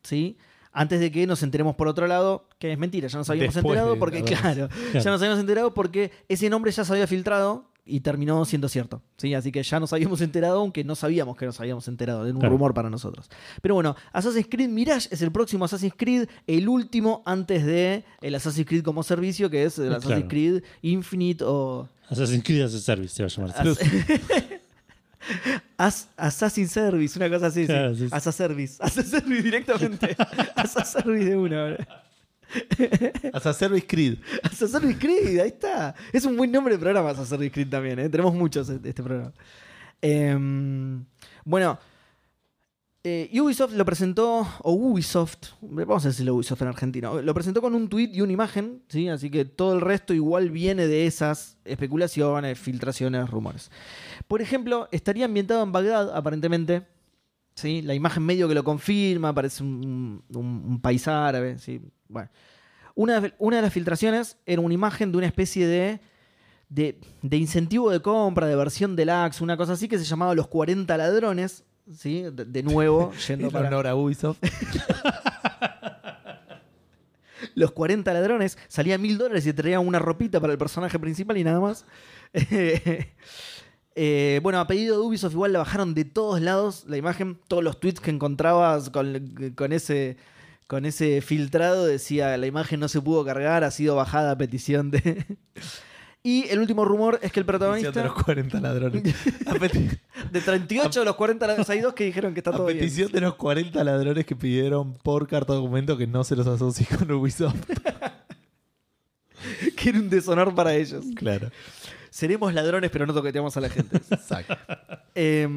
¿Sí? Antes de que nos enteremos por otro lado, que es mentira, ya nos habíamos
Después
enterado
de
porque,
habernos-
claro,
Claro.
ya nos habíamos enterado porque ese nombre ya se había filtrado y terminó siendo cierto. ¿sí? Así que ya nos habíamos enterado, aunque no sabíamos que nos habíamos enterado, era un
Claro.
rumor para nosotros. Pero bueno, Assassin's Creed Mirage es el próximo Assassin's Creed, el último antes de el Assassin's Creed como servicio, que es eh, el
Claro.
Assassin's Creed Infinite o
Assassin's Creed as a Service se va a llamar.
As- As- Assassin's Service, una cosa así.
Claro,
sí.
sí, sí.
Asa Service, Asa Service directamente. Asa Service de una, bro.
Hasta Service Creed.
Assassin's Creed, ahí está. Es un buen nombre de programa Assassin's Creed también, ¿eh? Tenemos muchos de este programa. Em, bueno, eh, Ubisoft lo presentó, o Ubisoft, vamos a decirlo Ubisoft en argentino, lo presentó con un tweet y una imagen, ¿sí? Así que todo el resto igual viene de esas especulaciones, filtraciones, rumores. Por ejemplo, estaría ambientado en Bagdad, aparentemente. ¿sí? La imagen medio que lo confirma, parece un, un- un país árabe, ¿sí? Bueno. Una de, una de las filtraciones era una imagen de una especie de, de, de incentivo de compra, de versión deluxe, una cosa así que se llamaba Los 40 Ladrones. ¿sí? De, de nuevo,
En
yendo para
honor a Ubisoft.
Los 40 Ladrones. Salía mil dólares y traía una ropita para el personaje principal y nada más. Eh, bueno, a pedido de Ubisoft igual la bajaron de todos lados la imagen, todos los tweets que encontrabas con, con ese con ese filtrado decía la imagen no se pudo cargar, ha sido bajada a petición de Y el último rumor es que el
Petición de
protagonista
los 40 ladrones. A, peti-
de 38 de los 40 ladrones, hay dos que dijeron que está
a
todo bien.
petición de los 40 ladrones que pidieron por carta documento que no se los asocie con Ubisoft.
Que era un deshonor para ellos.
Claro.
Seremos ladrones, pero no toqueteamos a la gente.
Exacto.
Eh,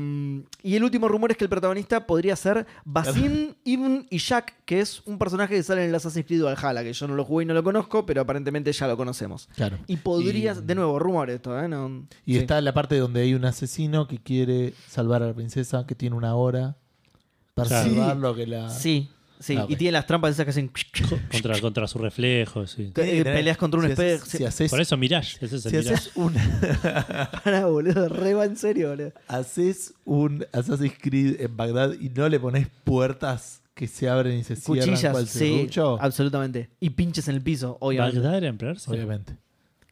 y el último rumor es que el protagonista podría ser Basim, Ibn y Jack, que es un personaje que sale en el Assassin's Creed Valhalla, que yo no lo jugué y no lo conozco, pero aparentemente ya lo conocemos.
Claro.
Y podría,
Y-
de nuevo, rumor esto, ¿eh? No-
Y
sí.
está la parte donde hay un asesino que quiere salvar a la princesa, que tiene una hora para
Claro.
salvarlo, que la...
Sí, sí.
Ah, ok.
Y tiene las trampas esas que hacen...
Contra, contra sus reflejos. sí.
que, eh, peleas contra un
Si haces-
espejo.
Si haces,
Por eso Mirage. Ese es el
si
Mirage.
haces una-
Pará, boludo, re va en serio, boludo.
haces un Assassin's Creed en Bagdad y no le pones puertas que se abren y se cierran cual
Cuchillas, sí, Ah,
serrucho,
absolutamente. Y pinches en el piso, obviamente.
¿Bagdad era en Persia?
obviamente.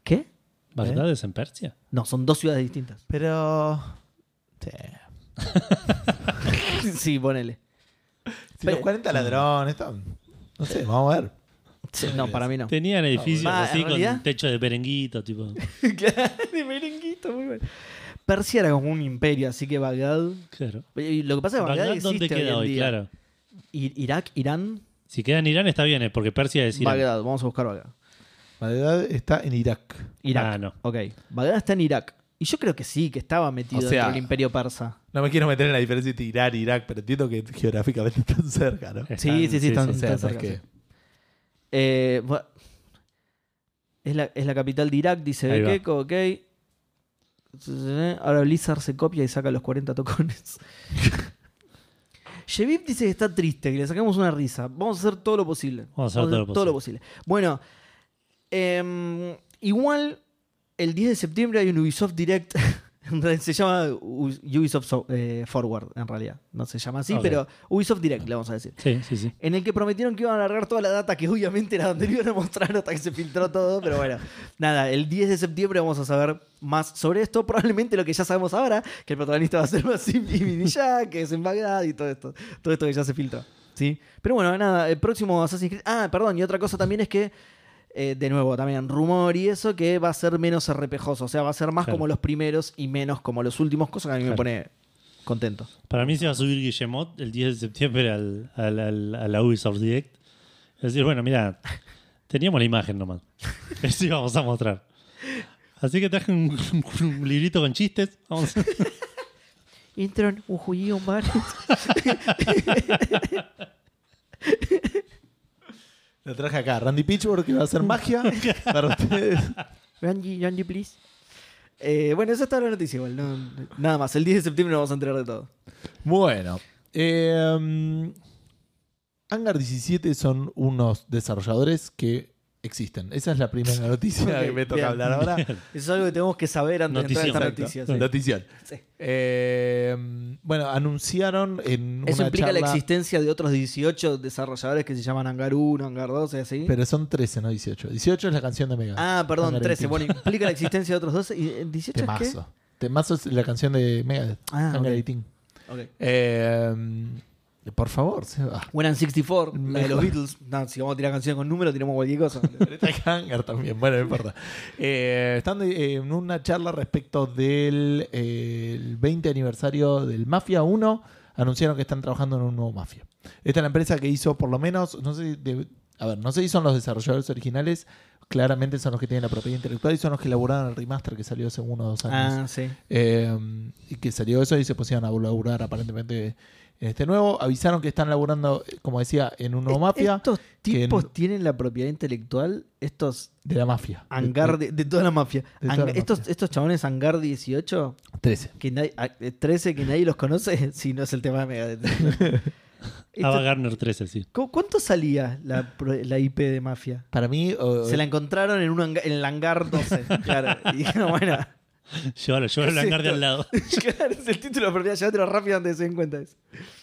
¿Qué?
¿Bagdad es en Persia?
No, son dos ciudades distintas.
Pero... sí.
sí, ponele.
Si los 40 ladrones, están- no sé, vamos a ver.
Sí, no, para mí no.
Tenían edificios
bueno. Va,
así
en realidad-
con techo de perenguito, tipo.
Claro, de merenguito, muy bueno. Persia era como un imperio, así que Bagdad.
Claro.
y Lo que pasa es que Bagdad,
Bagdad,
existe
¿dónde queda
hoy, en
hoy?
día.
Claro.
I- Irak, Irán,
Si queda en Irán está bien, eh, porque Persia es Irán.
Bagdad. Vamos a buscar Bagdad.
Bagdad está en Irak.
Irak.
Ah, no.
Ok. Bagdad está en Irak. Y yo creo que sí, que estaba metido
O sea-
dentro del imperio persa.
No me quiero meter en la diferencia entre Irán e Irak, pero entiendo que geográficamente están cerca, ¿no?
Están-
Sí, sí, sí, están,
O sea,
están
no
cerca,
es que-
sí. Eh, bu- es, la, es la capital de Irak, dice
Ahí va.
Bekeko, ok. Ahora Blizzard se copia y saca los 40 tocones. Shevib dice que está triste, que le sacamos una risa. Vamos a hacer todo lo posible.
Vamos a hacer todo lo
posible. Bueno, em, igual el 10 de septiembre hay un Ubisoft Direct. en realidad se llama U- Ubisoft So- eh, Forward, en realidad. No se llama así,
Ok.
pero Ubisoft Direct le vamos a decir
Sí, sí, sí.
en el que prometieron que iban a alargar toda la data, que obviamente era donde lo iban a mostrar hasta que se filtró todo, pero bueno, nada, el 10 de septiembre vamos a saber más sobre esto, probablemente lo que ya sabemos ahora, que el protagonista va a ser Basim y Minilla, que es en Bagdad y todo esto, todo esto que ya se filtró, ¿sí? Pero bueno, nada, el próximo Assassin's Creed... Ah, perdón, y otra cosa también es que, eh, de nuevo, también rumor y eso, que va a ser menos RPGoso, o sea, va a ser más
Claro.
como los primeros y menos como los últimos, cosa que a mí me
Claro.
pone contento.
Para mí se va a subir Guillemot el 10 de septiembre al, al, al- a la Ubisoft Direct. Es decir, bueno, mira, teníamos la imagen nomás. Eso íbamos a mostrar. Así que traje un, un librito con chistes. Vamos a-
Entran un judío más.
Lo traje acá, Randy Pitchford que va a hacer magia para ustedes.
Randy, Randy, please. Eh, bueno, esa está la noticia igual. no- no- nada más, el 10 de septiembre nos vamos a enterar de todo.
Bueno, eh, Hangar 17 son unos desarrolladores que existen. Esa es la primera noticia
Ok,
que me toca
bien.
hablar ahora.
Eso es algo que tenemos que saber antes de entrar a esta
Notición.
noticia. sí.
Notición.
Sí.
Eh, bueno, anunciaron en
Eso
una
implica la
charla-
existencia de otros 18 desarrolladores que se llaman Hangar 1, Hangar 2 y así.
Pero son 13, no 18. 18 es la canción de Mega.
ah, perdón,
Hangar
13.
18.
Bueno, implica la existencia de otros 12. ¿Y eh, 18 es qué?
Temazo. Temazo es la canción de Mega.
Ah,
Hangar
ok.
18.
Ok.
Eh, por favor, se va.
When I'm 64, la de
Mejor.
los Beatles. No, si vamos a tirar canciones con números, tiramos cualquier cosa.
Pero está en hangar también, bueno, no importa. Eh, están de- eh, en una charla respecto del eh, el 20 aniversario del Mafia 1. Anunciaron que están trabajando en un nuevo Mafia. Esta es la empresa que hizo por lo menos, no sé, de- a ver, no sé si son los desarrolladores originales, claramente son los que tienen la propiedad intelectual y son los que elaboraron el remaster que salió hace uno o dos años.
ah, sí.
Eh, y que salió eso y se pusieron a laburar aparentemente en este nuevo. Avisaron que están laburando, como decía, en un nuevo
Eh,
Mafia
Estos
que en-
tipos tienen la propiedad intelectual, estos
de la Mafia.
Hangar de, de toda la mafia.
De toda
Hang-
la
estos,
mafia.
estos chabones Hangar 18,
13.
que nadie- a- eh, 13 que nadie los conoce, si no es el tema de Megadeth.
Ava
Esto-
Garner 13, sí.
¿Cu- ¿Cuánto salía la, pro- la IP de Mafia?
Para mí, o-
Se la encontraron en, un hanga- en el hangar 12. claro. Y dijeron, bueno.
Llévalo, llévalo
¿Qué
al
es
hangar de
esto?
al lado.
claro, es el título de propiedad. Llévatelo rápido antes de que se den cuenta de eso.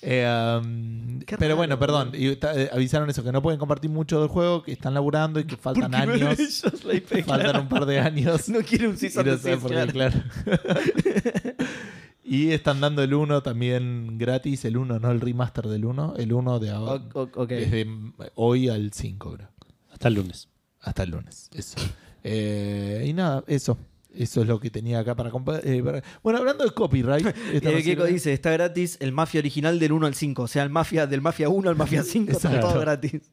eh, um,
Qué
pero
raro,
bueno, perdón.
boludo.
Y ta- eh, avisaron eso, que no pueden compartir mucho del juego, que están laburando y que faltan
Porque no
años.
ven ellos la IP,
Faltan
claro.
un par de años.
No quiere un
Y
season
no
de
saben por qué, claro. y están dando el 1 también gratis, el 1, no el remaster del 1, el 1 de ahora.
ok.
Desde hoy al 5, creo.
Hasta el lunes.
Hasta el lunes. Eso. Eh, y nada, eso. Eso es lo que tenía acá para comprar. Bueno, hablando de copyright. esta no
Eh, Keiko
sirve.
dice, está gratis el Mafia original del 1 al 5. O sea, el Mafia del Mafia 1 al Mafia 5 está
Exacto.
todo gratis.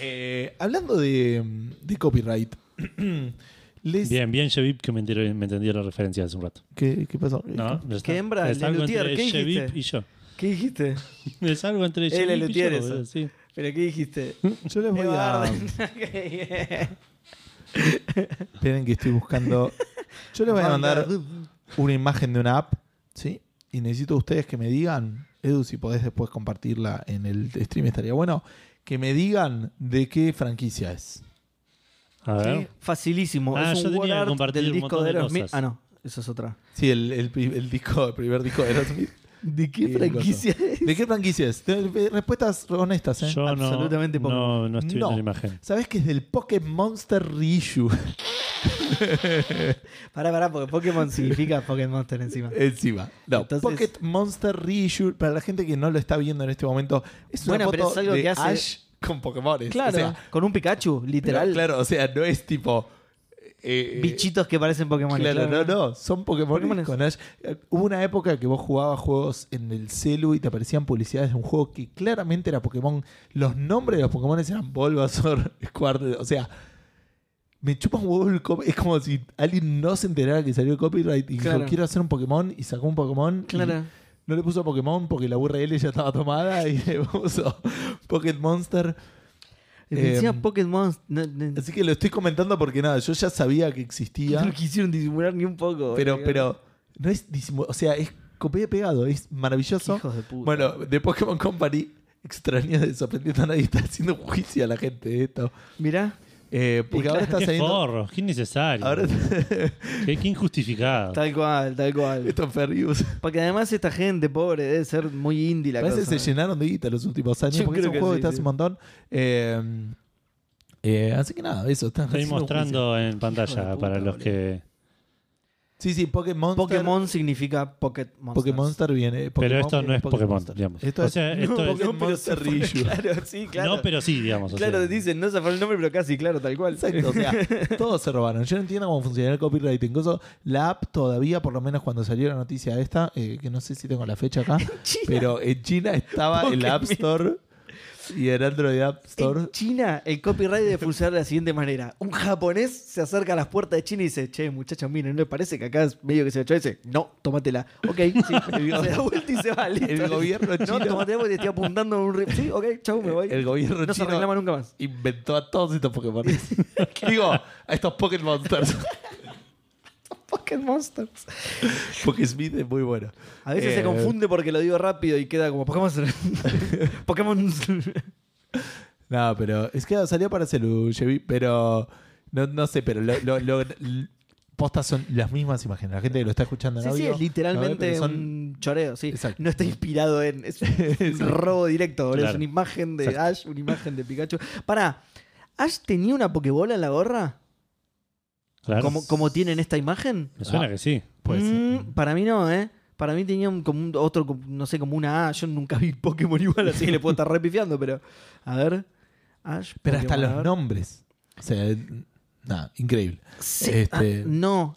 Eh, hablando de, de copyright. les-
Bien, bien, Shevip, que me, enteró- me entendió la referencia hace un rato.
¿Qué, qué pasó?
¿No? Es
¿Qué
al-
hembra?
Es algo
Lelutier,
entre
¿qué dijiste?
Shevip y yo.
¿Qué dijiste?
Es algo entre
Es
Shevip y yo.
Lelutier eso.
boludo, sí.
¿Pero qué dijiste?
Yo les voy
Eva
a.
Arden.
Esperen que estoy buscando. Yo les voy a mandar una imagen de una app, ¿sí? Y necesito de ustedes que me digan, Edu, si podés después compartirla en el stream, estaría bueno, que me digan de qué franquicia es.
A ver.
Facilísimo.
Ah,
es
yo tenía
un
que
wall art
compartir
del
un
disco
montón
de
de
Aerosmith.
cosas.
Ah, no. Eso es otra.
Sí, el, el pri- el disco, el primer disco de Aerosmith.
¿De
qué franquicia
es?
¿De qué franquicia es? De- de- Respuestas honestas, ¿eh?
Yo no-
absolutamente
no,
poco.
no, estoy viendo
No.
la imagen.
¿Sabés que es del Pokémon Monster Reissue?
Pará, pará, porque Pokémon significa Pokémon Monster encima.
Eh, Encima. No,
Entonces-
Pocket Monster Reissue, para la gente que no lo está viendo en este momento, es una
Bueno, pero
foto
es algo
de
que hace-
Ash con Pokémones.
Claro,
O sea,
con un Pikachu,
Pero,
literal.
claro, o sea, no es tipo. eh,
Bichitos que parecen Pokémon.
Claro, no, no. Son Pokémon
Pokémones.
con Ash. Eh, Hubo una época que vos jugabas juegos en el celu y te aparecían publicidades de un juego que claramente era Pokémon. Los nombres de los Pokémon eran Bulbasaur, Squirtle. O sea, me chupa un huevo el copy. Es como si alguien no se enterara que salió el copyright y dijo,
Claro.
quiero hacer un Pokémon y sacó un Pokémon. y
Claro.
no le puso Pokémon porque la URL ya estaba tomada y le puso Pocket Monster.
Encima
Em,
Pokémon. No, no,
Así que lo estoy comentando porque nada, yo ya sabía que
no
existía,
quisieron disimular ni un poco.
pero,
boludo.
pero no es disimu- o sea, es copiado y pegado, es maravilloso.
Hijos de puta.
Bueno, de Pokémon Company, extraña de sorprendiendo a nadie, está haciendo juicio a la gente de esto.
Mirá.
Eh, porque ahora está
Qué
saliendo.
forros, qué innecesario.
Ahora,
Qué, qué injustificado.
Tal cual, tal cual.
esto es fair use.
Porque además esta gente pobre debe ser muy indie la
Parece
cosa.
que se llenaron de guita los últimos años,
Yo
porque es
creo
un
que
juego
sí,
que está hace
sí.
un montón. Eh, eh, así que nada, eso. Están
Estoy
haciendo un juicio.
mostrando en
Hijo de
pantalla
puta,
para los que.
Sí, sí, Pokémon.
Pokémon significa Pocket Monsters.
Pokémon Monster viene. eh, Pokémon
pero esto no
viene
es Pokémon,
Monster.
digamos.
Esto
o
es-
sea, esto
no,
es.
Pokémon
se fue-
Monster Reissue.
Claro, sí, claro.
No, pero sí, digamos. o
Claro,
sea.
dicen, no se fue el nombre, pero casi, claro, tal cual.
Exacto, o sea, todos se robaron. Yo no entiendo cómo funciona el copyright. Incluso la app todavía, por lo menos cuando salió la noticia esta, eh, que no sé si tengo la fecha acá,
China.
pero en China estaba el App Store y el Android App Store.
En China, el copyright debe funcionar de la siguiente manera. Un japonés se acerca a las puertas de China y dice, che, muchachos, miren, ¿no les parece que acá es medio que se echó ese? No, tómatela. Ok, sí. se da vuelta y se va, listo.
El gobierno
No,
chino-
tómatela porque te estoy apuntando a un... ri- Sí, ok, chau, me voy.
El gobierno
no se
chino-
reclama nunca más.
Inventó a todos estos Pokémon. Digo, a estos Pocket Monsters.
Fucking monsters.
Porque Smith es muy bueno.
A veces
Eh,
se confunde porque lo digo rápido y queda como Pokémon. Pokémon.
No, pero es que salió para celu, Chevy, pero no, no sé, pero lo, lo- lo- l- postas son las mismas imágenes. La gente que lo está escuchando en
Sí, sí,
audio
es literalmente
lo ve, pero son-
un choreo, sí.
Exacto.
No está inspirado en. Es un robo directo, boludo. Es
Claro.
una imagen de
Exacto.
Ash, una imagen de Pikachu. Pará, ¿Ash tenía una Pokébola en la gorra?
Claro.
Como, Ah. como tiene en esta imagen?
Me suena que sí.
Puede ser.
Mm, para mí no, ¿eh? Para mí tenía un- como un- otro, como- no sé, como una A. Yo nunca vi Pokémon igual, así que le puedo estar repifiando, pero. A ver. Ash.
Pero hasta
Pokémon, a
los
ver.
nombres. O sea, el- nada, increíble.
Sí,
Este-
ah, no.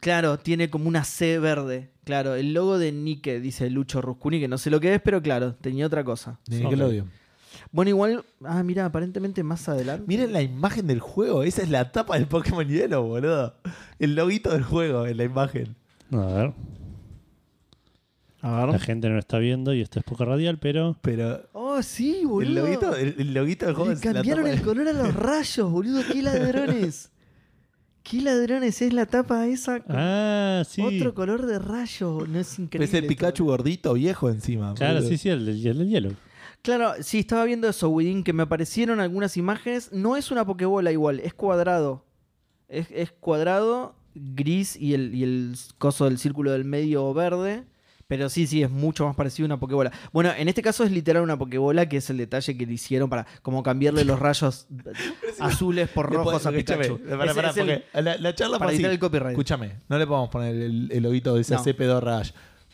Claro, tiene como una C verde. Claro, el logo de Nike, dice Lucho Ruscuni, que no sé lo que es, pero claro, tenía otra cosa.
De
Ok.
Nickelodeon.
Bueno, igual. Ah, mira, aparentemente más adelante.
Miren la imagen del juego. Esa es la tapa del Pokémon Hielo, boludo. El loguito del juego en la imagen.
A ver.
A
La gente no lo está viendo y esto es poco radial, pero.
Pero
Oh, sí, boludo.
el loguito, el, el loguito del juego
Le
es la
cambiaron
tapa
el
del-
color a los rayos, boludo. Qué ladrones. Qué ladrones. Es la tapa esa. con
Ah, sí.
Otro color de rayo. No es increíble.
Es Pues el
esto.
Pikachu gordito viejo encima.
Claro,
boludo.
sí, sí, el del, el del hielo.
Claro, sí, estaba viendo eso, Widin, que me aparecieron algunas imágenes. No es una Pokébola igual, es cuadrado. Es, es cuadrado, gris y el, y el coso del círculo del medio verde. Pero sí, sí, es mucho más parecido a una Pokébola. Bueno, en este caso es literal una Pokébola, que es el detalle que le hicieron para como cambiarle los rayos azules por
Le
rojos a
podemos-
Pikachu.
escúchame, pará,
Ese
pará,
es el-
porque la, la charla
para
fue así.
evitar el copyright.
Escúchame, no le podemos poner el, el loguito de ese
No.
pedorra Ash.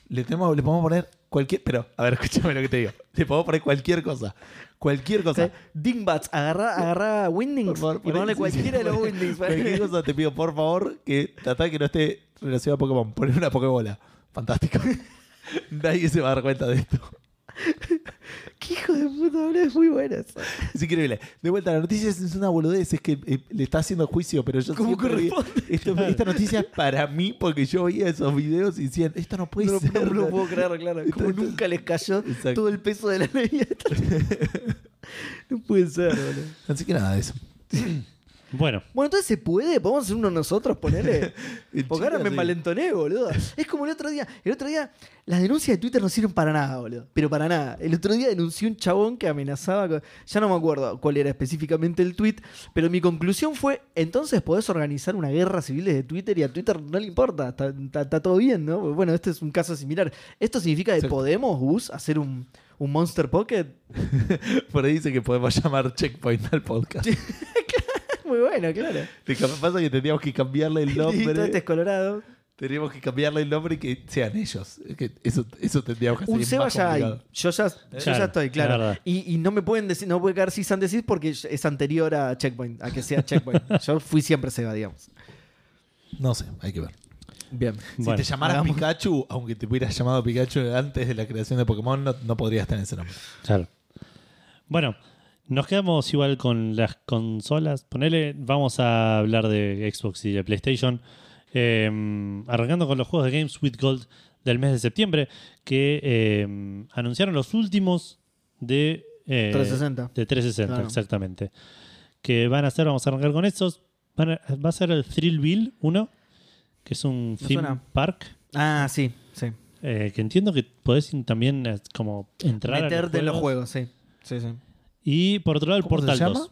Le, tenemos, le podemos poner cualquier. Pero, a ver, escúchame lo que te digo. Le podemos poner cualquier cosa. Cualquier cosa.
Sí. Dingbats, agarra, agarra Windings
Por favor,
y
poné-
ponle
sí,
cualquiera
sí,
de los
poné-
Windings.
Cualquier cosa te pido, por favor, que tratá que no esté relacionado a Pokémon. Poner una Pokébola. Fantástico. Nadie se va a dar cuenta de esto.
Qué hijo de puta, boludo, es muy bueno eso.
Es increíble. De vuelta, la noticia es una boludez, es que eh, le está haciendo juicio, pero yo
Como
siempre vi-
corresponde.
esto- Esta noticia es para mí porque yo veía esos videos y decían, esto no puede
No,
ser.
no lo puedo creer, claro. Como
Entonces-
nunca les cayó
Exacto.
todo el peso de la ley. no puede ser, boludo.
Así que nada de eso.
Bueno,
Bueno, entonces se puede, podemos hacer uno nosotros, ponele.
El
Porque ahora
chico
me
así.
malentoné, boludo. Es como el otro día. El otro día, las denuncias de Twitter no sirven para nada, boludo. Pero para nada. El otro día denuncié un chabón que amenazaba con. Ya no me acuerdo cuál era específicamente el tweet. Pero mi conclusión fue: entonces podés organizar una guerra civil desde Twitter y a Twitter no le importa. Está, está- está todo bien, ¿no? Bueno, este es un caso similar. ¿Esto significa que
Exacto.
podemos, Gus, hacer un, un Monster Pocket?
Por ahí dice que podemos llamar checkpoint al podcast.
Muy bueno, claro.
Lo que pasa es que teníamos que cambiarle el
Listo, este es
nombre.
Colorado.
teníamos que cambiarle el nombre y que sean ellos. Es que eso, eso tendríamos que hacer.
Un
es
Seba
más
ya hay.
complicado.
Yo ya, yo
Claro,
ya estoy,
es
claro.
verdad.
Y, y no me pueden decir, no puede quedar cis and the cis porque es anterior a Checkpoint, a que sea Checkpoint. yo fui siempre Seba, digamos. Eh,
No sé, hay que ver.
Bien.
bueno.
si te llamaras
hagamos-
Pikachu, aunque te hubieras llamado Pikachu antes de la creación de Pokémon, no, no podrías tener ese nombre.
Claro. Bueno, nos quedamos igual con las consolas. Ponele, vamos a hablar de Xbox y de PlayStation. Eh, arrancando con los juegos de Games with Gold del mes de septiembre, que eh, anunciaron los últimos de. eh,
360.
De 360,
Claro.
exactamente. Que van a ser, vamos a arrancar con estos. Van a- va a ser el Thrillville 1, que es un
Me
theme
suena.
park.
Ah, sí, sí.
eh, que entiendo que podés in- también eh, como entrar a
Meterte en los juegos, sí. Sí, sí.
y por otro lado, el
¿Cómo se
Portal
llama?
2.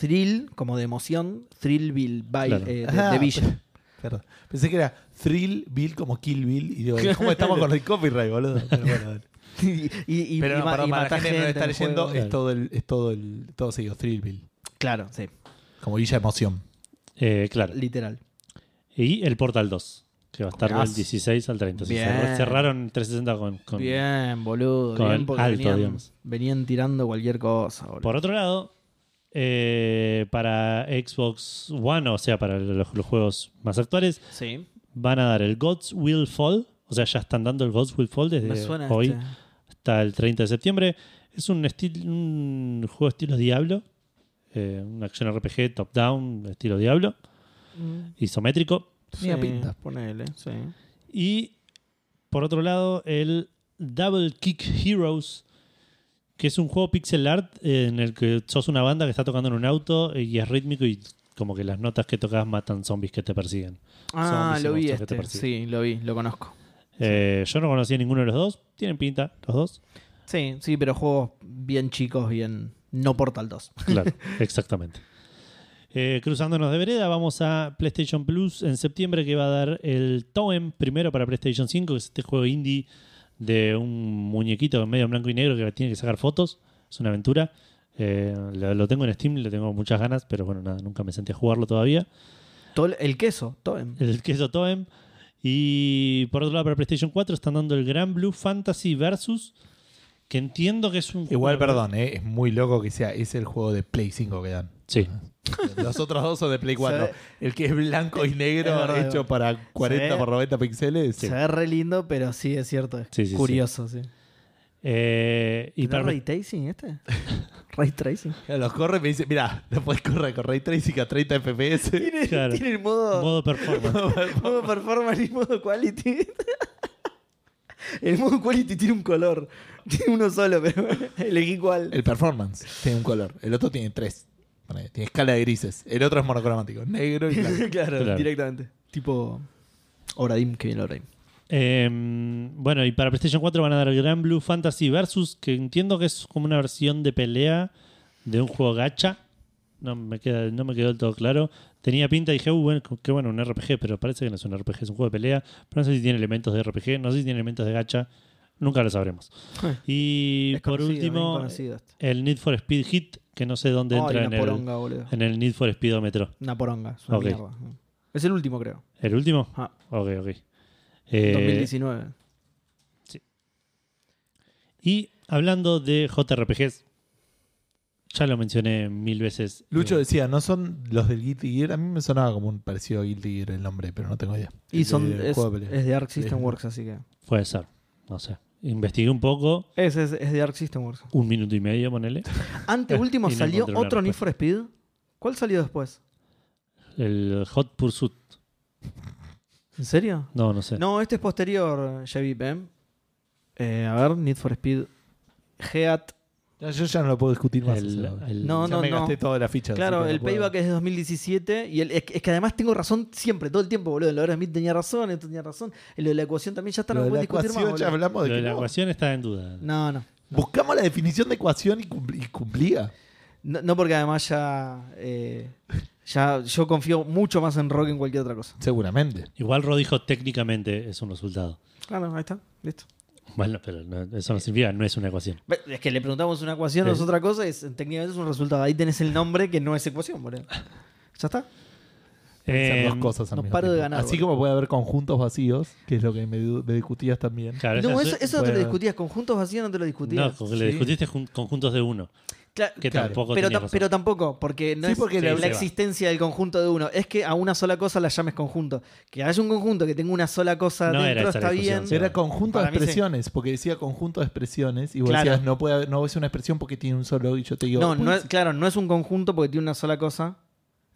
Thrill, como de emoción, Thrillville by
Claro.
eh, de,
Ah,
de Villa.
Perdón. Pensé que era Thrill Bill como Kill Bill. Y digo, ¿cómo estamos con el copyright, boludo? Pero bueno, dale.
y, y, y-
Pero
y
no,
ma-
perdón,
y
para la
mata
gente que no lo
en
está
el
leyendo,
juego.
es todo el, es todo el, todo seguido, Thrill Bill.
Claro, sí.
Como Villa Emoción.
Eh, claro.
Literal.
Y el Portal 2, que va a estar
Comerás.
del 16 al 30. O sea,
Bien.
cerra- Cerraron 360 con, con-
Bien, boludo.
con
bien, porque
alto,
venían,
digamos.
venían tirando cualquier cosa, boludo.
Por otro lado, eh, para Xbox One, o sea, para los, los juegos más actuales,
Sí.
van a dar el Gods Will Fall. O sea, ya están dando el Gods Will Fall desde
Me suena
hoy
este.
hasta el 30 de septiembre. Es un, estil- un juego estilo Diablo. eh, un acción RPG top-down, estilo Diablo,
Mm.
isométrico.
Tenía
Sí,
pinta.
Ponele, sí.
Y por otro lado, el Double Kick Heroes, que es un juego pixel art eh, en el que sos una banda que está tocando en un auto eh, y es rítmico y como que las notas que tocas matan zombies que te persiguen.
Ah,
Zombies y
lo vi
monstruos que te
este.
persiguen.
Sí, lo vi, lo conozco.
Eh, yo no conocía ninguno de los dos, tienen pinta los dos.
Sí, sí, pero juegos bien chicos, bien. No Portal 2.
Claro, exactamente. Eh, cruzándonos de vereda, vamos a PlayStation Plus en septiembre que va a dar el Toem primero para PlayStation 5, que es este juego indie de un muñequito en medio en blanco y negro que tiene que sacar fotos. Es una aventura. Eh, lo, lo tengo en Steam, le tengo muchas ganas, pero bueno, nada, nunca me senté a jugarlo todavía.
Tol- el queso, Toem.
El queso Toem. Y por otro lado, para PlayStation 4 están dando el Gran Blue Fantasy Versus, que entiendo que es un
Igual,
juego-
perdón, ¿eh? es muy loco que sea. Es el juego de Play 5 que dan.
Sí.
Los otros dos son de Play 4.
Se ve-
El que es blanco y negro,
Es verdad,
hecho
es
para 40
ve-
por 90 píxeles.
Se ve re lindo, pero sí, es cierto. Es
Sí, sí, sí.
curioso, sí.
Eh, y
¿Y
para
Ray Tracing este? Ray Tracing.
Los corre y me dice, mira, lo puedes correr con Ray Tracing a 30 FPS.
Tiene,
Claro.
tiene el modo, modo...
modo performance.
performance y modo quality. el modo quality tiene un color. Tiene uno solo, pero elegí cuál.
El performance tiene un color, el otro tiene tres. Ponele, Tiene escala de grises. El otro es monocromático, negro y blanco.
claro,
Claro.
directamente. Tipo Oradim, que viene Oradim.
Em, Bueno, y para PlayStation 4 van a dar el Gran Blue Fantasy Versus, que entiendo que es como una versión de pelea de un juego gacha. No me, queda, no me quedó del todo claro. Tenía pinta y dije, "Uh, bueno, qué bueno, un RPG, pero parece que no es un RPG, es un juego de pelea. Pero no sé si tiene elementos de RPG, no sé si tiene elementos de gacha. Nunca lo sabremos. Y
Eh, Es
por
conocido, bien
último,
conocido este.
el Need for Speed Hit, que no sé dónde
Ay,
entra en
una
el,
poronga, boludo.
en el Need for Speedometro.
Una poronga. Es una
Ok.
mierda. Es el último, creo.
¿El último?
Ah,
Ok, ok. Eh,
2019.
Y hablando de JRPGs, ya lo mencioné mil veces.
Lucho
Eh,
decía, ¿no son los del Guilty Gear? A mí me sonaba como un parecido a Guilty Gear el nombre, pero no tengo idea.
Y
El
son,
del
es,
juego de pelea.
es de Arc System
Bien.
Works, así que.
Puede ser, no sé. Investigué un poco,
Es, es, es de Arc System Works.
un minuto y medio, ponele.
Antes último
Y no
salió
encontré una
otro Need
respuesta.
for Speed. ¿Cuál salió después?
El Hot Pursuit,
¿En serio?
no, no sé.
No, este es posterior, Chevy Bem. Eh, a ver, Need for Speed. Heat.
Ya- Yo ya no lo puedo discutir más.
El-
o sea,
el-
No,
ya
no,
me
no.
gasté toda la ficha.
Claro,
así que
el
no puedo.
payback es de 2017 y el- es, que- es que además tengo razón siempre, todo el tiempo, boludo. Lo de Smith tenía razón, esto tenía razón. Y lo de la ecuación también ya está, no
Lo
me
de la
pueden discutir más.
ecuación, ya
boludo.
hablamos de
Lo
que
de la
no.
ecuación está en duda.
No, no.
Buscamos la definición de ecuación y, cumpl- y cumplía.
No, no, porque además ya, eh, ya yo confío mucho más en Rock que en cualquier otra cosa.
Seguramente.
Igual Rod dijo técnicamente es un resultado.
Claro, ahí está, listo.
Bueno, pero no- eso no significa, no es una ecuación.
Ve, Es que le preguntamos una ecuación, es
Sí.
otra cosa, es, técnicamente es un resultado. Ahí tenés el nombre que no es ecuación, boludo. Ya está.
Pensar
Eh,
dos cosas al
no
mismo
paro de
tiempo.
ganar,
Así
boludo.
como puede haber conjuntos vacíos, que es lo que me, du- me discutías también.
claro,
no,
esas-
eso, eso no te lo
bueno.
discutías. Conjuntos vacíos no te lo
no,
discutías.
con que le
Sí.
discutiste jun- conjuntos de uno.
Cla-
Que
Claro.
tampoco
pero,
tenía
tam-
razón.
pero tampoco, porque no
Sí,
es
porque
Sí,
la,
la- se va.
existencia del conjunto de uno. Es que a una sola cosa la llames conjunto. Que haya un conjunto que tenga una sola cosa
No era
dentro
esa
está
la discusión,
bien.
sí.
Era conjunto de
Para mí sí.
expresiones, porque decía conjunto de expresiones y vos
Claro.
decías no puede haber- no es una expresión porque tiene un solo y yo te digo pues,
No, no
"Uy,
es- claro, no es un conjunto porque tiene una sola cosa.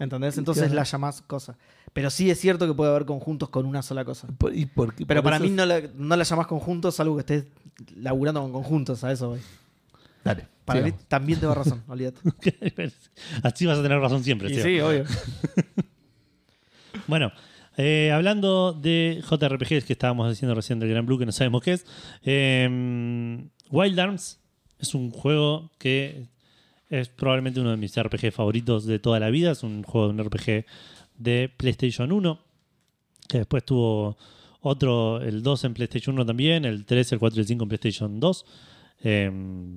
¿Entendés? Entonces
Claro.
la llamás cosa. Pero sí es cierto que puede haber conjuntos con una sola cosa.
por- y por qué-
Pero
por
para
eso
mí
es-
no la, no la llamás conjuntos, salvo que estés laburando con conjuntos, a eso voy.
Dale,
Para mí
sigamos.
también te va razón, olvídate.
Así vas a tener razón siempre.
Y
tío.
sí, obvio.
Bueno, eh, hablando de JRPGs que estábamos diciendo recién del Gran Blue, que no sabemos qué es. eh, Wild Arms es un juego que es probablemente uno de mis RPG favoritos de toda la vida. Es un juego de un RPG de PlayStation 1. Que después tuvo otro, el 2 en PlayStation 1 también, el 3, el 4 y el 5 en PlayStation 2. Eh,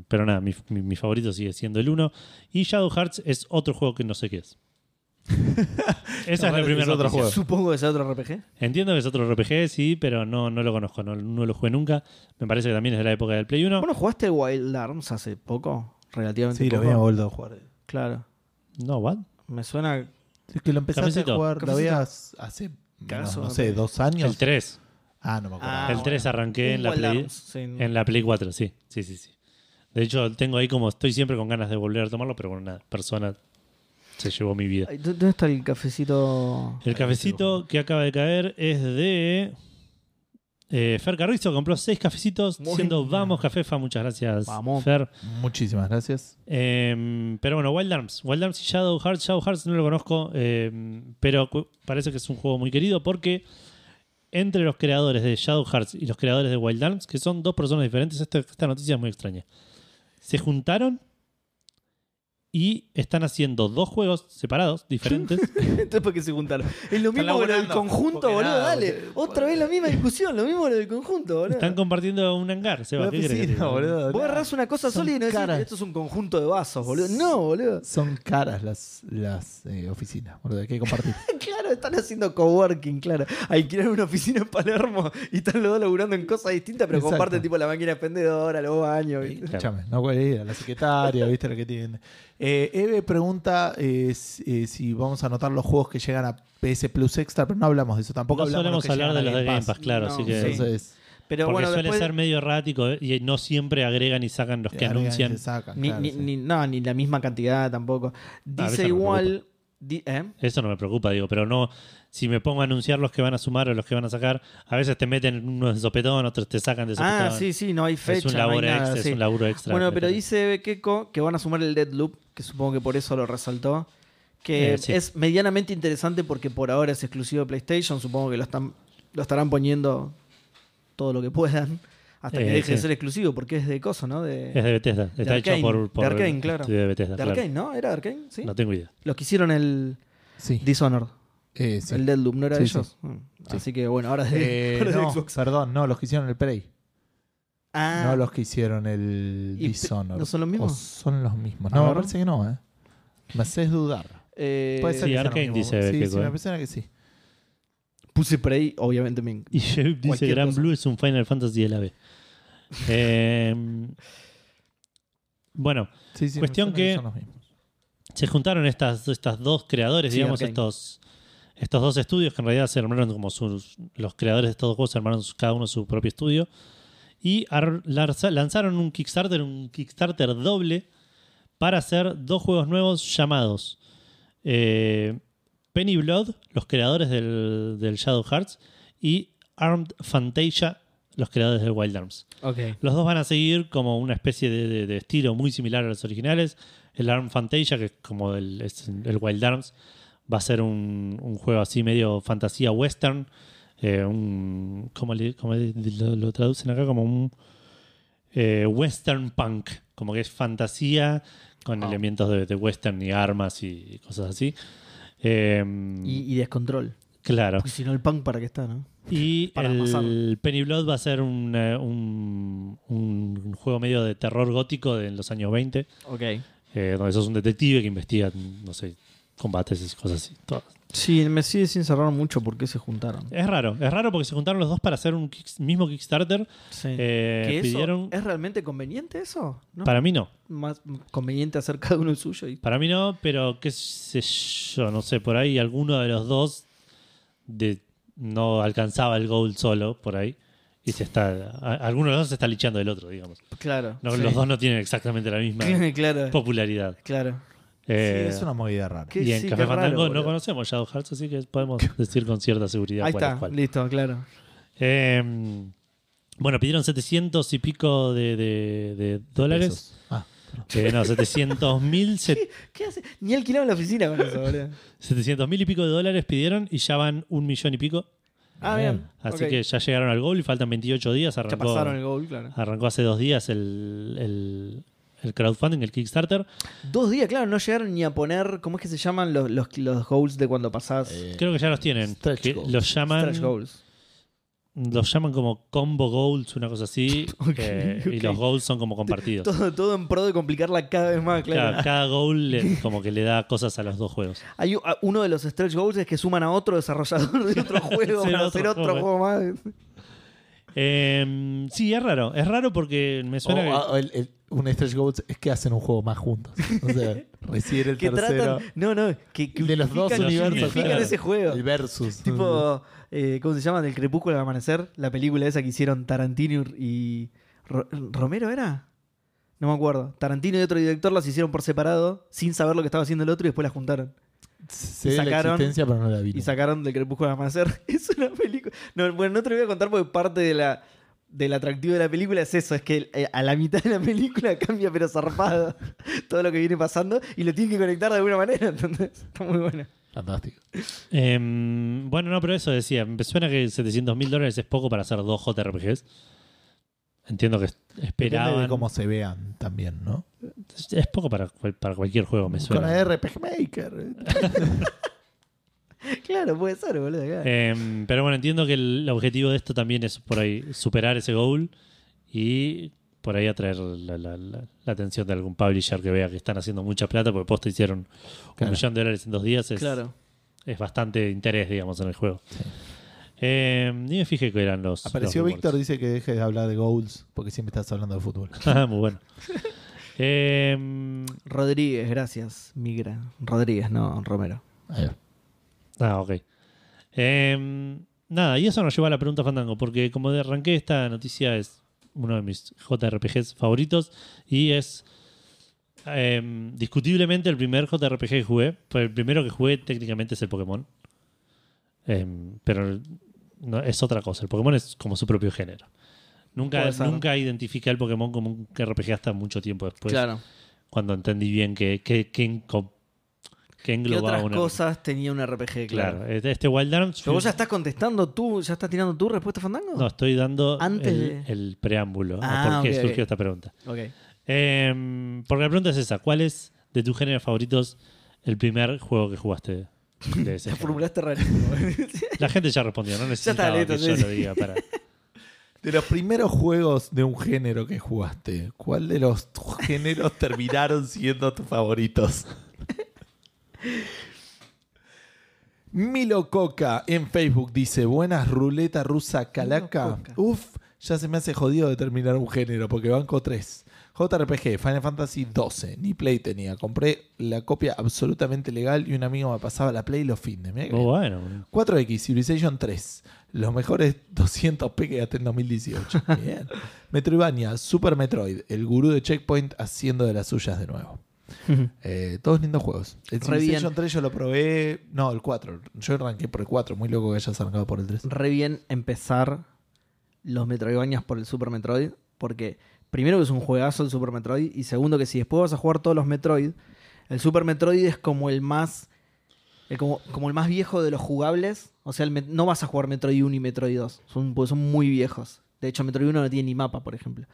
pero nada, mi, mi- mi favorito sigue siendo el 1. Y Shadow Hearts es otro juego que no sé qué es. Esa es la
Aparte,
primera
es otro
noticia.
juego.
Supongo que sea otro RPG.
Entiendo que es otro RPG, sí, pero no, no lo conozco, no, no lo jugué nunca. Me parece que también es de la época del Play 1.
¿Vos no jugaste Wild Arms hace poco? Relativamente
Sí, lo
poco.
había vuelto a jugar.
Claro.
No, what?
Me suena.
Es que lo empezaste
Cafecito.
a jugar,
Cafecito.
lo habías hace
Cagazo,
no, no
me
sé,
parece.
dos años.
El 3.
Ah, no me acuerdo.
Ah,
el 3
bueno.
arranqué en
Un
la,
Wild
Play,
Arms, sí.
en la Play 4, sí, sí, sí, sí. De hecho, tengo ahí como, estoy siempre con ganas de volver a tomarlo, pero bueno, una persona se llevó mi vida.
Ay, ¿dó- ¿Dónde está el cafecito?
El cafecito que acaba de caer es de... eh, Fer Carrizo compró seis cafecitos
Muy
diciendo
bien.
vamos Cafefa, muchas gracias
Vamos.
Fer.
Muchísimas gracias.
Eh, pero bueno, Wild Arms. Wild Arms y Shadow Hearts. Shadow Hearts no lo conozco, eh, pero cu- parece que es un juego muy querido porque entre los creadores de Shadow Hearts y los creadores de Wild Arms, que son dos personas diferentes, esta, esta noticia es muy extraña. Se juntaron y están haciendo dos juegos separados, diferentes.
Entonces, ¿para qué se juntaron? Es lo mismo
Están
que lo del
laburando,
conjunto,
porque
boludo.
nada,
dale.
porque-
Otra vez la misma discusión, lo mismo que lo del conjunto, boludo.
están compartiendo un hangar, Seba.
La
¿qué querés que te
oficina,
diga?
boludo.
Vos agarrás una cosa
Son
sola y no decís,
caras.
esto es un conjunto de vasos, boludo. No, boludo.
Son caras las, las eh, oficinas, boludo. Hay que compartir.
Claro, están haciendo coworking, claro. Alquilaron una oficina en Palermo y están los dos laburando en cosas distintas, pero
Exacto.
comparten tipo la máquina expendedora, los baños.
Eh,
¿viste?
Escúchame, no puede ir a la secretaria, viste lo que tiene. Eh, Eve pregunta eh, si, eh, si vamos a anotar los juegos que llegan a PS Plus Extra, pero no hablamos de eso. Tampoco
No solemos
hablamos los que
hablar de
llegan
los
a
de Game Pass, claro,
No,
así que.
sí.
Entonces,
Pero
Porque
bueno,
suele
después,
ser medio errático eh, y no siempre agregan y sacan los que
agregan y
anuncian.
se sacan,
ni,
claro,
ni-
sí.
ni- no, ni la misma cantidad tampoco.
a veces
Dice
no me
igual. di- ¿eh?
Eso no me preocupa, digo, pero no. Si me pongo a anunciar los que van a sumar o los que van a sacar, a veces te meten unos de sopetón, otros te sacan de sopetón.
Ah, sí, sí, no hay fecha.
es un
no hay
laburo
nada,
extra.
sí.
Es un laburo extra
Bueno, pero
meter.
dice Keiko que van a sumar el Deadloop, que supongo que por eso lo resaltó. Que
Eh, sí.
es medianamente interesante porque por ahora es exclusivo de PlayStation. Supongo que lo, están, lo estarán poniendo todo lo que puedan hasta que
Eh,
deje de
sí.
ser exclusivo, porque es de coso, ¿no? De,
Es de Bethesda. Está
Arkane,
hecho por,
de
por
Arkane, claro.
de Bethesda,
de
claro.
Arkane, ¿no? ¿Era de Arkane? ¿Sí?
No tengo idea.
Los que hicieron el
Sí.
Dishonored,
Eh, sí.
el Deadloop, ¿no era
Sí,
de ellos? Mm.
Ah.
Así que bueno, ahora es de,
Eh,
ahora es de
no,
Xbox.
perdón, no, los que hicieron el Prey.
Ah,
No los que hicieron el
¿Y
Dishonored.
no son los
O
mismos?
son los mismos.
Ah,
A
No, me
ver.
parece que no, ¿eh? Me haces dudar.
eh,
Puede ser
sí,
que sean los
Arkane
mismos.
dice ¿eh?
Sí,
que-
sí, me parece que sí.
Puse por ahí, obviamente me
Y Shep dice
Cualquier
Gran
cosa.
Blue es un Final Fantasy de la B. Eh, bueno,
Sí, sí, me
Cuestión
suena
que-
son los mismos.
se juntaron estas, estas dos creadores,
Sí,
digamos,
Arkane.
estos, estos dos estudios que en realidad se armaron como sus, los creadores de estos dos juegos, armaron sus- cada uno su propio estudio y ar- larza- lanzaron un Kickstarter, un Kickstarter doble para hacer dos juegos nuevos llamados eh, Penny Blood, los creadores del, del Shadow Hearts, y Armed Fantasia, los creadores del Wild Arms.
Ok.
Los dos van a seguir como una especie de, de- de estilo muy similar a los originales. El Arm Fantasia, que es como el, es el Wild Arms, va a ser un, un juego así medio fantasía western. eh, un, ¿Cómo, le- cómo le- lo, lo traducen acá? Como un eh, western punk. Como que es fantasía con
Ah.
elementos de, de western y armas y cosas así. Eh,
Y, y descontrol.
claro.
Porque si no, el punk para qué está, ¿no?
Y
Para
el
amasarlo.
Penny Blood va a ser un, eh, un, un juego medio de terror gótico de los años 20,
Ok.
eh, donde sos un detective que investiga, no sé, combates y cosas así. Todo.
Sí, me sigue sin cerrar mucho por qué se juntaron.
Es raro, es raro porque se juntaron los dos para hacer un kicks- mismo Kickstarter.
Sí.
Eh,
¿Que eso
pidieron,
¿Es realmente conveniente eso? ¿No?
Para mí no,
Más conveniente hacer cada uno el suyo. Y...
para mí no, pero qué sé yo, no sé, por ahí alguno de los dos de, no alcanzaba el goal solo, por ahí. Y se está, a- alguno de los dos se está lichando del otro, digamos.
Claro.
No,
sí.
Los dos no tienen exactamente la misma
claro.
popularidad.
Claro.
Eh,
sí, es una movida rara.
¿Qué?
y en
sí,
Café
qué raro,
Fandango
boludo.
no conocemos Shadow Hearts, así que podemos decir con cierta seguridad
Ahí
cuál es
está,
cuál.
listo, claro.
Eh, bueno, pidieron 700 y pico de, de- de dólares.
Pesos. Ah,
Eh, no, 700 mil
¿Qué hace? Ni alquilaban la oficina con eso, boludo.
y pico de dólares pidieron y ya van un millón y pico.
Ah,
Bien.
bien.
Así
ok.
que ya llegaron al gol y faltan 28 días.
ya
Arrancó,
pasaron el gol, claro.
arrancó hace dos días el, el- el crowdfunding, el Kickstarter.
Dos días, claro, no llegaron ni a poner, ¿cómo es que se llaman los, los, los goals de cuando pasás?
Eh,
Creo que ya los tienen.
Stretch
que
goals.
Los llaman.
Stretch goals.
Los llaman como combo goals, una cosa así.
Ok,
eh, Y
ok.
los goals son como compartidos.
Todo, todo en pro de complicarla cada vez más,
Claro,
claro.
cada goal le- como que le da cosas a los dos juegos.
Hay u- a- uno de los stretch goals es que suman a otro desarrollador de otro juego
Sí,
para
otro
hacer otro
juego.
juego más.
Eh, sí, es raro. Es raro porque me
o-
suena que-
o el- el- un Stretch Goals es que hacen un juego más juntos. O sea, recién el
Que
tercero.
tratan. No, no, que, que
De los dos
unifican-
universos.
unifican
claro.
ese juego.
El versus.
Tipo, eh, ¿cómo se llama? Del Crepúsculo al Amanecer, la película esa que hicieron Tarantino y. Ro- ¿Romero era? No me acuerdo. Tarantino y otro director las hicieron por separado, sin saber lo que estaba haciendo el otro, y después las juntaron.
Sé
y
la
sacaron-
existencia, pero no la vi.
Y sacaron del Crepúsculo al Amanecer. Es una película. No, bueno, no te lo voy a contar porque parte de la. Del atractivo de la película es eso, es que eh, a la mitad de la película cambia pero zarpado todo lo que viene pasando y lo tienen que conectar de alguna manera, entonces está muy bueno.
Fantástico.
Eh, bueno, no, pero eso decía. Me suena que 700 mil dólares es poco para hacer dos JRPGs. Entiendo que es-
Depende de
esperaban.
cómo se vean también, ¿no?
Es poco para, cual- para cualquier juego, me
Con
suena.
la RPG Maker.
Claro, puede ser, boludo. claro.
Eh, pero bueno, entiendo que el objetivo de esto también es por ahí superar ese goal y por ahí atraer la, la- la- la atención de algún publisher que vea que están haciendo mucha plata, porque posta hicieron
Claro.
un millón de dólares en dos días. Es, es bastante interés, digamos, en el juego. Eh, ni me fijé que eran los.
Apareció
los
Víctor,
rewards.
dice que dejes de hablar de goals porque siempre estás hablando de fútbol.
Ah, Muy bueno. Eh,
Rodríguez, gracias. Migra. Rodríguez, no Romero.
Ahí va.
ah, ok. Eh, nada, y eso nos lleva a la pregunta Fandango, porque como de arranqué, esta noticia es uno de mis JRPGs favoritos y es. eh, discutiblemente el primer JRPG que jugué, pues el primero que jugué técnicamente es el Pokémon, Eh, pero no, es otra cosa, el Pokémon es como su propio género. Nunca,
Puede ser.
nunca identifiqué al Pokémon como un Pues RPG hasta mucho tiempo después. cuando entendí bien que, que- que, en- co- que
¿Qué
englobaba
otras
una.
cosas tenía un RPG? Claro.
Claro, este este Wild Arms.
Pero vos ya estás contestando tú, ya estás tirando tu respuesta, Fandango.
No, estoy dando
Antes
el,
de-
el preámbulo a
Ah,
por qué
ok, ok.
surgió esta pregunta.
Ok.
Eh, porque la pregunta es esa: ¿Cuál es de tus géneros favoritos el primer juego que jugaste de ese?
La
género?
formulaste rarísimo.
La gente ya respondió, no necesitaba
listo,
que
sí,
yo
sí.
lo diga. Para.
De los primeros juegos de un género que jugaste, ¿cuál de los tu- géneros terminaron siendo tus favoritos? Milo Coca en Facebook dice: Buenas ruleta rusa calaca.
Milo Coca.
Uf, ya se me hace jodido determinar un género porque banco 3. JRPG, Final Fantasy 12. Ni Play tenía. Compré la copia absolutamente legal y un amigo me pasaba la Play los fines. Mirá que
Muy Oh, bueno. boludo.
4X, Civilization 3. Los mejores 200 P que gasté en 2018. Bien. Metroidvania, Super Metroid, el gurú de Checkpoint haciendo de las suyas de nuevo. Eh, todos lindos juegos. El
Re
Civilization
bien.
3 yo lo probé. No, el 4. Yo arranqué por el 4. Muy loco que hayas arrancado por el 3.
Re bien empezar los Metroidvanias por el Super Metroid, porque primero que es un juegazo el Super Metroid, y segundo que si después vas a jugar todos los Metroid, el Super Metroid es como el más. el como, como el más viejo de los jugables. O sea, el Met- no vas a jugar Metroid 1 y Metroid 2. Son, porque son muy viejos. De hecho, Metroid 1 no tiene ni mapa, por ejemplo.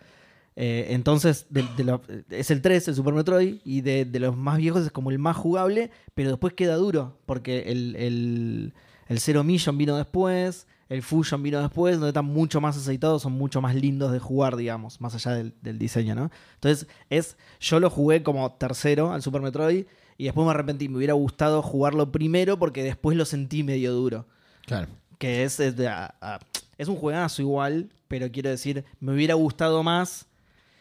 Eh, entonces, de- de lo- es el 3, el Super Metroid, y de, de los más viejos es como el más jugable, pero después queda duro, porque el, el, el Zero Mission vino después, el Fusion vino después, donde están mucho más aceitados, son mucho más lindos de jugar, digamos, más allá del, del diseño, ¿no? Entonces, es, yo lo jugué como tercero al Super Metroid, y después me arrepentí, me hubiera gustado jugarlo primero, porque después lo sentí medio duro
Claro.
que es, es de- a- a- es un juegazo igual, pero quiero decir, me hubiera gustado más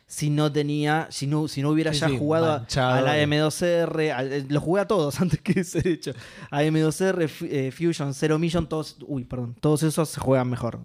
si no tenía, si no, si no hubiera
Sí,
ya
sí,
jugado a-
manchado.
a la M2R, al- eh, lo jugué a todos antes que ese de hecho, a M2R, Fu- eh, Fusion, Zero Mission, todos, uy, perdón, todos esos se juegan mejor.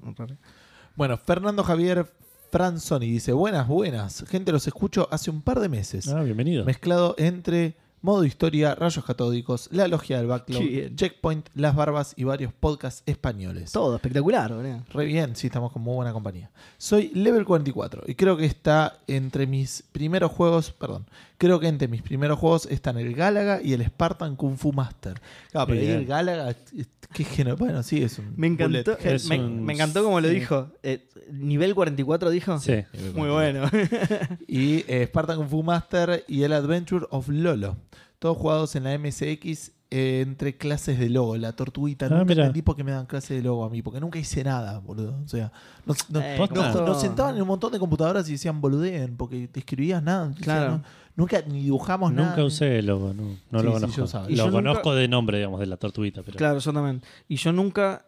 Bueno, Fernando Javier Franzoni dice: Buenas, buenas. Gente, los escucho hace un par de meses.
Ah, bienvenido.
Mezclado entre modo historia, rayos catódicos, la logia del
Qué
backlog,
bien.
Checkpoint, las barbas y varios podcasts españoles.
Todo, espectacular, boludo.
Re bien, sí, estamos con muy buena compañía. Soy level 44 y creo que está entre mis primeros juegos, perdón, creo que entre mis primeros juegos están el Galaga y el Spartan Kung Fu Master. Claro, pero ahí
Bien.
el Galaga, es- qué género, bueno, sí, es un...
Me encantó, eh,
bullet hell.
Es
me,
un-
me encantó como lo
sí.
dijo. Eh, nivel 44 dijo.
Sí.
Muy bueno.
Y eh, Spartan Kung Fu Master y el Adventure of Lolo, todos jugados en la MSX. eh, entre clases de logo, la tortuguita.
Ah,
nunca
mira.
entendí por qué me dan clases de logo a mí, porque nunca hice nada, boludo. O sea, no, no-
Eh,
posta.
como
Claro.
Nos,
todo.
nos sentaban en un montón de computadoras y decían boludeen, porque te escribías nada. O sea,
Claro.
no- nunca ni dibujamos nada.
Nunca usé el logo, no, no
Sí,
lo
sí, yo
conozco.
sabía.
Y
lo
yo nunca-
conozco de nombre, digamos, de la tortuguita, pero
Claro, yo también. Y yo nunca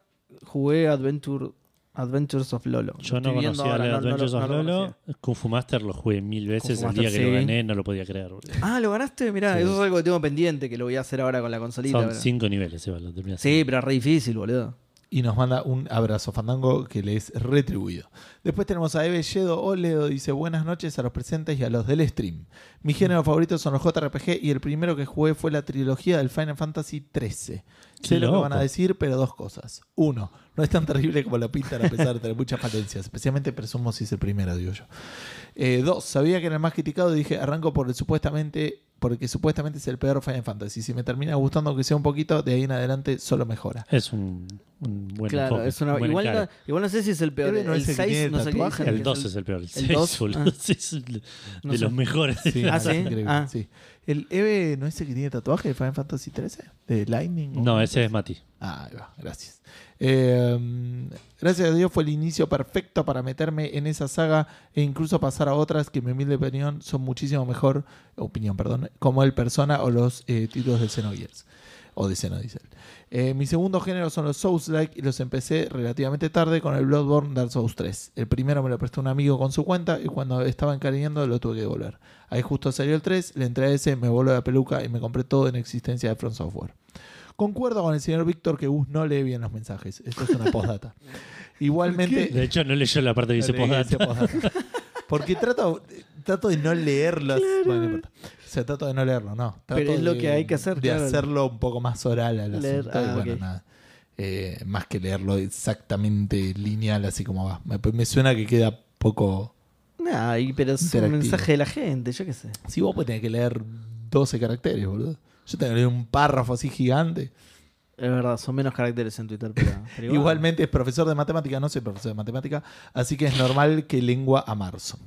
jugué Adventure, Adventures of Lolo.
yo
Lo
no
estoy viendo
conocía
ahora,
el
no- no lo-
Adventures
no
of
lo
Lolo.
conocía.
Kung Fu Master lo jugué mil veces.
Fu
El día
Master,
que lo
sí.
gané no lo podía creer. boludo.
Ah, lo ganaste, mirá,
Sí.
eso es algo que tengo pendiente, que lo voy a hacer ahora con la consolita.
Son
pero-
cinco niveles, Eva, lo terminé
Sí, pero es re difícil, boludo.
Y nos manda un abrazo fandango que le es retribuido. Después tenemos a Eve Yedo Oledo, dice buenas noches a los presentes y a los del stream. Mis géneros favoritos son los JRPG y el primero que jugué fue la trilogía del Final Fantasy XIII. Sé
Qué
lo que van a
loco.
decir, pero dos cosas. Uno, no es tan terrible como lo pintan a pesar de tener muchas falencias, especialmente presumo si es el primero, digo yo. Eh, dos, sabía que era el más criticado y dije, arranco por el supuestamente, porque supuestamente es el peor Final Fantasy. Si me termina gustando aunque sea un poquito, de ahí en adelante solo mejora.
Es un, un buen
claro,
enfoque,
es una.
un buen
igual, no,
encare.
igual no sé si es el peor.
Creo que no
el
es el que
6,
tiene
no sé qué
tatuaje.
dicen que
El 2 es el peor. El 6,
dos?
boludo,
Ah.
es el de
No sé.
los mejores.
Sí,
Ah,
es
¿sí?
increíble,
Ah.
sí. ¿El Eve no es el que tiene tatuaje de Final Fantasy XIII? ¿De Lightning? o-
No, ese es Mati.
Ah, ahí va, gracias. Eh, gracias a Dios fue el inicio perfecto para meterme en esa saga e incluso pasar a otras que, en mi humilde opinión, son muchísimo mejor, opinión, perdón, como el Persona o los eh, títulos de Xenogears. O de Xenodiesel. Eh, mi segundo género son los Souls-like y los empecé relativamente tarde con el Bloodborne Dark Souls 3. El primero me lo prestó un amigo con su cuenta y cuando estaba encariñando lo tuve que devolver. Ahí justo salió el 3, le entré a ese, me voló la peluca y me compré todo en existencia de Front Software. Concuerdo con el señor Víctor que Gus no lee bien los mensajes. Esto es una postdata. Igualmente.
De hecho, no leyó la parte que dice
No leí
postdata.
ese postdata. Porque trato, trato de no leerlas. Bueno, no importa. o sea, trato de no leerlo, no. Trato
Pero es lo
de-
que hay que hacer,
De
claro.
hacerlo un poco más oral al
Leer,
asunto. y
ah,
bueno,
ok.
nada. Eh, más que leerlo exactamente lineal, así como va. Me, me suena que queda poco.
Nah, y- pero es un
Interactivo.
mensaje de la gente, yo qué sé.
Si vos pues tenés que leer 12 caracteres, boludo. Yo tengo que leer un párrafo así gigante.
Es verdad, son menos caracteres en Twitter, pero, pero igual.
Igualmente es profesor de matemática, no soy profesor de matemática, así que es normal que lengua a marzo.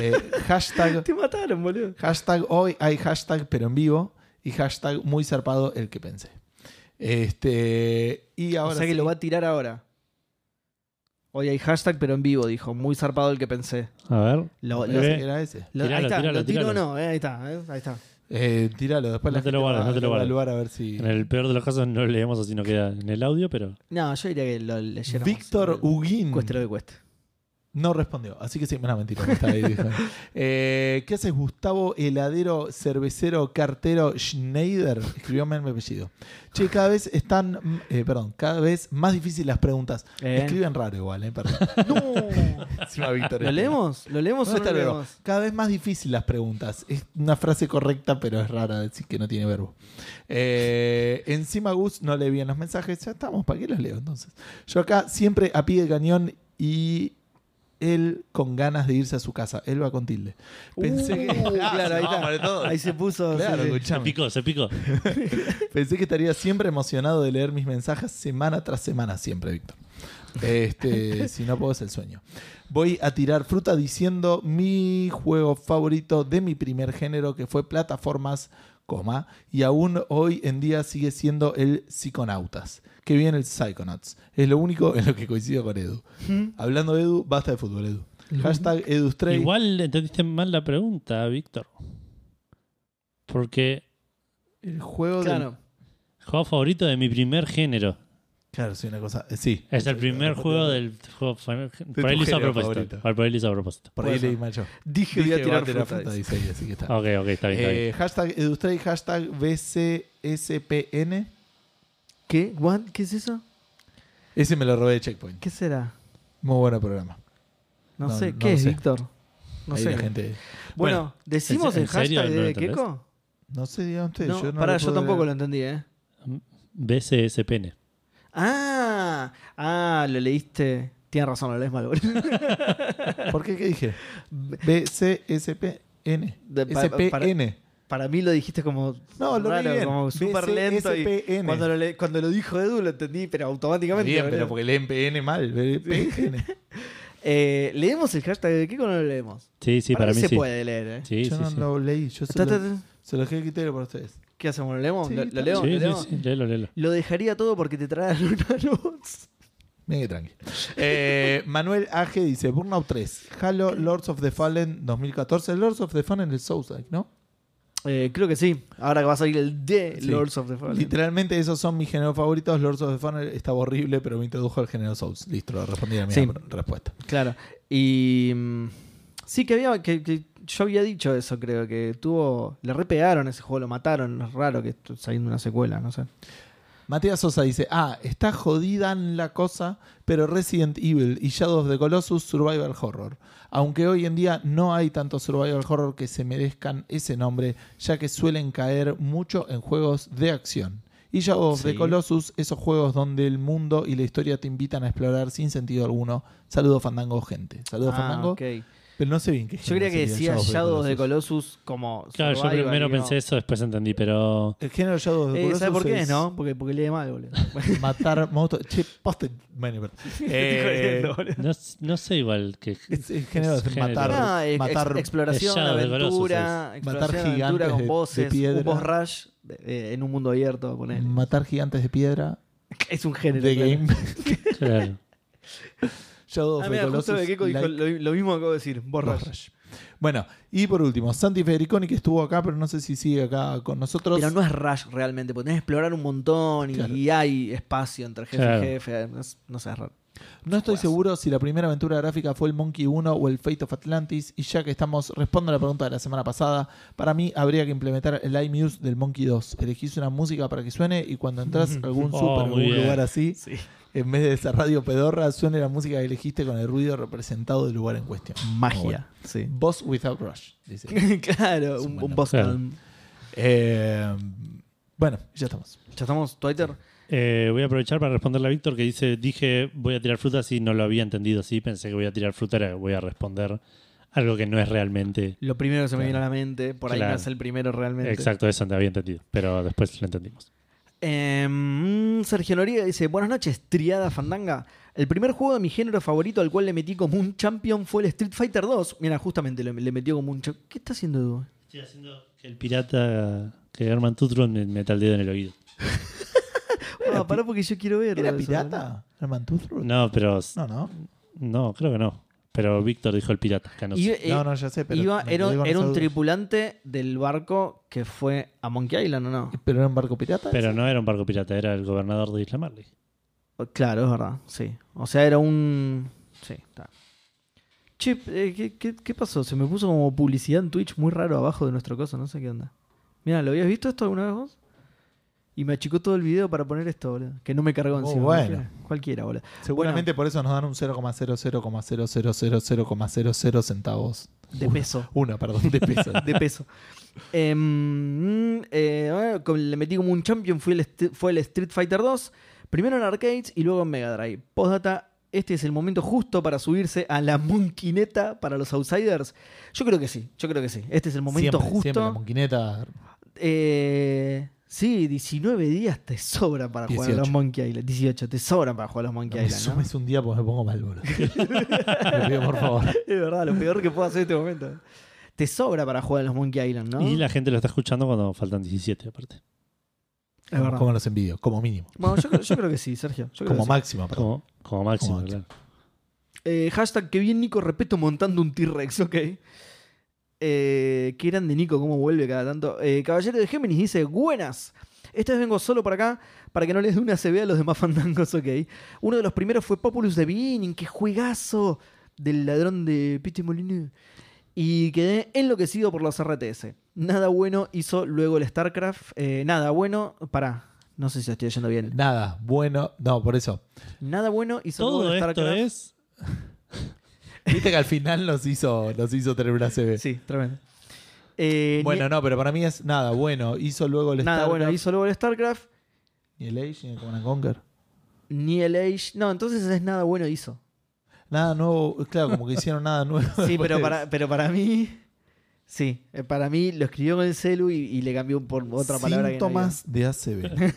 Eh, hashtag,
Te mataron, boludo.
hashtag hoy hay hashtag pero en vivo y hashtag muy zarpado el que pensé. Este, y ahora
o sea que
sí.
lo va a tirar ahora. Hoy hay hashtag, pero en vivo, dijo. Muy zarpado el que pensé.
A ver.
Lo,
Lo
lo-
Eh,
era ese.
lo-
Tiralo,
ahí está,
tiralo,
lo tiro o
tiralo.
no. eh, ahí está, eh, ahí está.
Eh, tíralo, después
No
la
te lo
gente
guardes,
va
no te lo
a
guardes.
evaluar a ver si.
En el peor de los casos no leemos así, no queda en el audio, pero.
No, yo diría que lo leyéramos.
Víctor Huguín
Cueste lo que cueste.
no respondió, así que sí, una mentira. no está ahí, dijo. Eh, ¿Qué haces, Gustavo, heladero, cervecero, cartero, Schneider? Escribió mi apellido. Che, cada vez están, mm, eh, perdón, cada vez más difíciles las preguntas.
Eh.
Escriben raro igual, eh, perdón.
¡No!
Encima Víctor.
¿Lo leemos? ¿Lo leemos
No
o no
está
lo
el verbo.
leemos?
Cada vez más difícil las preguntas. Es una frase correcta, pero es rara decir que no tiene verbo. Eh, encima Gus no lee bien los mensajes. Ya estamos, ¿para qué los leo entonces? Yo acá siempre a pie de cañón y él con ganas de irse a su casa. Él va con tilde. Pensé
Uh,
que...
claro, ahí
Vamos, vale, todo.
está. Ahí se puso.
Claro,
sí, sí.
Se
escuchame.
picó, se picó.
Pensé que estaría siempre emocionado de leer mis mensajes semana tras semana, siempre, Víctor. Este, si no puedo, es el sueño. Voy a tirar fruta diciendo mi juego favorito de mi primer género, que fue plataformas, coma, y aún hoy en día sigue siendo el Psiconautas. Que bien el Psychonauts. Es lo único en lo que coincido con Edu. Hablando de Edu, basta de fútbol, Edu. Hashtag EduStray.
Igual entendiste mal la pregunta, Víctor. Porque
El juego del-
Claro.
juego favorito de mi primer género.
Claro, sí, una cosa. eh, Sí.
Es el primer juego del juego. fa- Por ahí
tu
lo hizo a
género
propósito.
favorito.
Por ahí lo hizo a propósito.
Por ahí
Puede ser.
leí mal yo.
Dije, voy a
Dije,
tirar
va
fruta. dice.
dice ahí, así que
Ah,
está.
Ok, ok, está bien. Está bien.
Eh, hashtag Edustray, hashtag BCSPN.
¿Qué? ¿What? ¿Qué es eso?
Ese me lo robé de Checkpoint.
¿Qué será?
Muy buen programa.
No,
No,
sé.
no
¿Qué
lo
es,
sé.
Víctor? No
Ahí
sé.
la gente.
Bueno,
Bueno,
¿decimos
¿en-
el
en serio
hashtag
no lo
de
entendés?
Keiko?
No sé, digan ustedes.
No,
yo no
pará,
lo
yo
puedo
tampoco lo
leer.
entendí, ¿eh?
BCSPN.
Ah, ah, lo leíste. Tienes razón, lo lees mal, boludo.
¿Por qué? ¿Qué dije? BCSPN.
De- pa- pa- para-
SPN.
Para mí lo dijiste como
No, lo leí
raro,
bien.
como súper lento. y
BCSPN.
cuando, lo le- cuando lo dijo Edu lo entendí, pero automáticamente.
Bien,
boludo.
pero porque leen PN mal. BPN.
Eh, ¿Leemos el hashtag de Keiko o no lo leemos?
Sí, sí, para,
mí
mí
se
sí.
puede leer, ¿eh?
Sí,
Yo
sí,
no
sí.
lo leí. Yo se
Ta, ta,
lo,
ta.
se lo dejé criterio para ustedes.
¿Qué hacemos? ¿Lo leemos?
Sí,
¿Lo, lo
está
leo?
Sí, sí,
¿Lo leo?
sí, léelo, léelo.
Lo dejaría todo porque te trae Luna Notes.
Mira que tranqui. Eh, Manuel Aje dice: Burnout 3, Halo, Lords of the Fallen 2014. Lords of the Fallen es Souls-like, ¿no?
Eh, creo que sí. Ahora que va a salir el de
Sí.
Lords of the Fallen.
Literalmente, esos son mis géneros favoritos. Lords of the Fallen estaba horrible, pero me introdujo al género Souls. Listo, respondí a mi
Sí.
respuesta.
Claro. Y. mm, Sí, que había. Que, que yo había dicho eso, creo. Que tuvo. Le repegaron ese juego, lo mataron. Es raro que esté saliendo una secuela, no sé.
Matías Sosa dice: Ah, está jodida en la cosa, pero Resident Evil y Shadow of the Colossus, Survival Horror. Aunque hoy en día no hay tanto Survival Horror que se merezcan ese nombre, ya que suelen caer mucho en juegos de acción. Y Shadow of the
Sí.
Colossus, esos juegos donde el mundo y la historia te invitan a explorar sin sentido alguno. Saludos, Fandango, gente. Saludos,
Ah,
Fandango.
ok.
Pero no sé bien qué.
Yo creía que decía Shadow
Shadows
of the Colossus como.
Claro, yo
survival,
primero
y no.
pensé eso, después entendí, pero.
El género Shadow of the
Eh,
Colossus.
¿Sabes por qué?
es
No, porque, porque lee mal, boludo.
Matar motos. Che, poste. Bueno, perdón. Eh,
No, no sé igual que.
Es el género
Es
de
género.
matar,
No, ex-
matar
exploración,
Shadow of the Colossus
aventura, exploración,
Matar
aventura
gigantes de-
con
de
voces,
piedra.
un boss rush eh, en un mundo abierto, ponele.
matar gigantes de piedra
Es un género.
de
claro.
game.
Claro.
Shadow of
Ah,
the
mira, justo
Colossus,
de Keiko dijo
like
lo, lo mismo que acabo de decir, boss rush.
Rush. Bueno, y por último, Santi Federiconi que estuvo acá, pero no sé si sigue acá con nosotros.
Pero no es rush realmente, porque tenés que explorar un montón y,
Claro.
y hay espacio entre jefe
Claro.
y jefe. No, es- no sé, es raro.
No estoy
Juegas.
seguro si la primera aventura gráfica fue el Monkey 1 o el Fate of Atlantis, y ya que estamos, respondo a la pregunta de la semana pasada, para mí habría que implementar el iMuse del Monkey 2. Elegís una música para que suene y cuando entras a algún
Oh,
super
muy
o algún
bien.
lugar así, en vez de esa radio pedorra, suene la música que elegiste con el ruido representado del lugar en cuestión. Muy bueno.
Magia, sí.
Boss Without Rush, dice.
claro,
Es un
un,
buen
un boss.
nombre.
con-
Eh, bueno, ya estamos.
Ya estamos, Twitter.
Eh, voy a aprovechar para responderle a Víctor que dice: Dije voy a tirar fruta si no lo había entendido así. Pensé que voy a tirar fruta, era voy a responder algo que no es realmente.
Lo primero que se me
Claro.
viene a la mente, por ahí
Claro.
me hace el primero realmente.
Exacto, eso te había entendido, pero después lo entendimos.
Em, Sergio Noriega dice: Buenas noches, triada fandanga. El primer juego de mi género favorito al cual le metí como un champion fue el Street Fighter 2. Mira, justamente le, le metió como un champion. ¿Qué está haciendo Edu? Ah,
Estoy haciendo que el pirata, que Herman Tutron me meta el dedo en el oído.
Ah, pará porque yo quiero verlo.
¿Era
eso,
pirata? ¿Herman Tuthro?
No, pero.
No, no.
No, creo que no. Pero Víctor dijo el pirata, acá no
Y-
sé.
eh,
No, no, ya sé, pero.
iba-
me
era
quedé con
era
esa
un
duda.
tripulante del barco que fue a Monkey Island, ¿o no?
¿Pero era un barco pirata?
Pero no era un barco pirata, era el gobernador de Isla Marley.
Oh, Claro, es verdad, sí. O sea, era un. Sí, está. Che, eh, ¿qué, qué, qué pasó? Se me puso como publicidad en Twitch muy raro abajo de nuestro coso, no sé qué onda. Mira, ¿lo habías visto esto alguna vez vos? Y me achicó todo el video para poner esto, boludo. Que no me cargó encima.
bueno.
cualquiera- Cualquiera, boludo.
Seguramente por eso nos dan un 0,00000000 centavos.
De peso.
Una, perdón, de peso.
De peso. Em, eh, bueno, como le metí como un champion, fue el, St- fue el Street Fighter 2. Primero en arcades y luego en Mega Drive. Postdata, este es el momento justo para subirse a la monquineta para los outsiders. Yo creo que sí, yo creo que sí. Este es el momento
Siempre, Siempre la
justo.
monquineta.
Eh, sí, 19 días te sobra para jugar a los
18.
Monkey Island. 18, te sobran para jugar a los
No
Monkey
me
Island. ¿no?
sumes un día porque me pongo mal, boludo. Lo pido, por favor.
Es verdad, lo peor que puedo hacer en este momento. Te sobra para jugar a los Monkey Island, ¿no?
Y la gente lo está escuchando cuando faltan 17, aparte.
Es verdad.
Como los envidio, como mínimo.
Bueno, yo, creo- yo creo que sí, Sergio. Yo creo
Como
que sí.
máximo, perdón.
Como, como máximo,
Como
claro.
Eh, hashtag que bien Nico Repeto montando un T-Rex, ok. Eh, qué grande Nico, cómo vuelve cada tanto. Eh, Caballero de Géminis dice, buenas. Esta vez vengo solo para acá para que no les dé una CB a los demás fandangos, ok. Uno de los primeros fue Populus de Beginning, qué juegazo del ladrón de Pete Molyneux. Y quedé enloquecido por los RTS. Nada bueno hizo luego el StarCraft. Eh, nada bueno, pará, no sé si lo estoy leyendo bien.
Nada, bueno. No, por eso.
Nada bueno hizo luego
Todo
el
esto
StarCraft.
es.
Viste que al final nos hizo, nos hizo tener una CB.
Sí, tremendo. Eh,
Bueno, no, pero para mí es nada, bueno. Hizo luego el
ni- nada,
Starcraft,
bueno, hizo luego el StarCraft,
Ni el Age, ni el Command and Conquer.
ni el Age. No, entonces es nada bueno hizo.
Nada nuevo, claro, como que hicieron nada nuevo.
Sí,
después
pero
de
para,
eso.
pero para mí. Sí, eh, para mí lo escribió con el celu y, y le cambió por otra palabra. que no
Síntomas de ACB.
había.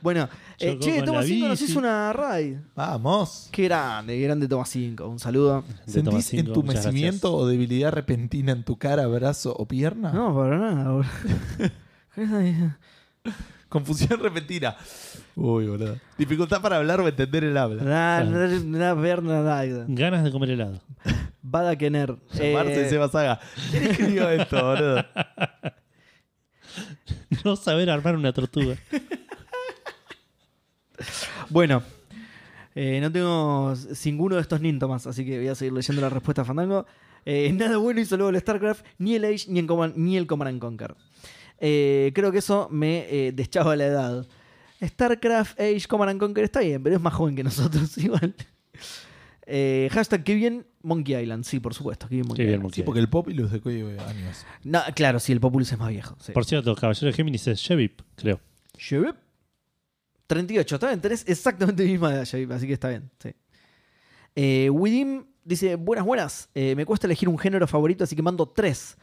bueno, eh,
Chocó
che,
con
Toma
la
5 nos
bici.
hizo una raid.
Vamos.
Qué grande, qué grande Toma 5. Un saludo.
de toma
¿Sentís
cinco, muchas gracias.
entumecimiento o debilidad repentina en tu cara, brazo o pierna?
No, para nada. boludo. ¿Qué es
Confusión repentina. Uy, boludo. Dificultad para hablar o entender el habla.
Nada, nada, nada, ver nada.
Ganas de comer helado.
Bada Kenner.
Llamarse
Eh,
Seba Saga. ¿Quién escribió esto, boludo?
No saber armar una tortuga.
Bueno, eh, no tengo ninguno de estos síntomas, así que voy a seguir leyendo la respuesta a Fandango. Eh, nada bueno hizo luego el StarCraft, ni el Age, ni, en Command- ni el Command and Conquer. Eh, creo que eso me eh, deschaba la edad. StarCraft, Age, Command and Conquer está bien, pero es más joven que nosotros igual. Eh, hashtag, qué bien Monkey Island. Sí, por supuesto, qué bien
Qué
Monkey
bien,
Island.
Monkey
Sí, porque el Populus de cuello de años.
No, claro, sí, el Populus es más viejo. sí.
Por cierto, Caballero de Géminis es Chevy, creo.
Shevip. 38, está bien, tenés exactamente la misma edad, Shevip, así que está bien. Sí. Eh, Widim dice: Buenas, buenas. Eh, me cuesta elegir un género favorito, así que mando tres.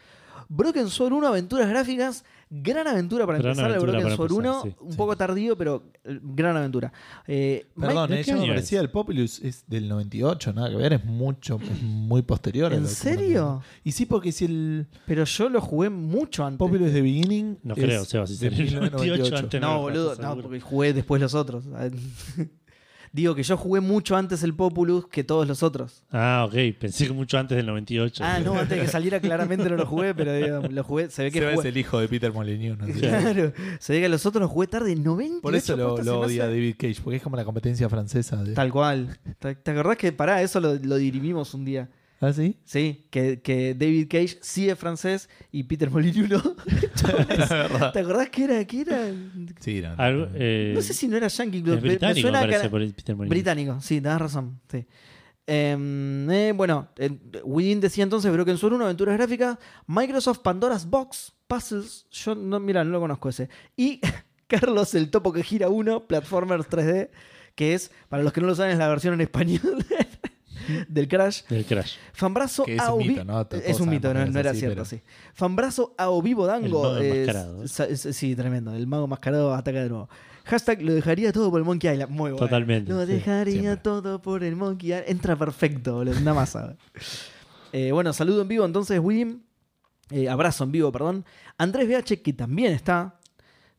Broken Sword 1, aventuras gráficas. Gran aventura para
Gran
empezar el
aventura
Broken
para
Sword
empezar,
1.
sí,
un
sí.
poco tardío, pero eh, gran aventura. Eh,
Perdón,
Mike-
¿de
eh,
qué
ya me
año
parecía el Populus es del 98, nada que ver, es mucho, es muy posterior.
¿En
al-
serio?
Y sí, porque si el
pero yo lo jugué mucho antes.
Populus de Beginning.
No
es
creo, Seba, si
de
será el 98
1998.
antes.
No, boludo, no, porque jugué después los otros. Digo que yo jugué mucho antes el Populus que todos los otros.
Ah, ok, pensé que mucho antes del 98.
Ah, no, antes de que saliera claramente no lo jugué, pero digo, lo jugué, se ve que
Seba es
jugué.
el hijo de Peter Molyneux. ¿no?
Claro, se ve que los otros los jugué tarde, 90.
Por eso lo, lo odia David Cage, porque es como la competencia francesa. De...
Tal cual. ¿Te, te acordás que pará, eso lo, lo dirimimos un día?
¿Ah, sí?
Sí, que, que David Cage sí es francés y Peter Molyneux no. Entonces, ¿Te acordás que era? que era?
Sí, no, no,
Algo,
no.
eh,
No sé si no era Yankee Club,
es
pero me
británico,
suena que
parece,
era-
por el Peter Molyneux.
Británico, sí, tenés razón. sí. Eh, eh, bueno, eh, Within decía entonces Broken Sword 1, aventuras gráficas, Microsoft Pandora's Box, Puzzles, yo no, mira, no lo conozco ese. Y Carlos el Topo que gira 1, Platformers 3D, que es, para los que no lo saben, es la versión en español del Crash.
del Crash.
¿Eh? Fambrazo
Que es
a
un
o vi-
mito, ¿no? T-
Es
todos
un mito, no,
sabemos que
no
es
era
así,
cierto,
pero-
sí. Fambrazo a o vivo dango.
El mago
eh,
enmascarado.
sa- es- sí, tremendo. El mago mascarado ataca de nuevo. Hashtag lo dejaría todo por el Monkey Island. Muy bueno.
Totalmente,
Lo
sí,
dejaría
siempre.
todo por el Monkey Island. Entra perfecto, boludo. Una masa. Eh, bueno, saludo en vivo entonces, William. Eh, abrazo en vivo, perdón. Andrés BH, que también está,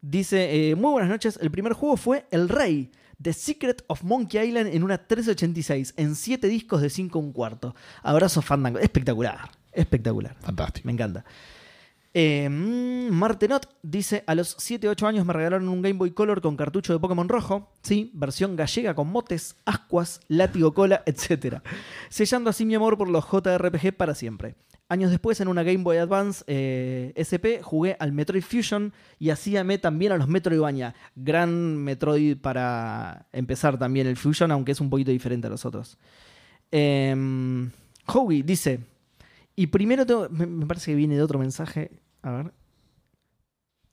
dice: eh, Muy buenas noches. El primer juego fue El Rey, The Secret of Monkey Island en una 386, en 7 discos de 5 un cuarto. Abrazo, Fandango. Espectacular, espectacular.
Fantástico.
Me encanta. Eh, mm, Martenot dice: A los 7-8 años me regalaron un Game Boy Color con cartucho de Pokémon rojo. Sí, versión gallega con motes, ascuas, látigo cola, etc. Sellando así mi amor por los JRPG para siempre. Años después, en una Game Boy Advance eh, SP, jugué al Metroid Fusion y así amé también a los Metroidvania. Gran Metroid para empezar también el Fusion, aunque es un poquito diferente a los otros. Eh, Howie dice: y primero tengo. Me, me parece que viene de otro mensaje. A ver.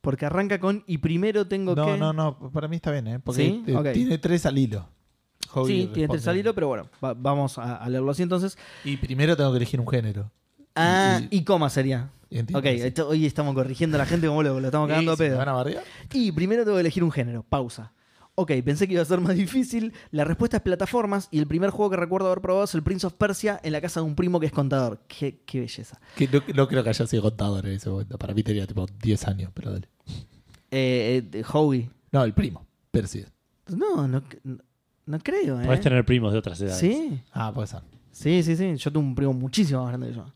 Porque arranca con. Y primero tengo
No,
que.
no, no, para mí está bien, ¿eh? Porque
¿Sí?
eh,
Ok.
tiene tres al hilo. Hobby
sí, tiene
responde.
tres al hilo, pero bueno, va- vamos a, a leerlo así entonces.
Y primero tengo que elegir un género.
Ah,
Y-
y coma sería.
Entiendo,
Ok,
sí.
esto- hoy estamos corrigiendo a la gente como lo, lo estamos cagando
¿Y
a
si me
pedo.
van a bardear?
Y primero tengo que elegir un género. Pausa. Ok, pensé que iba a ser más difícil. La respuesta es plataformas y el primer juego que recuerdo haber probado es el Prince of Persia en la casa de un primo que es contador. Qué, qué belleza.
Que no, no creo que haya sido contador en ese momento. Para mí tenía tipo 10 años, pero dale.
Eh, eh, Howie.
No, el primo. Pero sí.
Pues No, no, no creo, ¿eh?
Podés tener primos de otras edades.
Sí.
Ah, puede ser.
Sí, sí, sí. Yo tengo un primo muchísimo más grande que yo.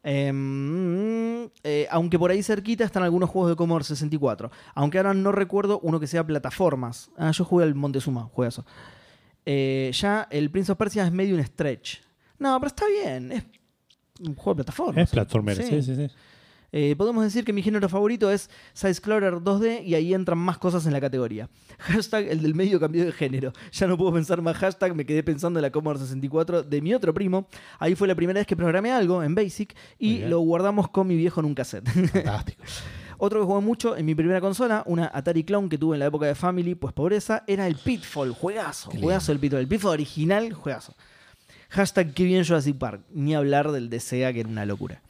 Em, eh, aunque por ahí cerquita están algunos juegos de Commodore 64. Aunque ahora no recuerdo uno que sea plataformas. Ah, yo jugué al Montezuma, juegazo. Eh, ya el Prince of Persia es medio un stretch. No, pero está bien. Es un juego de plataformas.
Es platformero, sí, sí, sí.
Eh, podemos decir que mi género favorito es Sidescroller 2D y ahí entran más cosas en la categoría. Hashtag el del medio cambió de género. Ya no puedo pensar más hashtag, me quedé pensando en la Commodore 64 de mi otro primo. Ahí fue la primera vez que programé algo en Basic
Muy
y
bien.
lo guardamos con mi viejo en un cassette.
Fantástico.
otro que jugué mucho en mi primera consola, una Atari Clown que tuve en la época de Family, pues pobreza, era el Pitfall, juegazo,
Qué
juegazo el Pitfall, el Pitfall original, juegazo. Hashtag que bien Jurassic Park. Ni hablar del de Sega, que era una locura.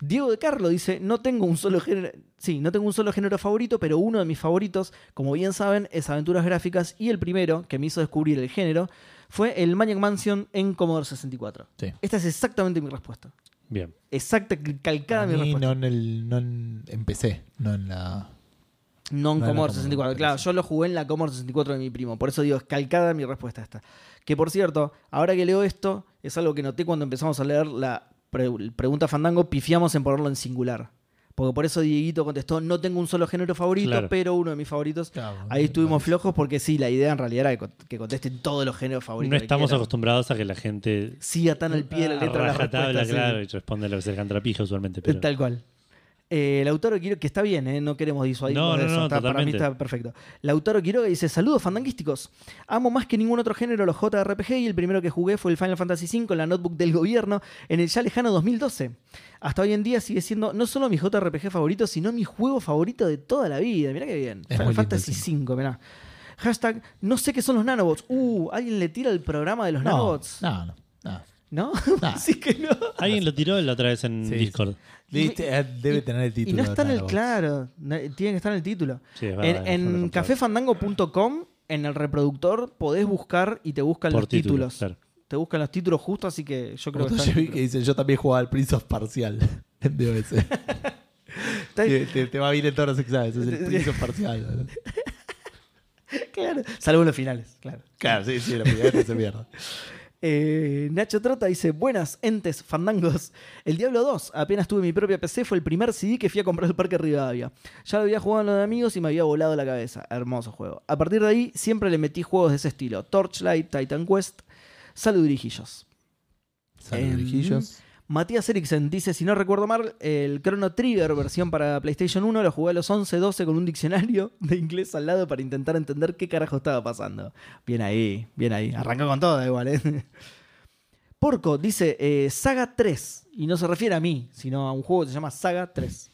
Diego de Carlo dice: No tengo un solo género. Sí, no tengo un solo género favorito, pero uno de mis favoritos, como bien saben, es aventuras gráficas. Y el primero que me hizo descubrir el género fue el Maniac Mansion en Commodore 64.
Sí.
Esta es exactamente mi respuesta.
Bien.
Exacta, calcada
Para
mi
mí
respuesta.
no en el. No en, empecé, no en la.
No en
No era
Commodore
Commodore,
64.
parece.
Claro, yo lo jugué en la Commodore 64 de mi primo. Por eso digo, es calcada mi respuesta esta. Que por cierto, ahora que leo esto, es algo que noté cuando empezamos a leer la pre- pregunta Fandango, pifiamos en ponerlo en singular. Porque por eso Dieguito contestó, no tengo un solo género favorito,
Claro.
pero uno de mis favoritos.
Claro,
Ahí estuvimos
parece.
flojos porque sí, la idea en realidad era que cont- que contesten todos los géneros favoritos.
No
que
estamos
quieran.
acostumbrados a que la gente
Siga tan al pie de la letra la
rajatabla,
respuesta. sí.
claro, y responde lo que se cantrapija usualmente.
Eh,
Pero
Tal cual. Eh, Lautaro Quiroga, que está bien, ¿eh? no queremos
No,
disuadirnos de
no,
eso,
no,
está- para mí
totalmente.
está perfecto. Lautaro Quiroga dice, saludos fandanguísticos, amo más que ningún otro género los JRPG y el primero que jugué fue el Final Fantasy V en la notebook del gobierno en el ya lejano 2012. Hasta hoy en día sigue siendo no solo mi JRPG favorito, sino mi juego favorito de toda la vida, mirá que bien.
Es muy
Final
lindo
Fantasy
el
V, mirá. Hashtag, no sé qué son los nanobots. Uh, alguien le tira el programa de los
No,
nanobots.
no, no. no.
¿No?
Nah.
Así que no.
Alguien lo tiró la otra vez en
Sí,
Discord.
Leíste, eh, debe
y-
tener el título.
Y no está en el
Nanobots.
claro, no- tiene que estar en el título.
Sí, es verdad,
En,
es
en
bastante
cafefandango.com, en el reproductor, podés buscar y te buscan
Por
los
título,
títulos.
claro.
Te buscan los títulos justo, así que yo creo que
Como
está
yo
en el
vi que
título.
dice, yo también jugaba al Prince of Parcial en DOS.
Está-
te, te- te va bien en todos los exámenes, es el Prince of Parcial. boludo.
claro, salvo los finales, claro.
Claro, sí, sí, la primera vez se mierda.
Eh, Nacho Trota dice, buenas entes fandangos. El Diablo 2, apenas tuve mi propia PC, fue el primer CD que fui a comprar al Parque Rivadavia. Ya lo había jugado en los de amigos y me había volado la cabeza. Hermoso juego. A partir de ahí, siempre le metí juegos de ese estilo. Torchlight, Titan Quest, Saludirijillos. Em,
Saludos,
Matías Eriksen dice, si no recuerdo mal, el Chrono Trigger versión para PlayStation 1 lo jugué a los 11, 12 con un diccionario de inglés al lado para intentar entender qué carajo estaba pasando. Bien ahí, bien ahí. Arrancó con todo igual, ¿eh? Porco dice, eh, Saga 3, y no se refiere a mí, sino a un juego que se llama Saga 3.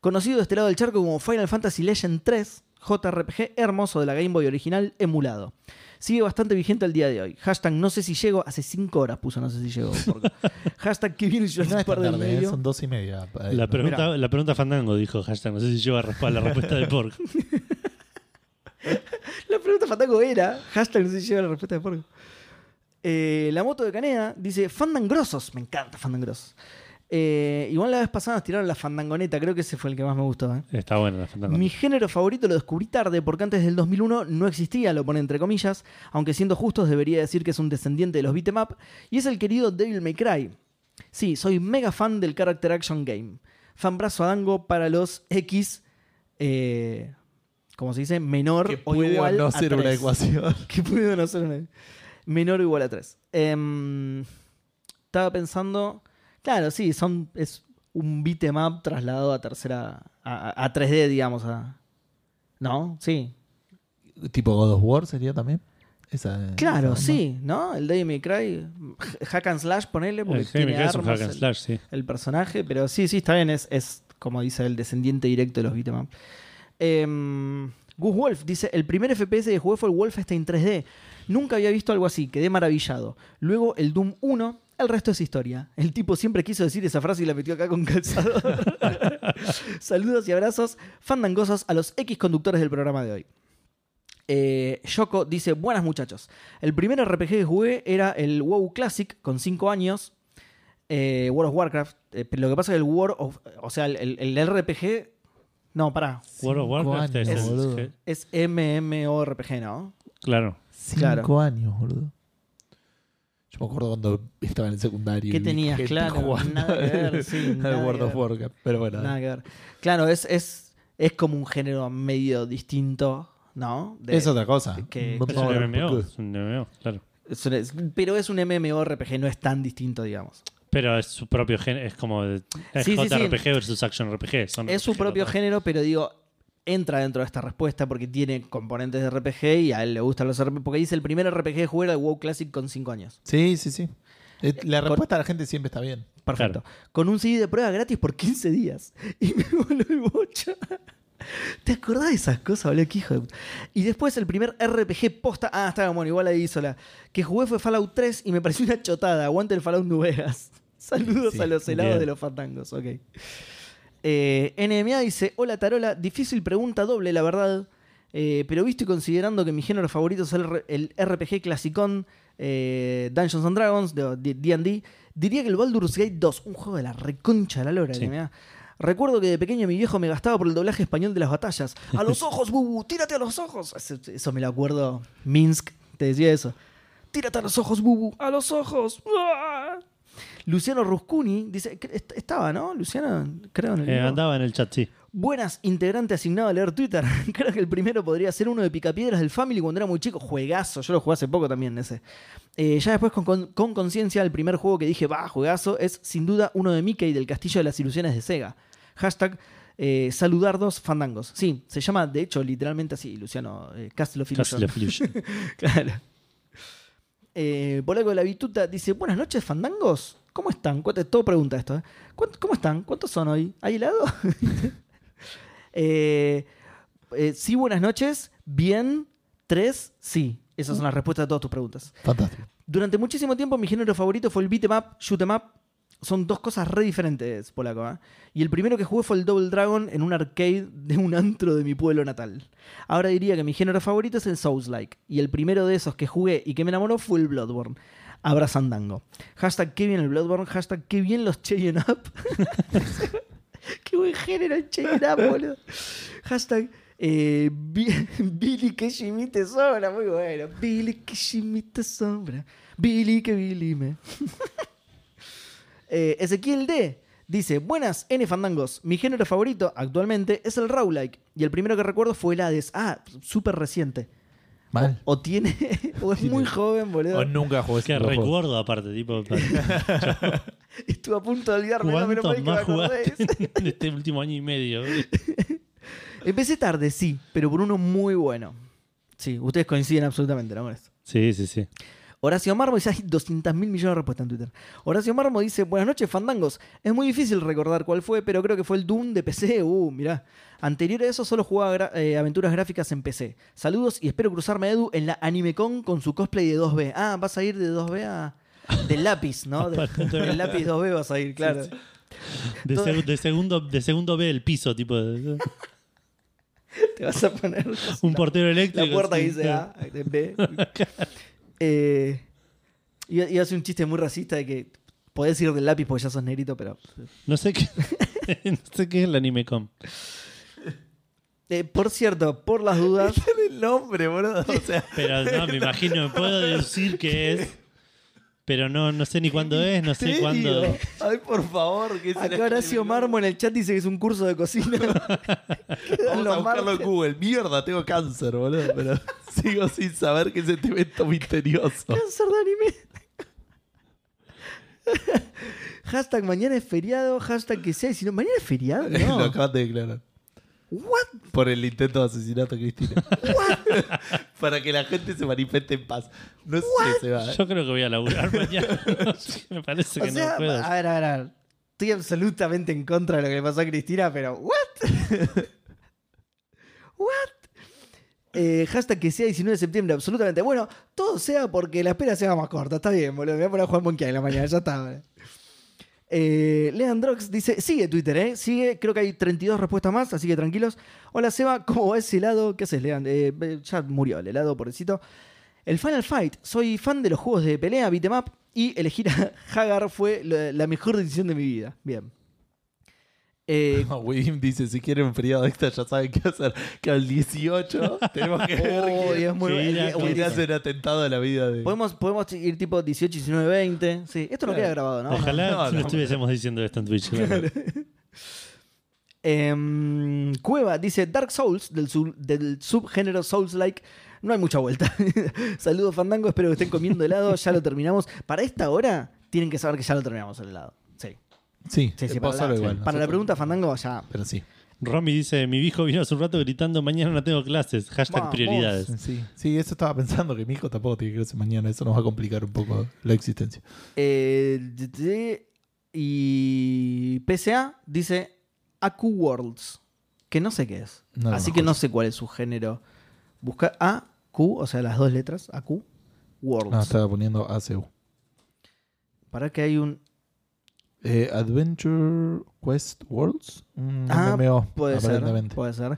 Conocido de este lado del charco como Final Fantasy Legend 3, JRPG hermoso de la Game Boy original emulado. Sigue bastante vigente al día de hoy. Hashtag no sé si llego. Hace cinco horas puso no sé si llego. porque- Hashtag que viene yo
No es
par
tan
del
tarde, ¿eh?
medio.
son dos y media. eh,
La pregunta,
Mirá.
la pregunta Fandango dijo hashtag. No sé si lleva a raspar la respuesta de Porco.
La pregunta Fandango era. Hashtag no sé si llega la respuesta de porco. Eh, la moto de Caneda dice Fandangrosos. Me encanta Fandangrosos. Eh, igual la vez pasada nos tiraron la Fandangoneta. Creo que ese fue el que más me gustó. ¿eh?
Está buena la Fandango. Eh,
Mi género favorito lo descubrí tarde porque antes del 2001 no existía, lo pone entre comillas, aunque siendo justos debería decir que es un descendiente de los beat'em up y es el querido Devil May Cry. Sí, soy mega fan del Character Action Game. Fan brazo a dango para los X, eh, como se dice, menor
que
o
puede o
igual
no
a
ser una
3.
ecuación.
Que puede o no ser una- menor o igual a 3. estaba pensando, claro, sí, son, es un beat'em up trasladado a tercera, a, a- a 3D, digamos. a- ¿No? Sí.
¿Tipo God of War sería también? Esa- eh,
Claro,
esa onda.
sí, ¿no? El Devil May Cry, hack and slash, ponele, porque
El Jaime
tiene
Crash es un
armas,
hack and
el-
slash, sí.
el personaje, pero sí, sí, está bien, es, es, como dice el descendiente directo de los beat'em up. Em, Gus Wolf dice, el primer FPS que jugué fue el Wolfenstein 3D. Nunca había visto algo así, quedé maravillado. Luego el Doom 1, el resto es historia. El tipo siempre quiso decir esa frase y la metió acá con calzador. Saludos y abrazos fandangosos a los X conductores del programa de hoy. Eh, Yoko dice, buenas muchachos. El primer RPG que jugué era el WoW Classic con 5 años, eh, World of Warcraft. eh, pero lo que pasa es que el World of. O sea, el, el- el RPG. No, pará.
World of Warcraft
Cinco
es,
años,
el-
boludo.
que-
Es MMORPG, ¿no?
Claro.
Cinco
Claro.
años, boludo. Yo me acuerdo cuando estaba en el secundario.
¿Qué
y vi
tenías?
gente
Claro,
jugando
nada que ver, sí,
al
nada que
World of
ver.
Warcraft. Pero bueno,
Nada que ver. Claro, es, es, es como un género medio distinto, ¿no? De-
es otra cosa.
que-
No
Es
puedo
un
hablar
MMO.
porque-
Es un MMO, claro.
es una- es- pero es un MMORPG, no es tan distinto, digamos.
Pero es su propio género. Es como. de- Es
Sí, sí, sí.
JRPG versus Action RPG. son
Es su
RPG
propio
los dos.
género, pero digo, entra dentro de esta respuesta porque tiene componentes de RPG y a él le gustan los RPG. Porque dice el primer RPG que jugué era el WoW Classic con 5 años.
Sí, sí, sí. Eh, La respuesta de la gente siempre está bien.
Perfecto. Con un CD de prueba gratis por 15 días. Y me voló el bocho. ¿Te acordás de esas cosas, boludo? Qué hijo de puta. Y después el primer RPG posta. Ah, estaba bueno, igual ahí hizo la. Que jugué fue Fallout 3 y me pareció una chotada. Aguante el Fallout New Vegas. Saludos
Sí,
a los helados
bien.
de los fandangos, ok. Eh, NMA dice: Hola Tarola, difícil pregunta doble, la verdad. Eh, pero visto y considerando que mi género favorito es el, R- el RPG clasicón eh, Dungeons and Dragons de de D&D, diría que el Baldur's Gate 2, un juego de la reconcha de la lora,
Sí.
NMA. Recuerdo que de pequeño mi viejo me gastaba por el doblaje español de las batallas. A los ojos, bubu, tírate a los ojos. Eso, eso me lo acuerdo. Minsk te decía eso. Tírate a los ojos, bubu, a los ojos. ¡Ah! Luciano Ruscuni dice, que est- estaba, ¿no? Luciano, creo en el
Eh,
vivo.
andaba en el chat, sí.
Buenas, integrante asignado a leer Twitter. Creo que el primero podría ser uno de Picapiedras del Family cuando era muy chico. Juegazo, yo lo jugué hace poco también ese. Eh, ya después con- con con conciencia, el primer juego que dije, va, juegazo, es sin duda uno de Mickey del Castillo de las Ilusiones de Sega. Hashtag eh, saludardos fandangos. Sí, se llama de hecho literalmente así, Luciano, eh, Castle of Illusion.
Castle of Illusion.
Claro. Eh, Polaco de la Bituta dice: Buenas noches, fandangos. ¿Cómo están? Cuate- Todo pregunta esto. ¿eh? ¿Cuánt- ¿Cómo están? ¿Cuántos son hoy? ¿Hay helado? Eh, eh, sí, buenas noches. Bien. Tres, sí. Esas son las respuestas a todas tus preguntas.
Fantástico.
Durante muchísimo tiempo mi género favorito fue el beat'em up, shoot'em up. Son dos cosas re diferentes, polaco. ¿eh? Y el primero que jugué fue el Double Dragon en un arcade de un antro de mi pueblo natal. Ahora diría que mi género favorito es el Souls-like. Y el primero de esos que jugué y que me enamoró fue el Bloodborne. Abraza Andango. Hashtag qué bien el Bloodborne. Hashtag qué bien los Cheyenne Up. qué buen género el Cheyenne Up, boludo. Hashtag eh, Bi- Billy que Jimmy te sobra. Muy bueno. Billy que Jimmy te sobra. Billy que Billy me. Eh, Ezequiel D. Dice, buenas N Fandangos, mi género favorito actualmente es el Rowlike y el primero que recuerdo fue el Hades. Ah, súper reciente.
Mal.
O tiene, o es muy joven, boludo.
O nunca jugué
que
ese tipo de juego.
recuerdo, aparte, tipo.
Estuve a punto de olvidarme, no me lo
¿Cuántos
podés que
más
me acordé
jugaste
de eso.
en este último año y medio?
Empecé tarde, sí, pero por uno muy bueno. Sí, ustedes coinciden absolutamente, ¿no? Con esto.
Sí, sí, sí.
Horacio Marmo dice, hay 200 mil millones de respuestas en Twitter. Horacio Marmo dice, buenas noches, fandangos. Es muy difícil recordar cuál fue, pero creo que fue el Doom de PC. Uh, mirá. Anterior a eso solo jugaba gra- eh, aventuras gráficas en PC. Saludos y espero cruzarme a Edu en la AnimeCon con su cosplay de 2B. Ah, vas a ir de 2B a... Del lápiz, ¿no? De- del lápiz 2B vas a ir, claro.
De,
Todo-
seg- de segundo, de segundo B el piso, tipo. de-
Te vas a poner...
un portero eléctrico.
La puerta
sí,
que dice
claro.
A, B. Eh, y, y hace un chiste muy racista de que podés ir del lápiz porque ya sos negrito, pero.
No sé qué. no sé qué es el AnimeCom.
Eh, por cierto, por las dudas.
el nombre, boludo. O sea,
Pero no, me imagino, puedo deducir que es. Pero no, no sé ni cuándo es, no sé cuándo.
Ay, por favor, que se
Acá Horacio Marmo en el chat dice que es un curso de cocina.
Vamos a
Los
buscarlo en
martes.
Google. Mierda, tengo cáncer, boludo. Pero sigo sin saber qué es este evento misterioso.
Cáncer de anime. hashtag mañana es feriado. Hashtag que sea. Y si no, mañana es feriado. No.
Lo acaban de declarar.
What?
Por el intento de asesinato a Cristina. Para que la gente se manifieste en paz. No sé si se va. eh.
Yo creo que voy a laburar mañana. me parece que
O sea,
no puedo.
a ver, a ver, a ver. Estoy absolutamente en contra de lo que le pasó a Cristina, pero ¿what? ¿What? Eh, hashtag que sea 19 de septiembre, absolutamente. Bueno, todo sea porque la espera sea más corta. Está bien, boludo. Me voy a poner a jugar Monkey en la mañana, ya está. boludo. Eh, Leandrox dice, sigue Twitter, ¿eh? Sigue, creo que hay 32 respuestas más, así que tranquilos. Hola Seba, ¿cómo va ese helado? ¿Qué haces, Leand? Eh, eh, ya murió el helado, pobrecito. El Final Fight, soy fan de los juegos de pelea, beat'em up, y elegir a Hagar fue la la mejor decisión de mi vida. Bien. Eh,
No, Widim dice, si quieren un feriado extra ya saben qué hacer. Que al 18 tenemos que ver
oh,
quién-
Dios, muy
que
bien.
era-
Bien,
que
quién
buenísimo.
hace un atentado a la vida de...
podemos, podemos ir tipo 18, 19, 20. Sí, esto no
Claro.
queda grabado, ¿no?
Ojalá
no,
no,
no.
estuviésemos diciendo esto en Twitch. la verdad.
Em, Cueva dice Dark Souls del, sub- del subgénero Souls-like. No hay mucha vuelta. Saludos, Fandango. Espero que estén comiendo helado. Ya lo terminamos. Para esta hora, tienen que saber que ya lo terminamos el helado. Sí.
Sí,
Sí, sí,
vos
para,
solo
la,
Eh, igual.
para
nosotros-
la pregunta, Fandango, ya.
Pero sí.
Romy dice: Mi viejo vino hace un rato gritando, mañana no tengo clases. Hashtag
Vamos.
prioridades.
sí. Sí, eso estaba pensando, que mi hijo tampoco tiene clase mañana. Eso nos va a complicar un poco la existencia.
Eh, d- d- y PSA dice Aku Worlds, que no sé qué es.
No, no
Así
me
que no
acuerdo.
sé cuál es su género. Busca A, Q, o sea, las dos letras, AQ, Worlds.
No, estaba poniendo ACU.
Para que hay un...
Eh, Adventure Quest Worlds. Un
Ah,
MMO,
Puede ser,
aparentemente.
puede ser.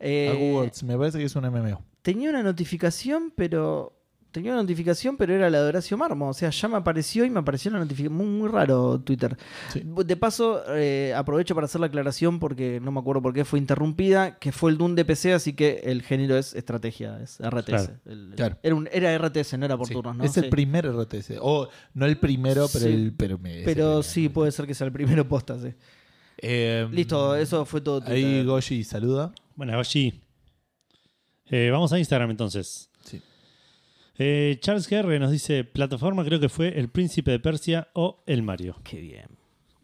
Eh,
Agu Worlds, me parece que es un MMO.
Tenía una notificación, pero... Tenía una notificación, pero era la de Horacio Marmo. O sea, ya me apareció y me apareció la notificación. Muy, muy raro Twitter.
Sí.
De paso, eh, aprovecho para hacer la aclaración porque no me acuerdo por qué fue interrumpida, que fue el Doom de PC, así que el género es estrategia, es RTS.
Claro,
El-
claro.
Era, un, era RTS, no era por
Sí.
turnos, ¿no?
Es
Sí.
el primer RTS. O no el primero, pero
Sí.
el. Pero, me- es el
Pero
primero.
sí, puede ser que sea el primero posta, sí.
Eh,
Listo, eso fue todo. Twitter.
Ahí Goshi saluda.
Bueno, Goshi. Eh, vamos a Instagram entonces.
Sí.
Eh, Charles Guerre nos dice: Plataforma creo que fue El Príncipe de Persia o El Mario.
Qué bien.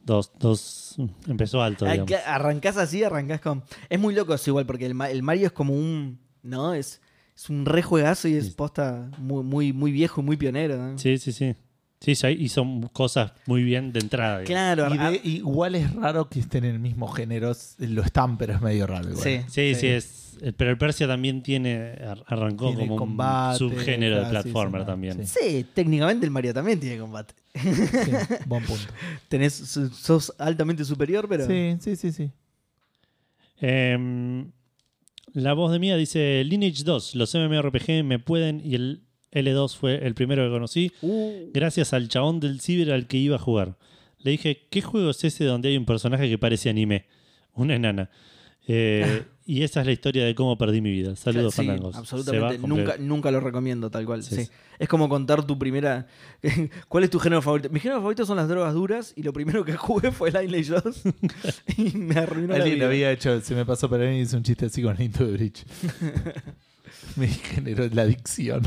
Dos, dos. mm, Empezó alto, digamos.
Acá Arrancás así, arrancás con... Es muy loco eso igual, porque el, Ma- el Mario es como un... ¿No? Es, es un re juegazo y es posta muy, muy, muy viejo y muy pionero. ¿no?
Sí, sí, sí. Sí, ya hizo cosas muy bien de entrada. digamos.
Claro. ah,
Y
ar-
de- igual es raro que estén en el mismo género. s- Lo están, pero es medio raro. Igual.
Sí.
Sí, sí, es. el- Pero el Persia también tiene. ar- Arrancó
Tiene
como
combate,
un subgénero de
claro, sí,
platformer
sí, no,
también.
sí.
Sí, técnicamente el Mario también tiene combate.
Sí, buen punto.
Tenés, sos altamente superior, pero...
Sí, sí, sí. sí.
Em, la voz de Mía dice: Lineage 2, los MMORPG me pueden y el L2 fue el primero que conocí.
Uh,
Gracias al chabón del ciber al que iba a jugar. Le dije: ¿Qué juego es ese donde hay un personaje que parece anime? Una enana. Eh, y esa es la historia de cómo perdí mi vida. Saludos,
sí,
Fandangos.
Absolutamente.
Se va
Nunca,
completo.
nunca lo recomiendo, tal cual.
Sí,
sí.
sí.
Es como contar tu primera. ¿Cuál es tu género favorito? Mi género favorito son las drogas duras y lo primero que jugué fue Line Age 2 y me arruinó la
Alguien lo
vida.
había hecho, se me pasó para mí y hizo un chiste así con Into the Bridge. me generó la adicción.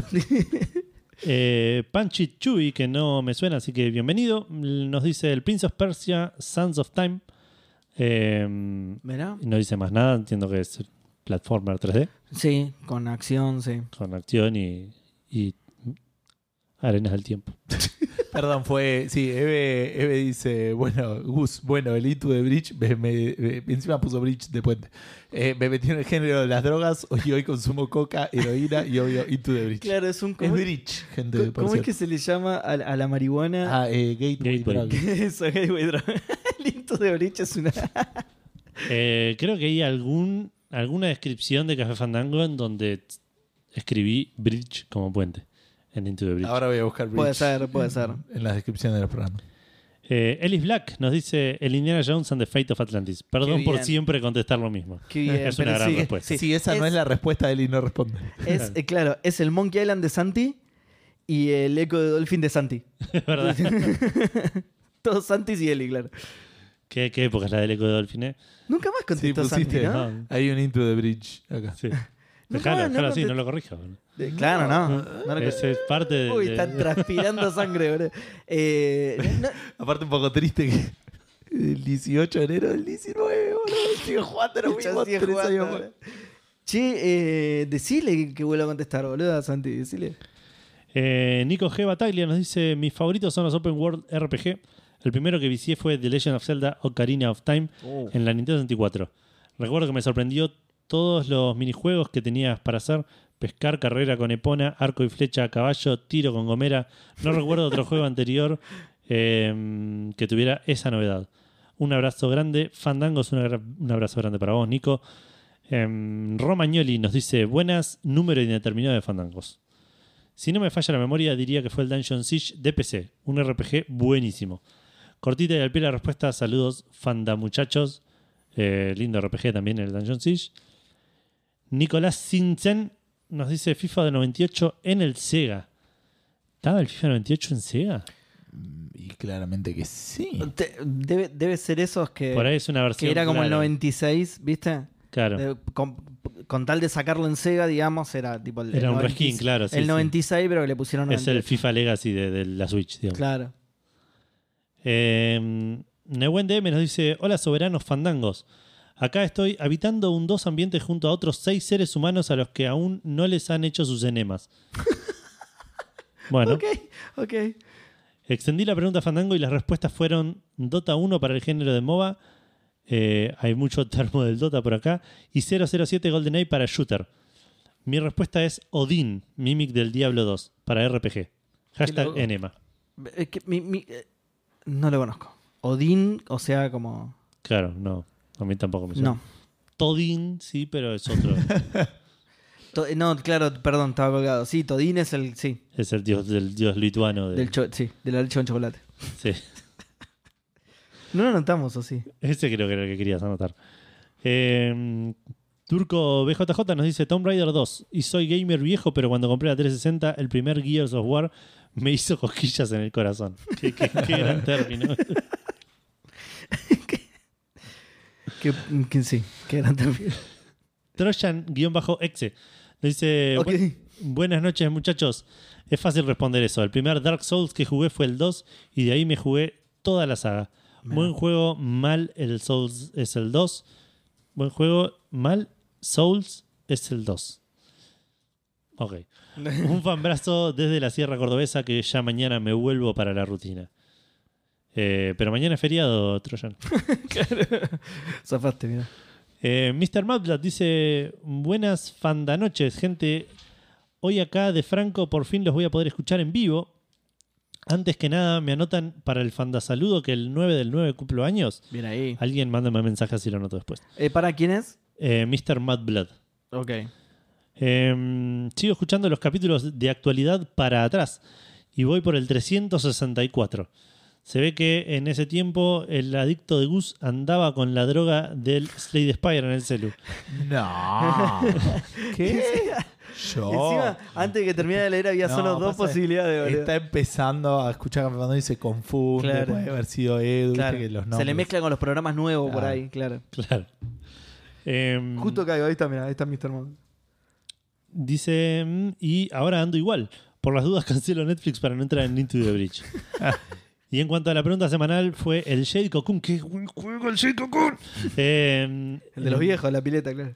Eh, Panchi Chuy, que no me suena, así que bienvenido. Nos dice el Prince of Persia, Sons of Time. Eh, no
¿Verdad?
dice más nada, entiendo que es platformer 3D,
Sí, con acción, sí.
con acción y, y Arenas del tiempo.
Perdón, fue. Sí, Eve, Eve dice: Bueno, Gus, bueno, el Itu de Bridge. me- me- me- encima puso Bridge de puente. Eh, me metí en el género de las drogas y hoy consumo coca, heroína y obvio Itu de Bridge.
Claro, es un.
Es
¿Cómo, es,
Bridge, gente. por
cómo es que
cierto.
se le llama a, la- a la marihuana?
Ah, eh, Gateway.
Gateway.
Drug.
Eso, eh, gateway drug. Listo de brecha es una.
Eh, creo que hay algún, alguna descripción de Café Fandango en donde t- escribí bridge como puente en Into the Bridge.
Ahora voy a buscar Bridge.
Puede ser, puede ser.
En la descripción de los programas.
Eh, Ellis Black nos dice el Indiana Jones and the Fate of Atlantis. Perdón
Qué
por
bien.
siempre contestar lo mismo.
Qué bien,
es una
pero
gran
sigue-
respuesta.
Sí,
si esa no
es-
es la respuesta, Eli no responde.
Es, eh, claro, es el Monkey Island de Santi y el eco de Dolphin de Santi.
Es verdad.
Todos Santis y Eli, claro.
¿Qué, qué época es la del Eco de Dolphine?
Nunca más
Sí,
contestó
pusiste.
Santi, ¿no?
¿no?
Hay un Into the Bridge acá.
Sí.
No,
Dejalo,
no,
dejalo
no
así,
te-
no lo corrija.
Eh, Claro, no. no lo-
Ese es parte de.
Uy,
de-
están transpirando sangre, boludo. Eh, no-
Aparte, un poco triste que. El 18 de enero del 19, boludo. Sigue jugando lo
no- ya
mismo.
sigue
tres
jugando,
años más.
boludo. Che, eh, decile que vuelva a contestar, boludo, a Santi, decile.
Eh, Nico G. Bataglia nos dice: Mis favoritos son los Open World RPG. El primero que vicié fue The Legend of Zelda Ocarina of Time
Oh.
en la Nintendo 64. Recuerdo que me sorprendió todos los minijuegos que tenías para hacer: pescar, carrera con epona, arco y flecha a caballo, tiro con gomera. No recuerdo otro juego anterior eh, que tuviera esa novedad. Un abrazo grande. Fandango es una gra- un abrazo grande para vos, Nico. Em, Romagnoli nos dice: Buenas, número indeterminado de fandangos. Si no me falla la memoria, diría que fue el Dungeon Siege de PC, un RPG buenísimo. Cortita y al pie la respuesta, saludos, fanda muchachos. Eh, lindo RPG también el Dungeon Siege. Nicolás Sinchen nos dice FIFA de 98 en el Sega. ¿Estaba el FIFA 98 en Sega?
Y claramente que sí.
Te- debe, debe ser esos que,
Por ahí es una versión.
Eh, que era como el
rara.
96, ¿viste?
Claro.
De- con, con tal de sacarlo en Sega, digamos, era tipo el,
Era
el
un reskin, claro, sí,
el
sí.
96, pero que le pusieron
es el
98.
FIFA Legacy de, de la Switch, digamos.
Claro.
Eh, Nehuen DM nos dice: Hola soberanos fandangos. Acá estoy habitando un dos ambiente junto a otros seis seres humanos a los que aún no les han hecho sus enemas. bueno,
Ok, ok.
extendí la pregunta a Fandango y las respuestas fueron Dota 1 para el género de MOBA. eh, hay mucho termo del Dota por acá. Y 007 GoldenEye para Shooter. Mi respuesta es Odín, Mimic del Diablo 2, para RPG. Hashtag
loco.
enema.
Es que mi- mi- eh, no lo conozco. Odín, o sea, como.
Claro, no. A mí tampoco me suena.
No.
Todin, sí, pero es otro.
To- no, claro, perdón, estaba colgado. Sí, Todín es el. Sí,
Es el dios del dios lituano. de-
del cho- sí, de la leche con chocolate.
sí.
No lo notamos, o sí.
Ese creo que era el que querías anotar. Eh, Turco BJJ nos dice Tomb Raider 2. Y soy gamer viejo, pero cuando compré la 360, el primer Gears of War me hizo cosquillas en el corazón. Qué, qué- qué gran término.
Que, que sí, que era también.
Trojan-exe. Nos dice.
Ok.
"Buen- Buenas noches, muchachos. Es fácil responder eso. El primer Dark Souls que jugué fue el 2 y de ahí me jugué toda la saga. Buen juego, mal el Souls es el 2. Buen juego, mal Souls es el 2. Ok. Un fanbrazo desde la Sierra Cordobesa que ya mañana me vuelvo para la rutina. Eh, pero mañana es feriado, Trojan.
Zafaste, mira.
Eh, Mr. Madblad dice: Buenas fandanoches, gente. Hoy acá de Franco por fin los voy a poder escuchar en vivo. Antes que nada, me anotan para el fandasaludo que el 9 del 9 cumplo años.
Bien ahí.
Alguien mándame mensaje así lo anoto después.
Eh, ¿Para quién es?
Eh, Mr. Madblad.
Ok.
Eh, sigo escuchando los capítulos de actualidad para atrás y voy por el 364. Se ve que en ese tiempo el adicto de Gus andaba con la droga del Slade Spire en el celu.
No. ¿Qué? Yo.
Encima, antes de que termine de leer, había
No,
solo dos
pasa que
posibilidades, boludo.
Está empezando a escuchar a Fernando y se confunde.
Claro.
Puede haber sido Edu. viste
Claro,
que los
se le
nombres-
mezcla con los programas nuevos por
Claro.
ahí, claro.
Claro. Em,
Justo caigo, ahí está, mira, ahí está Mr. Mod.
Dice, mm, y ahora ando igual. Por las dudas cancelo Netflix para no entrar en Into the Bridge. Y en cuanto a la pregunta semanal, fue el Jade Cocoon. ¡Qué buen juego el Jade Cocoon! Eh,
El de los viejos, la pileta, claro.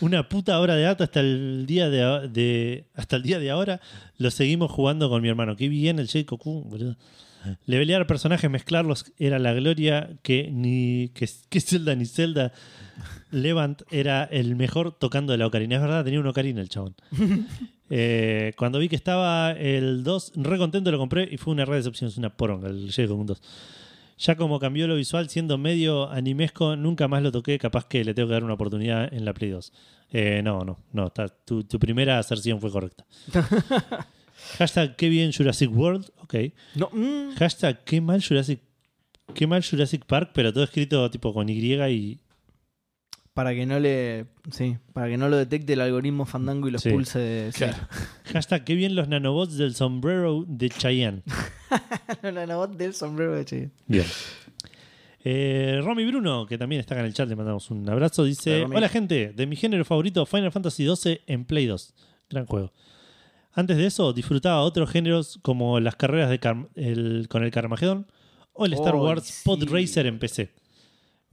Una puta hora de dato hasta el día de, a- de- hasta el día de ahora. Lo seguimos jugando con mi hermano. Qué bien el Jade Cocoon, boludo. Levelear personajes, mezclarlos era la gloria que ni que, que Zelda ni Zelda. Levant era el mejor tocando de la ocarina. Es verdad, tenía una ocarina el chabón. Eh, cuando vi que estaba el 2, re contento lo compré y fue una re decepción, es una poronga el Jade Cocoon 2. Ya como cambió lo visual, siendo medio animesco, nunca más lo toqué. Capaz que le tengo que dar una oportunidad en la Play 2. Eh, no, no, no. está- tu, tu primera aserción fue correcta. Hashtag qué bien Jurassic World. Ok.
No, mm,
Hashtag qué mal Jurassic, qué mal Jurassic Park, pero todo escrito tipo con Y y.
para que no le. Sí, para que no lo detecte el algoritmo fandango y lo
Sí.
expulse de. sí.
Claro.
Hashtag qué bien los nanobots del sombrero de Cheyenne.
No, no, no, del sombrero de Che.
Bien. Eh, Romy Bruno, que también está acá en el chat, le mandamos un abrazo. Dice:
Hola, Romy.
Hola, gente, de mi género favorito, Final Fantasy XII en Play 2. Gran juego. Antes de eso, disfrutaba otros géneros como las carreras de Carm- el- con el Carmageddon o el Star
Oh,
Wars
sí.
Pod Racer en PC.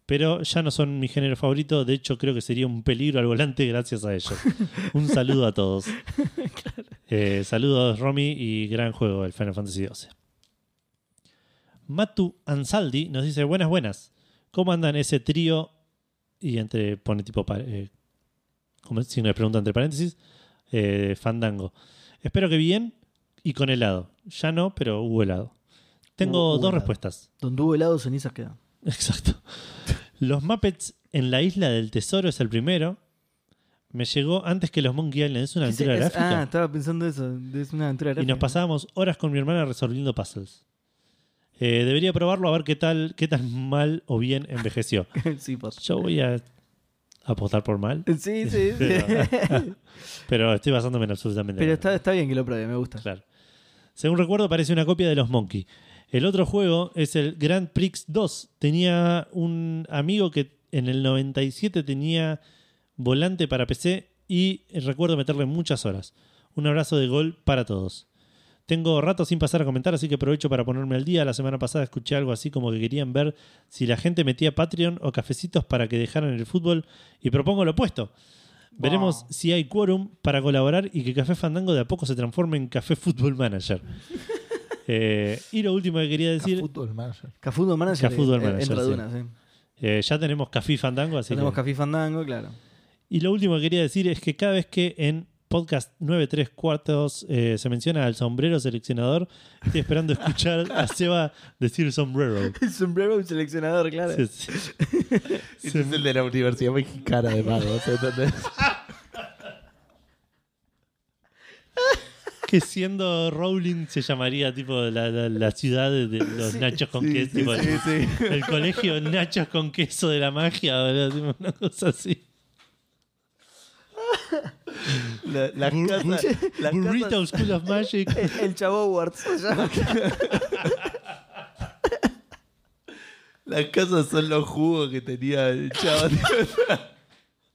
Pero ya no son mi género favorito, de hecho, creo que sería un peligro al volante gracias a ellos. un saludo a todos. Eh, saludos, Romy, y gran juego el Final Fantasy XII. Matu Ansaldi nos dice: Buenas, buenas. ¿Cómo andan ese trío? Y entre pone tipo pa- eh, como signo de pregunta entre paréntesis, eh, Fandango. Espero que bien y con helado. Ya no, pero hubo helado. Tengo
Hubo- hubo
dos
helado.
respuestas.
Donde hubo helado, cenizas quedan.
Exacto. Los Muppets en la isla del tesoro es el primero. Me llegó antes que los Monkey Island. Es una
¿Qué
aventura
es- es-
gráfica.
Ah, estaba pensando eso. Es una aventura
Y
gráfica.
nos pasábamos horas con mi hermana resolviendo puzzles. Eh, debería probarlo a ver qué tal, qué tan mal o bien envejeció.
sí, por
Yo voy a apostar por mal,
Sí, sí, sí.
Pero- pero estoy basándome en absolutamente
Pero
nada.
está, está bien que lo pruebe, me gusta.
Claro. Según recuerdo, parece una copia de los Monkey. El otro juego es el Grand Prix 2. Tenía un amigo que en el 97 tenía volante para PC y recuerdo meterle muchas horas. Un abrazo de gol para todos. Tengo rato sin pasar a comentar, así que aprovecho para ponerme al día. La semana pasada escuché algo así como que querían ver si la gente metía Patreon o cafecitos para que dejaran el fútbol y propongo lo opuesto. Veremos
Wow.
si hay quórum para colaborar y que Café Fandango de a poco se transforme en Café Fútbol Manager. Eh, y lo último que quería decir,
Fútbol Manager.
Cafudo Manager.
Cafútbol
eh,
Manager,
Entra de
sí.
una, sí.
eh, ya tenemos Café Fandango, así
Tenemos
que-
Café Fandango, claro.
Y lo último que quería decir es que cada vez que en podcast 934 cuartos eh, se menciona al sombrero seleccionador, estoy esperando escuchar a Seba decir sombrero.
El sombrero de un seleccionador, claro.
Sí, sí.
Ese es el de la Universidad Mexicana de Magos, ¿entendés?
Que siendo Rowling se llamaría tipo la, la- la ciudad de de los nachos con queso. tipo, el- El colegio nachos con queso de la magia, boludo, tipo, una cosa así.
La, la
Bur-
casa-
bur-
la
Burrito School of Magic.
El, el Chavo Awards. se llama.
Las casas son los jugos que tenía el chavo.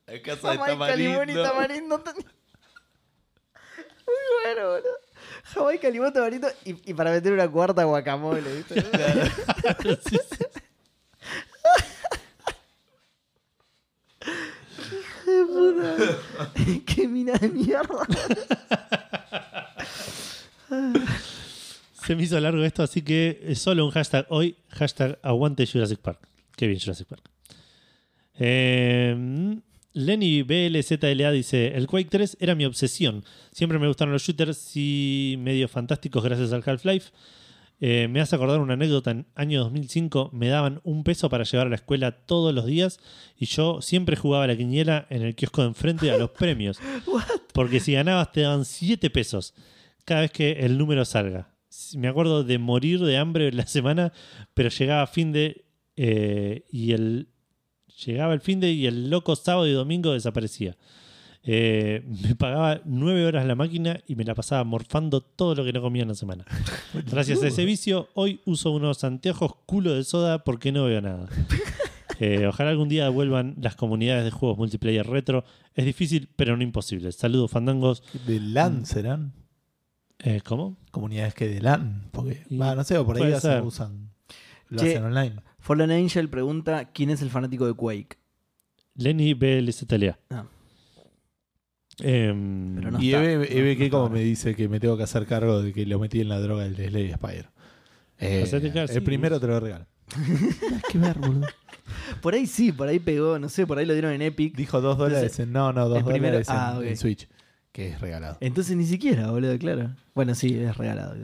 La casa de
Jamaica, limón y
tamarindo.
tamarindo. Muy bueno, boludo. Jamaica, limón, tamarindo y, y para meter una cuarta guacamole, ¿viste?
Sí, sí.
Qué mina de mierda.
Se me hizo largo esto, así que es solo un hashtag hoy, hashtag aguante Jurassic Park. Qué bien Jurassic Park. Eh, Lenny BLZLA dice, el Quake 3 era mi obsesión. Siempre me gustaron los shooters y medio fantásticos gracias al Half-Life. Eh, me hace acordar una anécdota en año 2005, me daban un peso para llevar a la escuela todos los días y yo siempre jugaba a la quiniela en el kiosco de enfrente a los premios. Porque si ganabas te daban 7 pesos cada vez que el número salga. Si- Me acuerdo de morir de hambre la semana, pero llegaba fin de eh, y el llegaba el fin de y el loco sábado y domingo desaparecía. Eh, me pagaba nueve horas la máquina y me la pasaba morfando todo lo que no comía en la semana. Gracias a ese vicio, hoy uso unos anteojos culo de soda porque no veo nada. Eh, ojalá algún día vuelvan las comunidades de juegos multiplayer retro. Es difícil, pero no imposible. Saludos, fandangos.
De Lanceran.
Eh, ¿Cómo?
Comunidades que de LAN, porque,
Y
va, no sé, o por ahí
puede
ya se
ser.
usan, lo
Che.
hacen online.
Fallen Angel pregunta: ¿Quién es el fanático de Quake?
Lenny BLZLA.
Ah.
Em,
Pero no.
y
está,
Eve,
no-
Eve
no
que
está
como
ahora.
me dice que me tengo que hacer cargo de que lo metí en la droga del Slay Spire. Eh,
Hacete cargo, sí,
el primero te lo regalo. Qué ver, boludo.
Por ahí sí, por ahí pegó, no sé, por ahí lo dieron en Epic.
Dijo dos dólares en. No, no, dos
el primero-
dólares en,
ah, ok. ¿Eh?
en Switch. Que es regalado.
Entonces ni siquiera, boludo, claro. Bueno, sí, es regalado.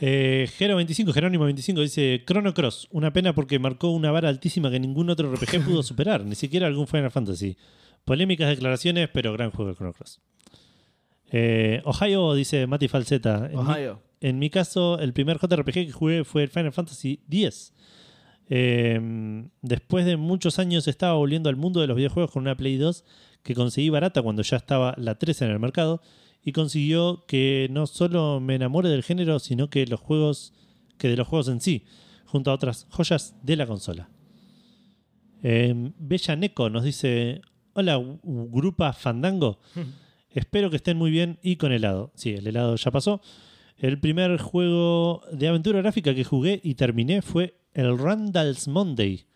Eh, Gero 25, Jerónimo 25 dice Chrono Cross, una pena porque marcó una vara altísima que ningún otro RPG pudo superar, ni siquiera algún Final Fantasy. Polémicas declaraciones, pero gran juego de Chrono Cross. Eh, Ohio dice Mati Falseta. En mi-
Ohio.
en mi caso, el primer JRPG que jugué fue el Final Fantasy X. Eh, después de muchos años estaba volviendo al mundo de los videojuegos con una Play 2 que conseguí barata cuando ya estaba la 3 en el mercado y consiguió que no solo me enamore del género, sino que los juegos que de los juegos en sí, junto a otras joyas de la consola. Eh, Bella Neko nos dice, hola u- grupa Fandango, espero que estén muy bien y con helado. Sí, el helado ya pasó. El primer juego de aventura gráfica que jugué y terminé fue el Randall's Monday.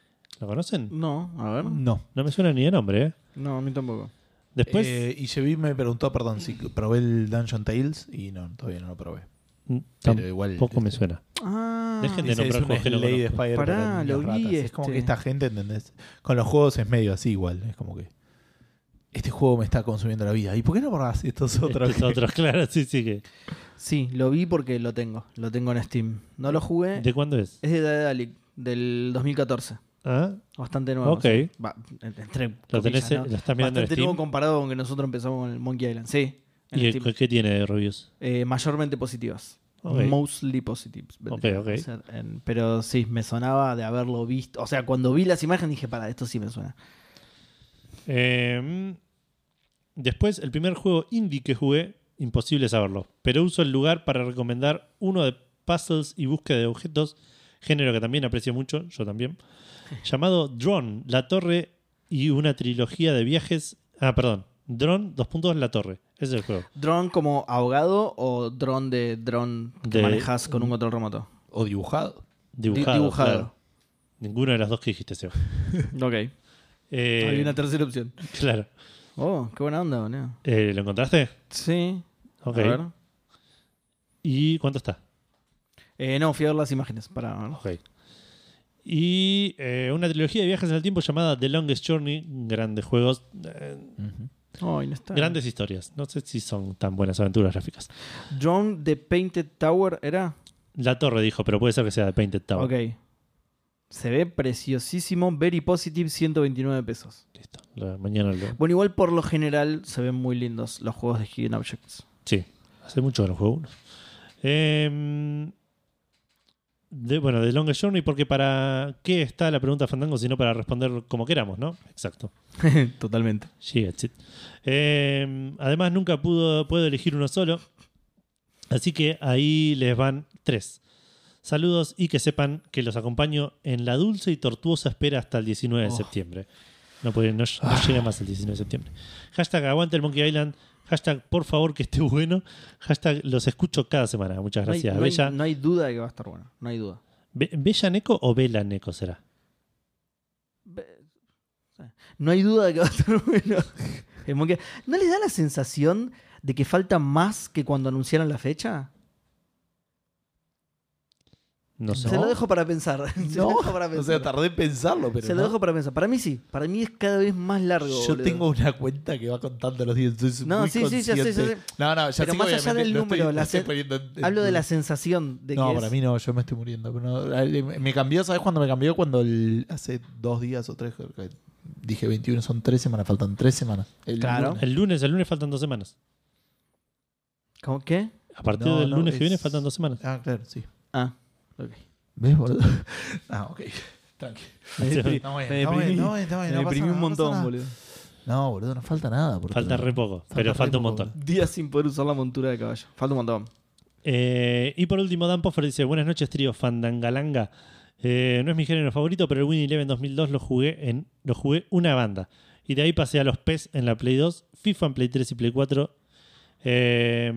¿Lo conocen?
No, a ver.
No.
No me suena ni de nombre, ¿eh?
Mm. No, a mí tampoco.
Después...
Eh, y Yevi me preguntó, perdón, si probé el Dungeon Tales y no, todavía no lo probé.
Mm,
Pero igual.
Tampoco me suena.
Ah,
Dejen de
Dice,
nombrar
es un
juegos que no
Slay de
conozco.
Spire
Pará,
para niños
lo vi
ratas. Es como
este.
que esta gente, ¿entendés? Con los juegos es medio así igual. Es como que. Este juego me está consumiendo la vida. ¿Y por qué no probás estos otros?
Este,
Estos otros, claro, sí, sí. Que...
Sí, lo vi porque lo tengo. Lo tengo en Steam. No lo jugué.
¿De cuándo es?
Es de Daedalic, del 2014.
Ah,
Bastante nuevo.
Ok.
sí. Va, en- entre
lo
comillas,
tenés, eh?
¿no?
lo estás mirando en
Bastante nuevo
Steam.
comparado con que nosotros empezamos con el Monkey Island. Sí, en
¿Y el-
Steam.
qué tiene de reviews?
Eh, mayormente positivas.
Ok.
Mostly positives. vendría
Ok, ok.
a ser. En- pero sí, me sonaba de haberlo visto. O sea, cuando vi las imágenes dije, para, esto sí me suena.
Eh, después, el primer juego indie que jugué, imposible saberlo, pero uso el lugar para recomendar uno de puzzles y búsqueda de objetos, género que también aprecio mucho, yo también, llamado Drone, La Torre y una trilogía de viajes. Ah, perdón, Drone, dos puntos, La Torre. Ese es el juego.
¿Dron como ahogado o dron de dron que
De-
manejas con un control remoto?
O dibujado.
Di-
Dibujado. claro. Ninguno de las dos que dijiste, Seba.
Ok.
Eh,
Hay una tercera opción.
Claro.
Oh, qué buena onda, boludo.
Eh, ¿Lo encontraste?
Sí.
Ok.
A ver.
¿Y cuánto está?
Eh, no, fui a ver las imágenes para verlo.
Ok. Y eh, una trilogía de viajes en el tiempo llamada The Longest Journey. Grandes juegos, eh,
Ay, no está.
grandes historias. No sé si son tan buenas aventuras gráficas.
Drone de Painted Tower era.
La Torre dijo, pero puede ser que sea de Painted Tower.
Ok. Se ve preciosísimo. Very positive, 129 pesos.
Listo. La- mañana lo.
Bueno, igual por lo general se ven muy lindos los juegos de Hidden Objects.
Sí, hace mucho que no juego uno. Em, de, bueno, The Longest Journey, porque para qué está la pregunta Fandango, sino para responder como queramos, ¿no? Exacto.
Totalmente.
She gets it. Eh, además, nunca pudo, puedo elegir uno solo. Así que ahí les van tres. Saludos y que sepan que los acompaño en la dulce y tortuosa espera hasta el 19 de
Oh. Ah.
septiembre. No, puede, no, no llega más el 19 de septiembre. Hashtag aguante el Monkey Island. Hashtag por favor que esté bueno. Hashtag los escucho cada semana. Muchas
No hay-
gracias.
no hay-
Bella,
no hay duda de que va a estar bueno. No hay duda.
Be- ¿Bella Neko o Vela Neko será?
Be- No hay duda de que va a estar bueno. El Monkey- ¿No les da la sensación de que falta más que cuando anunciaron la fecha?
No sé.
Se lo dejo para pensar. Se lo dejo para
O
pensar.
sea, tardé en pensarlo, pero.
Se lo
no.
dejo para pensar. Para mí sí. Para mí es cada vez más largo.
Yo
boludo.
tengo una cuenta que va contando los días. entonces
No,
muy
sí, sí, ya sé, ya
consciente.
sé.
No, no, ya
Pero
sé que
más allá
obviamente
del
lo estoy-
número,
lo
la
estoy
se-
poniendo en-
Hablo de
en-
la sensación de que
No,
es-
para mí no, yo me estoy muriendo. Pero no, eh, me cambió, ¿sabes cuándo me cambió? Cuando el- hace dos días o tres, creo que dije 21, son tres semanas, faltan tres semanas. El
Claro.
lunes.
El lunes, el lunes faltan dos semanas.
¿Cómo qué?
A partir
No,
del
no,
lunes que viene
es-
faltan dos semanas.
Ah, claro, sí.
Ah, ok.
¿Ves, boludo? Ah, ok. Tranqui.
Me deprimí,
Está bien,
me
está bien,
deprimí.
está bien, está bien,
Me
no pasa
deprimí un
nada, no pasa
montón,
nada.
boludo.
No, boludo, no falta nada. por
Falta
otro
re
lado.
poco, pero
re
falta un
poco,
montón.
boludo.
Días sin poder usar la montura de caballo. Falta un montón.
Eh, y por último, Dan Poffer dice: Buenas noches, trío Fandangalanga. Eh, no es mi género favorito, pero el Win Eleven 2002 lo jugué, en, lo jugué una banda. Y de ahí pasé a los PES en la Play 2, FIFA en Play 3 y Play 4, Eh,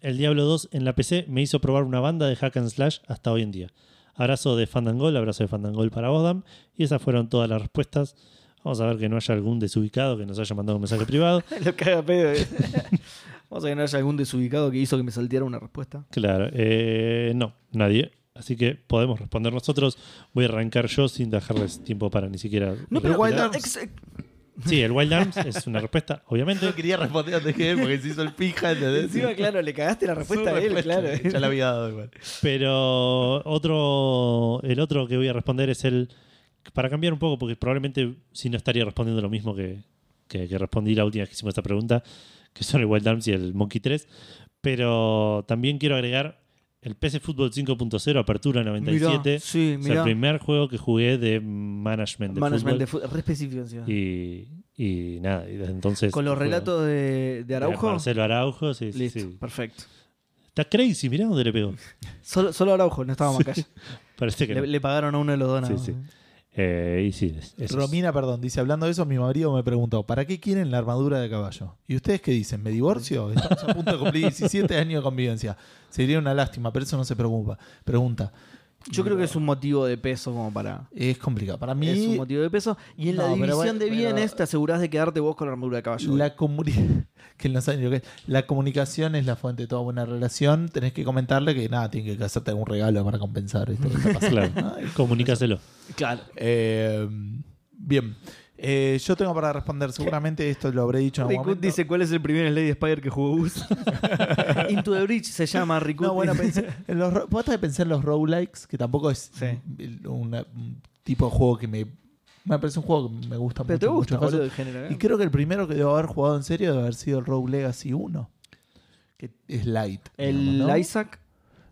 el Diablo 2 en la PC me hizo probar una banda de hack and slash hasta hoy en día. Abrazo de Fandangol, abrazo de Fandangol para Bodam. Y esas fueron todas las respuestas. Vamos a ver que no haya algún desubicado que nos haya mandado un mensaje privado.
Lo caga pedo. eh. Vamos a que no haya algún desubicado que hizo que me salteara una respuesta.
Claro, eh, no, nadie. Así que podemos responder nosotros. Voy a arrancar yo sin dejarles tiempo para ni siquiera.
No, pero eh,
respirar.
Wild Arms-
Sí, el Wild Arms es una respuesta, obviamente.
No quería responder antes que él porque se hizo el pija. ¿entendés?
Encima, claro, le cagaste la respuesta
Su
a él,
respuesta,
claro.
Ya la había dado igual.
Pero otro, el otro que voy a responder es el. Para cambiar un poco, porque probablemente si no estaría respondiendo lo mismo que, que, que respondí la última vez que hicimos esta pregunta, que son el Wild Arms y el Monkey 3. Pero también quiero agregar el PC Fútbol 5.0, Apertura 97.
Mirá, sí,
es el
mirá.
primer juego que jugué de management de
Management de
fútbol.
fútbol, re específico encima.
Y, y nada, y desde entonces.
Con los
juego
relatos de, de
de
Araujo.
Marcelo Araujo, sí, sí,
Listo,
sí.
perfecto.
Está crazy, mirá dónde le pegó.
Solo, solo Araujo, no estaba Macaya.
Parece que.
Le,
no.
le pagaron a uno de los dos.
Sí,
nada más.
sí. Eh, y sí, es- es-
Romina, perdón, dice, hablando de eso, mi marido me preguntó, ¿para qué quieren la armadura de caballo? ¿Y ustedes qué dicen? ¿Me divorcio? Estamos a punto de cumplir 17 años de convivencia. Sería una lástima, pero eso no se preocupa. Pregunta,
Yo creo que es un motivo de peso como para.
es complicado. Para mí,
Es un motivo de peso. Y en la
No, pero
división
bueno,
de
pero-
bienes te asegurás de quedarte vos con la armadura de eh. caballo.
la comuni- que no saben lo que es. La comunicación es la fuente de toda buena relación. Tenés que comentarle que nada, tiene que hacerte algún regalo para compensar esto que está pasando.
Claro, comunícaselo.
Claro.
Eh, bien. Eh, yo tengo para responder, seguramente esto lo habré dicho en algún
Rikut
momento.
dice cuál es el primer Lady Spider que jugó Gus. Into the Bridge se llama Rikut.
No, bueno, pensé, en los, ro- basta de pensar en los roguelikes, que tampoco es
Sí.
un- una- un tipo de juego que me. Me parece un juego que me gusta
Pero
mucho.
te
en
gusta,
muchas cosas.
boludo, el género. ¿eh?
Y creo que el primero que debo haber jugado en serio debe haber sido el Rogue Legacy 1. Que es light.
El
digamos, ¿no?
Isaac.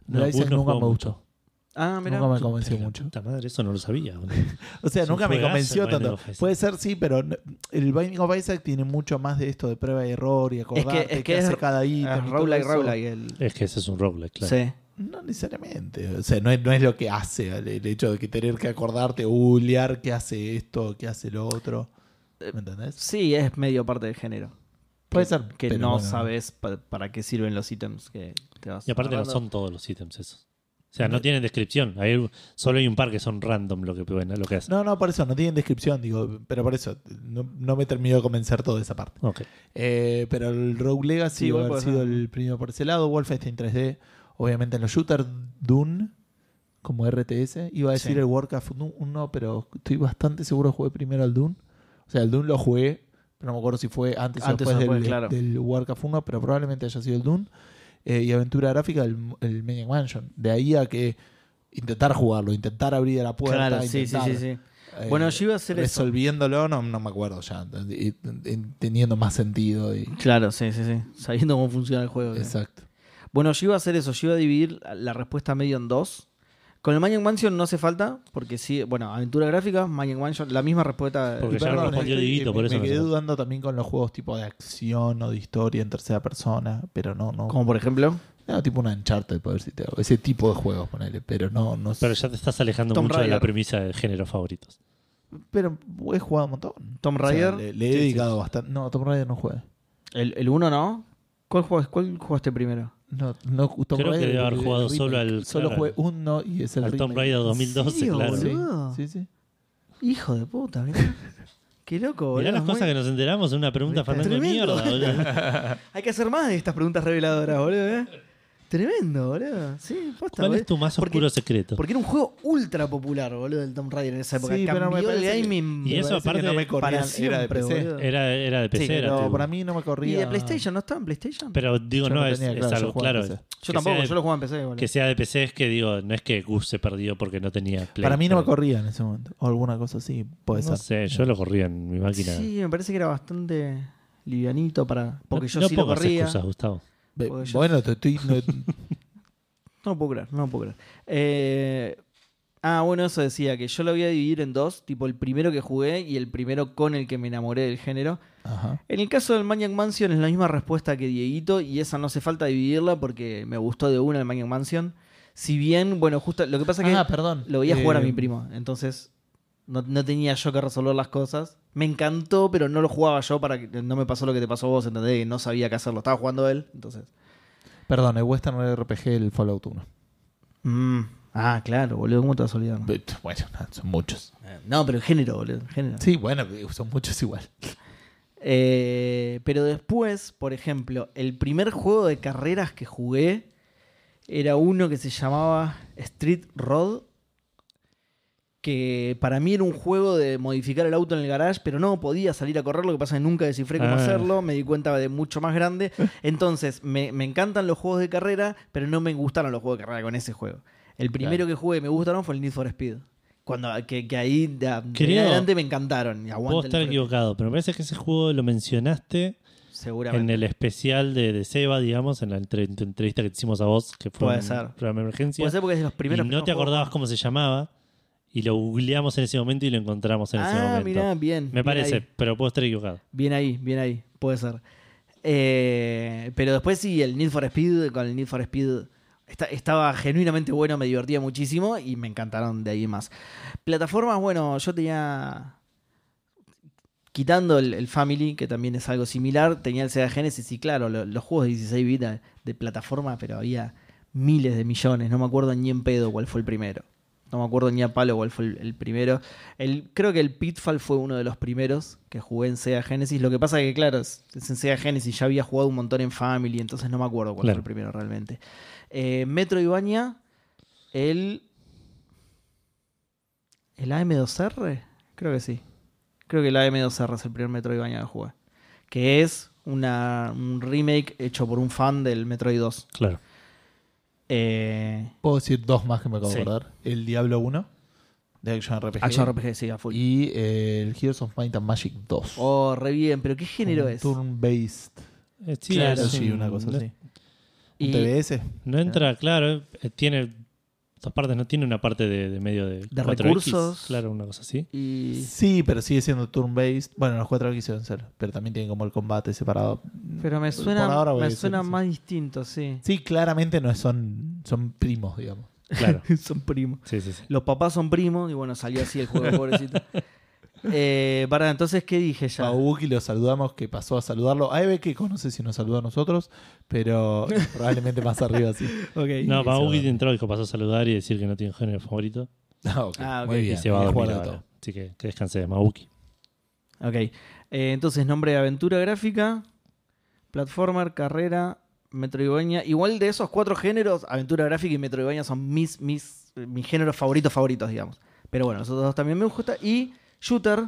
No,
No,
Isaac
Gus no
nunca me
jugó
gustó.
Ah, mira.
Nunca me convenció
La
mucho.
puta madre, eso no lo sabía. boludo.
O sea,
Es un
nunca me
juegazo
convenció
el Binding
tanto.
of Isaac.
Puede ser, sí, pero n- el Binding of Isaac tiene mucho más de esto de prueba y error y acordarte
es que
qué
es-
hace cada
Ah,
ítem. y todo
Rowley,
eso.
Rowley. El...
Es que ese es un roguelike, claro.
Sí.
No necesariamente. O sea, no es, no es lo que hace el, el hecho de que tener que acordarte, googlear qué hace esto, qué hace lo otro. ¿Me entendés?
Sí, es medio parte del género.
Puede ser.
Que
pero
no
bueno.
sabes pa- para qué sirven los ítems que te vas
Y aparte no
agarrando.
son todos los ítems esos. O sea, no tienen descripción. Hay- solo hay un par que son random lo que, bueno, lo que hacen.
No, no, por eso, no tienen descripción, digo, pero por eso, no, no me terminó de convencer toda esa parte.
Ok.
Eh, pero el Rogue
Sí,
Legacy debe
igual
haber
puede
sido
ser.
el primero por ese lado, Wolfenstein 3D, obviamente en los shooters, Dune, como RTS, iba a decir
Sí.
el Warcraft 1, pero estoy bastante seguro que jugué primero al Dune. O sea, el Dune lo jugué, pero no me acuerdo si fue antes,
Antes
o
o
después del,
después, claro.
del Warcraft 1, pero probablemente haya sido el Dune. Eh, y aventura gráfica, el, el Maniac Mansion. De ahí a que intentar jugarlo, intentar abrir la puerta.
Claro, sí, sí,
intentar,
sí, sí.
eh,
Bueno, yo iba a hacer eso.
resolviéndolo, No, no me acuerdo ya, y- y- teniendo más sentido. y-
Claro, sí, sí, sí. Sabiendo cómo funciona el juego. ¿eh?
Exacto.
Bueno, yo iba a hacer eso. Yo iba a dividir la respuesta medio en dos. Con el Maniac Mansion no hace falta, porque sí, bueno, aventura gráfica, Maniac Mansion, la misma respuesta.
Porque ya
Perdón,
lo respondió
estoy-
Dieguito,
me-
por eso
Me
no
quedé
sé.
dudando también con los juegos tipo de acción o de historia en tercera persona, pero no, no.
Como por ejemplo,
No, tipo una Uncharted, por decirte algo. Ese tipo de juegos, ponele, pero no, no sé.
Pero ya te estás alejando
Tomb
mucho de la
Raider.
premisa de género favoritos.
Pero he jugado un montón.
Tomb
O sea,
Raider.
le, le he
Sí, sí,
dedicado
sí.
bastante. No, Tomb Raider no juega.
El, el uno no. ¿Cuál jugaste, cuál jugaste primero?
No, no, Tomb
Creo que
Raider
debe haber
el
jugado
remake.
solo al-
Solo
claro,
jugué uno y es el
al Tomb
remake.
Raider
¿En
2012,
serio,
claro.
boludo?
Sí, sí, sí.
Hijo de puta, mirá. Qué loco, boludo.
Mirá las
muy-
cosas que nos enteramos en una pregunta
¿Viste?
fandango de
Tremendo.
mierda, boludo.
Hay que hacer más de estas preguntas reveladoras, boludo. ¿eh? Tremendo, boludo. Sí, posta,
¿Cuál
boludo.
es tu más
Porque-
oscuro secreto?
Porque era un juego ultra popular, boludo, el Tomb Raider en esa época.
Sí,
Cambió
pero me
el
parece que-
gaming
Y
Me
eso
parece que
aparte
no me corría,
para
era de
siempre,
PC.
boludo.
Era, era de PC.
Sí,
era
Pero
tipo-
para mí no me corría.
¿Y de PlayStation? ¿No estaba en PlayStation?
Pero digo,
Yo
no,
no
es,
tenía,
es
claro, yo
algo
jugaba en
claro.
PC.
yo
que
tampoco,
sea de-
yo lo jugaba en PC, boludo.
Que sea de PC es que digo, no es que Gus se perdió porque no tenía Play.
Para mí no me
pero-
corría en ese momento. O alguna cosa así, puede
No
ser.
sé, yo lo corría en mi máquina.
Sí, me parece que era bastante livianito para. Porque
no,
yo
no
sí lo
pongas
corría.
excusas, Gustavo.
Ve-
Porque yo-
Bueno, te estoy. no-
No lo puedo creer, no lo puedo creer. Eh, ah, bueno, eso decía, que yo lo voy a dividir en dos, tipo el primero que jugué y el primero con el que me enamoré del género.
Ajá.
En el caso del Maniac Mansion es la misma respuesta que Dieguito y esa no hace falta dividirla porque me gustó de una el Maniac Mansion. Si bien, bueno, justo lo que pasa es que
Ah, perdón.
lo voy a jugar a
Eh,
mi primo, entonces No, no tenía yo que resolver las cosas. Me encantó, pero no lo jugaba yo para que no me pasó lo que te pasó a vos, ¿entendés? Que no sabía qué hacerlo. Estaba jugando él, entonces.
Perdón, el Western RPG, el Fallout 1.
Mm. Ah, claro, boludo, ¿cómo te vas a olvidar?
Bueno, nada, son muchos.
Eh, No, pero el género, boludo. el Género.
Sí, bueno, son muchos igual.
Eh, pero después, por ejemplo, el primer juego de carreras que jugué era uno que se llamaba Street Rod. Que para mí era un juego de modificar el auto en el garage, pero no podía salir a correr. Lo que pasa es que nunca descifré cómo
Ah.
hacerlo. Me di cuenta de mucho más grande. Entonces, me, me encantan los juegos de carrera, pero no me gustaron los juegos de carrera con ese juego. El primero que jugué y me gustaron fue el Need for Speed. Cuando, que, que ahí de, de
Creo-
adelante me encantaron. Y aguante
Puedo
el
estar
Need for
equivocado, pero me parece que ese juego lo mencionaste
Speed. Seguramente.
en el especial de, de Seba, digamos, en la entre- entrevista que te hicimos a vos, que fue
Puede
un
ser.
programa de emergencia.
Puede ser porque es de los primeros.
y no te acordabas cómo se llamaba, y lo googleamos en ese momento y lo encontramos en ese
Ah,
momento.
mirá, bien.
Me
bien
parece,
ahí.
pero puedo estar equivocado.
Bien ahí, bien ahí. Puede ser. Eh, pero después sí, el Need for Speed, con el Need for Speed está- estaba genuinamente bueno, me divertía muchísimo y me encantaron de ahí más. Plataformas, bueno, yo tenía. Quitando el, el Family, que también es algo similar, tenía el Sega Genesis y claro, lo- los juegos de 16 bits de- de plataforma, pero había miles de millones. No me acuerdo ni en pedo cuál fue el primero. No me acuerdo ni a palo cuál fue el, el primero. El, creo que el Pitfall fue uno de los primeros que jugué en Sega Genesis. Lo que pasa que, claro, es, es en Sega Genesis ya había jugado un montón en Family, entonces no me acuerdo cuál
Claro.
fue el primero realmente. Eh, Metro Ibaña, el. ¿El AM2R? Creo que sí. Creo que el AM2R es el primer Metro Ibaña que jugué. Que es una, un remake hecho por un fan del Metroid 2.
Claro.
Eh,
Puedo decir dos más que me acabo
Sí.
de acordar. El Diablo 1, de Action RPG.
Action RPG, sí, a full.
Y eh, el Heroes of Might and Magic 2.
Oh, re bien, pero ¿qué género
Un
es?
Turn-based.
Eh, sí,
Claro,
es
sí,
un-
una cosa
no-
así.
Y-
¿Un TBS?
No entra, claro, eh, tiene dos partes, no tiene una parte de, de medio de, 4X,
recursos.
Claro, una cosa así.
Y,
Sí, pero sigue siendo turn-based. Bueno, los 4 aquí deben ser, pero también tienen como el combate separado.
pero me suena,
Por ahora voy a
me
decir
suena
que sí.
más distinto, sí.
Sí, claramente no es- son, son primos, digamos.
Claro.
Son primos.
Sí, sí, sí.
Los papás son primos y bueno, salió así el juego, pobrecito. Eh, pará, entonces, ¿qué dije ya?
Paubuki lo saludamos, que pasó a saludarlo. A Eve, que conoce si nos saluda a nosotros, pero probablemente más arriba sí.
No,
se va.
Bauki entró y pasó a saludar y decir que no tiene un género favorito.
Ah, ok.
Ah, ok.
Muy
Y
bien.
se va a
bien
dormir
jugado
ahora.
todo.
Así que que descanse, Mauki.
Ok. Eh, entonces, nombre de aventura gráfica, platformer, carrera, metroidvania. Igual de esos cuatro géneros, aventura gráfica y metroidvania son mis, mis, mis géneros favoritos favoritos, digamos. Pero bueno, esos dos también me gusta. Y shooter,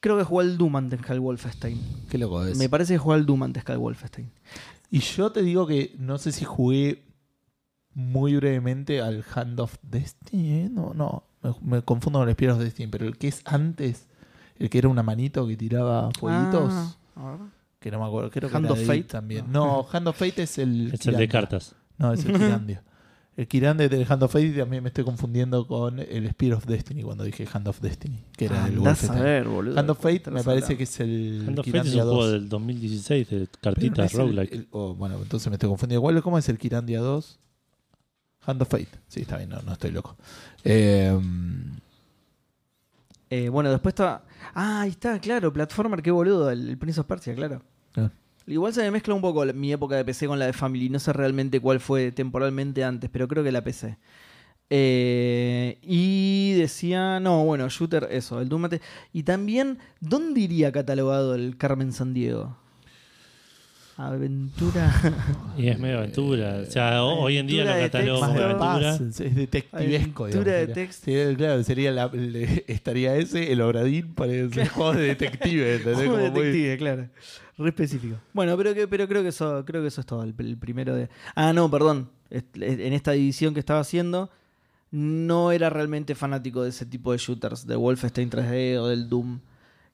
creo que jugué al Doom antes que al Wolfenstein.
Qué loco es.
Me parece que jugué al Doom antes que al Wolfenstein.
Y yo te digo que no sé si jugué muy brevemente al Hand of Destiny. ¿eh? No, no. Me, me confundo con el Spear of Destiny, pero el que es antes, el que era una manito que tiraba fueguitos.
Ah, a ver.
Que no me acuerdo, creo que
Hand
era
of
de
Fate. Ah.
It también. No, Hand of Fate es el.
Es el de
Kirandia.
cartas.
No, es el Kirandia. El Kirandia del Hand of Fate y también me estoy confundiendo con el Spear of Destiny cuando dije Hand of Destiny, que era el
Andás a
Wolfenstein.
ver, boludo.
Hand of Fate
Estás
me parece
hablando.
que es el.
Hand of Fate es
Kirandia
un juego
2.
del 2016 de
Pero no
cartitas
es el-
roguelike.
el- oh, bueno, entonces me estoy confundiendo. ¿Cuál, ¿Cómo es el Kirandia 2? Hand of Fate. Sí, está bien, no, no estoy loco. Eh,
Eh, bueno, después estaba. Ah, ahí está, claro, platformer, qué boludo, el, el Prince of Persia, claro.
Ah.
Igual se me mezcla un poco la- mi época de PC con la de Family. No sé realmente cuál fue temporalmente antes, pero creo que la PC. Eh, y decía, no, bueno, shooter, eso, el Doom Mate. Y también, ¿dónde iría catalogado el Carmen San Diego? Aventura.
Y es medio aventura. O sea, ho- hoy en día lo
Eh, aventura de
catalogo
texto.
como
más de
aventura.
paz, es es detectivesco.
Aventura de
digamos, sería.
texto.
Sí, claro, sería la- el- estaría ese, el Obradín, para el juego de detective. ¿entendés?
Juego de
Como muy-
detective, claro. Re específico. Bueno, pero, que, pero creo, que eso, creo que eso es todo. El, el primero de. Ah, no, perdón. Est- En esta división que estaba haciendo, no era realmente fanático de ese tipo de shooters, de Wolfenstein 3D o del Doom.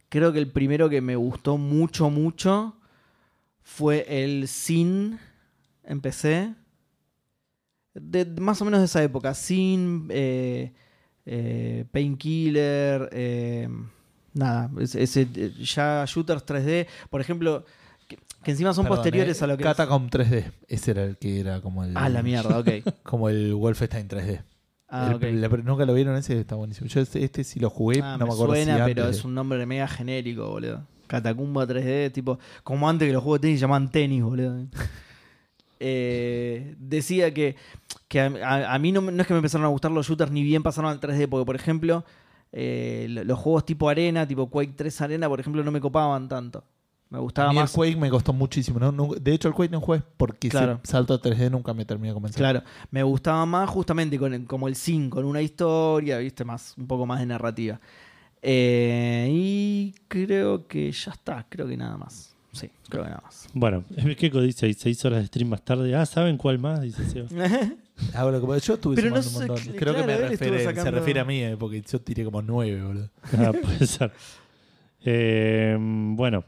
Creo que el primero que me gustó mucho, mucho fue el Sin. Empecé. De, más o menos de esa época. Sin. eh, eh, Painkiller. eh, Nada, es- ese, eh, ya shooters 3D, por ejemplo, que, que encima son
Perdón,
posteriores
eh,
a lo que... es-
Catacomb 3D. Ese era el que era como el.
Ah, la mierda, ok.
Como el Wolfenstein 3D.
Ah,
El-
ok.
la- nunca lo vieron ese, está buenísimo. Yo este, este sí lo jugué,
Ah,
no me, acuerdo
suena,
si antes
pero
de-
es un nombre mega genérico, boludo. Catacumba 3D, tipo, como antes que los juegos de tenis se llamaban tenis, boludo. Eh, decía que, que a, a- a mí no, me- no es que me empezaron a gustar los shooters ni bien pasaron al 3D, porque por ejemplo, eh, lo- los juegos tipo arena, tipo Quake 3 Arena, por ejemplo, no me copaban tanto. Me
A
gustaba
mí el
más.
Quake me costó muchísimo. ¿no? Nunca- de hecho, el Quake no jugué porque ese
Claro.
salto a 3D nunca me terminó de convencer.
Claro, me gustaba más justamente con el- como el 5, con una historia, viste, más, un poco más de narrativa. Eh, y creo que ya está, creo que nada más. Sí, creo que nada más.
Bueno, Keko dice seis horas de stream más tarde. Ah, ¿saben cuál más? Dice Seba.
Ah, boludo, como- yo estuve
Pero no
sumando un
sé,
montón.
cl- claro,
Creo que me
él estuvo
refiere, se
sacando-
refiere a mí, eh, porque yo tiré como 9, boludo.
Ah, puede ser. Eh, bueno.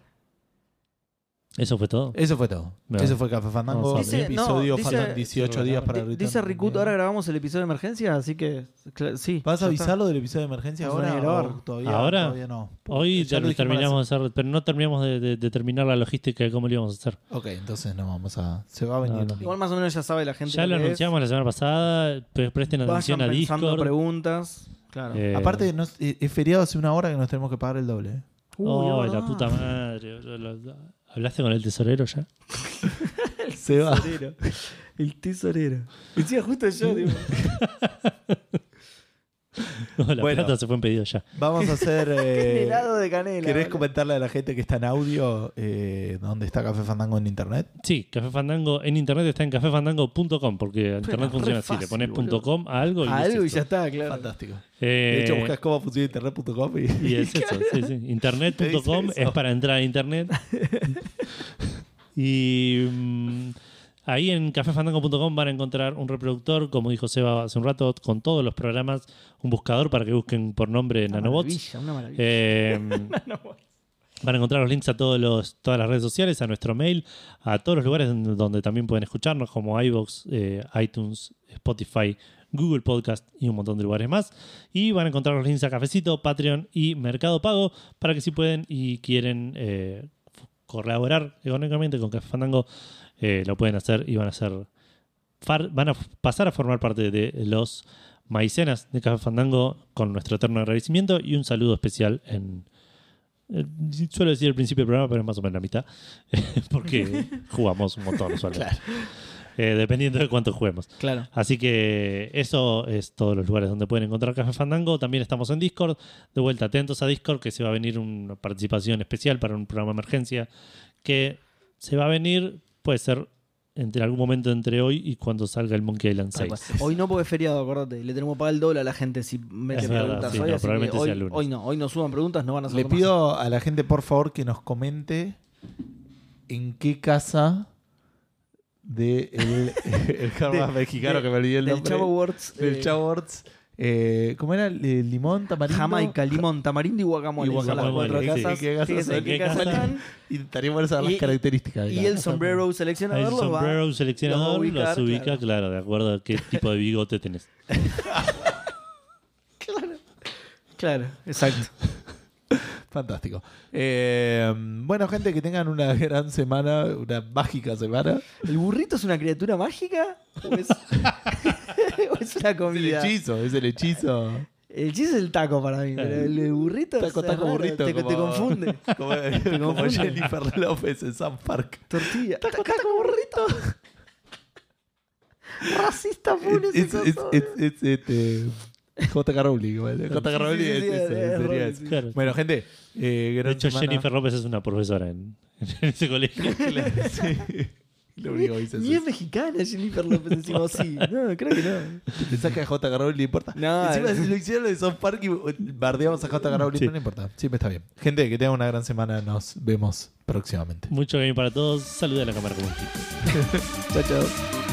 Eso fue todo.
Eso fue todo.
Bueno.
Eso fue Café Fandango.
Vamos a
Dice- no,
episodio,
dice-
faltan 18 días para
Di- Dice Ricut, ahora grabamos el episodio de emergencia, así que cl- sí.
¿Vas a
ya está.
avisarlo del episodio de emergencia
Vamos a
ahora?
grabar.
o todavía,
¿Ahora?
Todavía no.
Hoy ya,
lo
lo
dijimos
terminamos de hacer, pero no terminamos de, de- de terminar la logística de cómo lo íbamos a hacer.
la- Ok, entonces no vamos a. Se va a venir.
No, no.
el-
Igual más o menos ya sabe la gente.
Ya lo
que es.
anunciamos la semana pasada, pre- presten
Vayan
atención a
pensando
Discord.
preguntas. Claro.
Eh,
Aparte, no- eh, es feriado hace una hora que nos tenemos que pagar el doble. eh.
Uy,
oh, la
verdad.
puta madre. boludo, lo- lo- ¿Hablaste con el tesorero ya?
Se va.
tesorero. El tesorero. Decía justo yo, digo.
No, la
Bueno.
plata se fue en pedido ya.
Vamos a hacer. eh,
Helado de canela.
¿Querés
boludo.
comentarle a la gente que está en audio eh, dónde está Café Fandango en internet?
Sí, Café Fandango en internet está en cafefandango.com porque internet
re
funciona así.
fácil,
Le pones
boludo.
punto .com a algo y,
A
es
algo y
esto.
ya está, claro.
Fantástico.
Eh,
De hecho, buscas cómo funciona internet.com y.
Y es eso, sí, sí. Internet.com
Te dice eso.
es para entrar a internet. y mm, ahí en cafefandango.com van a encontrar un reproductor, como dijo Seba hace un rato, con todos los programas, un buscador para que busquen por nombre
Una
Nanobots.
maravilla, una maravilla.
Eh, van a encontrar los links a todos los, todas las redes sociales, a nuestro mail, a todos los lugares en donde también pueden escucharnos, como iVoox, eh, iTunes, Spotify, Google Podcast y un montón de lugares más. Y van a encontrar los links a Cafecito, Patreon y Mercado Pago para que si pueden y quieren eh, colaborar económicamente con Café Fandango, eh, lo pueden hacer y van a ser far- van a f- pasar a formar parte de los maicenas de Café Fandango con nuestro eterno agradecimiento y un saludo especial en eh, suelo decir el principio del programa, pero es más o menos la mitad, porque jugamos un montón usualmente. Eh, dependiendo de cuánto juguemos.
Claro.
Así que eso es todos los lugares donde pueden encontrar Café Fandango. También estamos en Discord. De vuelta, atentos a Discord, que se va a venir una participación especial para un programa de emergencia que se va a venir, puede ser entre algún momento entre hoy y cuando salga el Monkey Island
Tal
6.
cual. Hoy no porque es feriado, acordate. Le tenemos que pagar el doble a la gente si mete
Es verdad,
preguntas
sí,
hoy.
no,
así que
probablemente
hoy,
sea lunes.
hoy no, hoy no suban preguntas, no van a
Le
subir más.
pido a la gente, por favor, que nos comente en qué casa de el, el karma
De-
mexicano
de-
que me olvidé el
Del
nombre.
Chavo Words.
del
eh,
Chavo Orts, eh, ¿Cómo era? Eh, limón, tamarindo.
Jamaica, limón, tamarindo y guacamole.
Y
Son las
guacamole,
cuatro
sí.
casas.
¿Qué casas
Fíjense
son?
qué
¿Qué
casas
casas?
están.
Y estaríamos a saber
Y-
las características. de
Y
cada
el
casa.
sombrero seleccionador
El
los va.
sombrero el seleccionador
los va a
los
ubicar,
ubica,
claro.
claro. de acuerdo a qué tipo de bigote tenés.
Claro, exacto.
Fantástico. Eh, bueno, gente, que tengan una gran semana, una mágica semana.
¿El burrito es una criatura mágica? ¿O es, o es una
Es el
comida?
hechizo, es el hechizo.
El chis es el taco para mí, pero el burrito es
Taco, taco,
raro,
burrito.
Te, te
como-
confunde.
Como, como
confunde.
Jennifer López en San Park.
Tortilla. Taco, taco, burrito. Racista puro
Es,
ese
es, es,
coso.
es- es, este, J.K. Rowling. bueno, J.K.
Sí, sí,
Rowling
sí,
es
sí,
eso,
es
sería
Rowling,
eso.
sí.
Claro.
Bueno, gente, eh, gran
De hecho,
semana.
Jennifer López es una profesora en, en ese colegio.
Sí. Lo único que dice es
Ni es
eso.
mexicana Jennifer López encima, ¿o sí. No, creo que no.
Le saca a J.K. Rowling, no importa.
No,
Encima,
no.
si lo hicieron de South Park y bardeamos a J.K. Rowling,
Sí.
no importa. Siempre está bien. Gente, que tengan una gran semana. Nos vemos próximamente.
Mucho bien para todos. Saluda a la cámara como dijiste.
Chao, chao.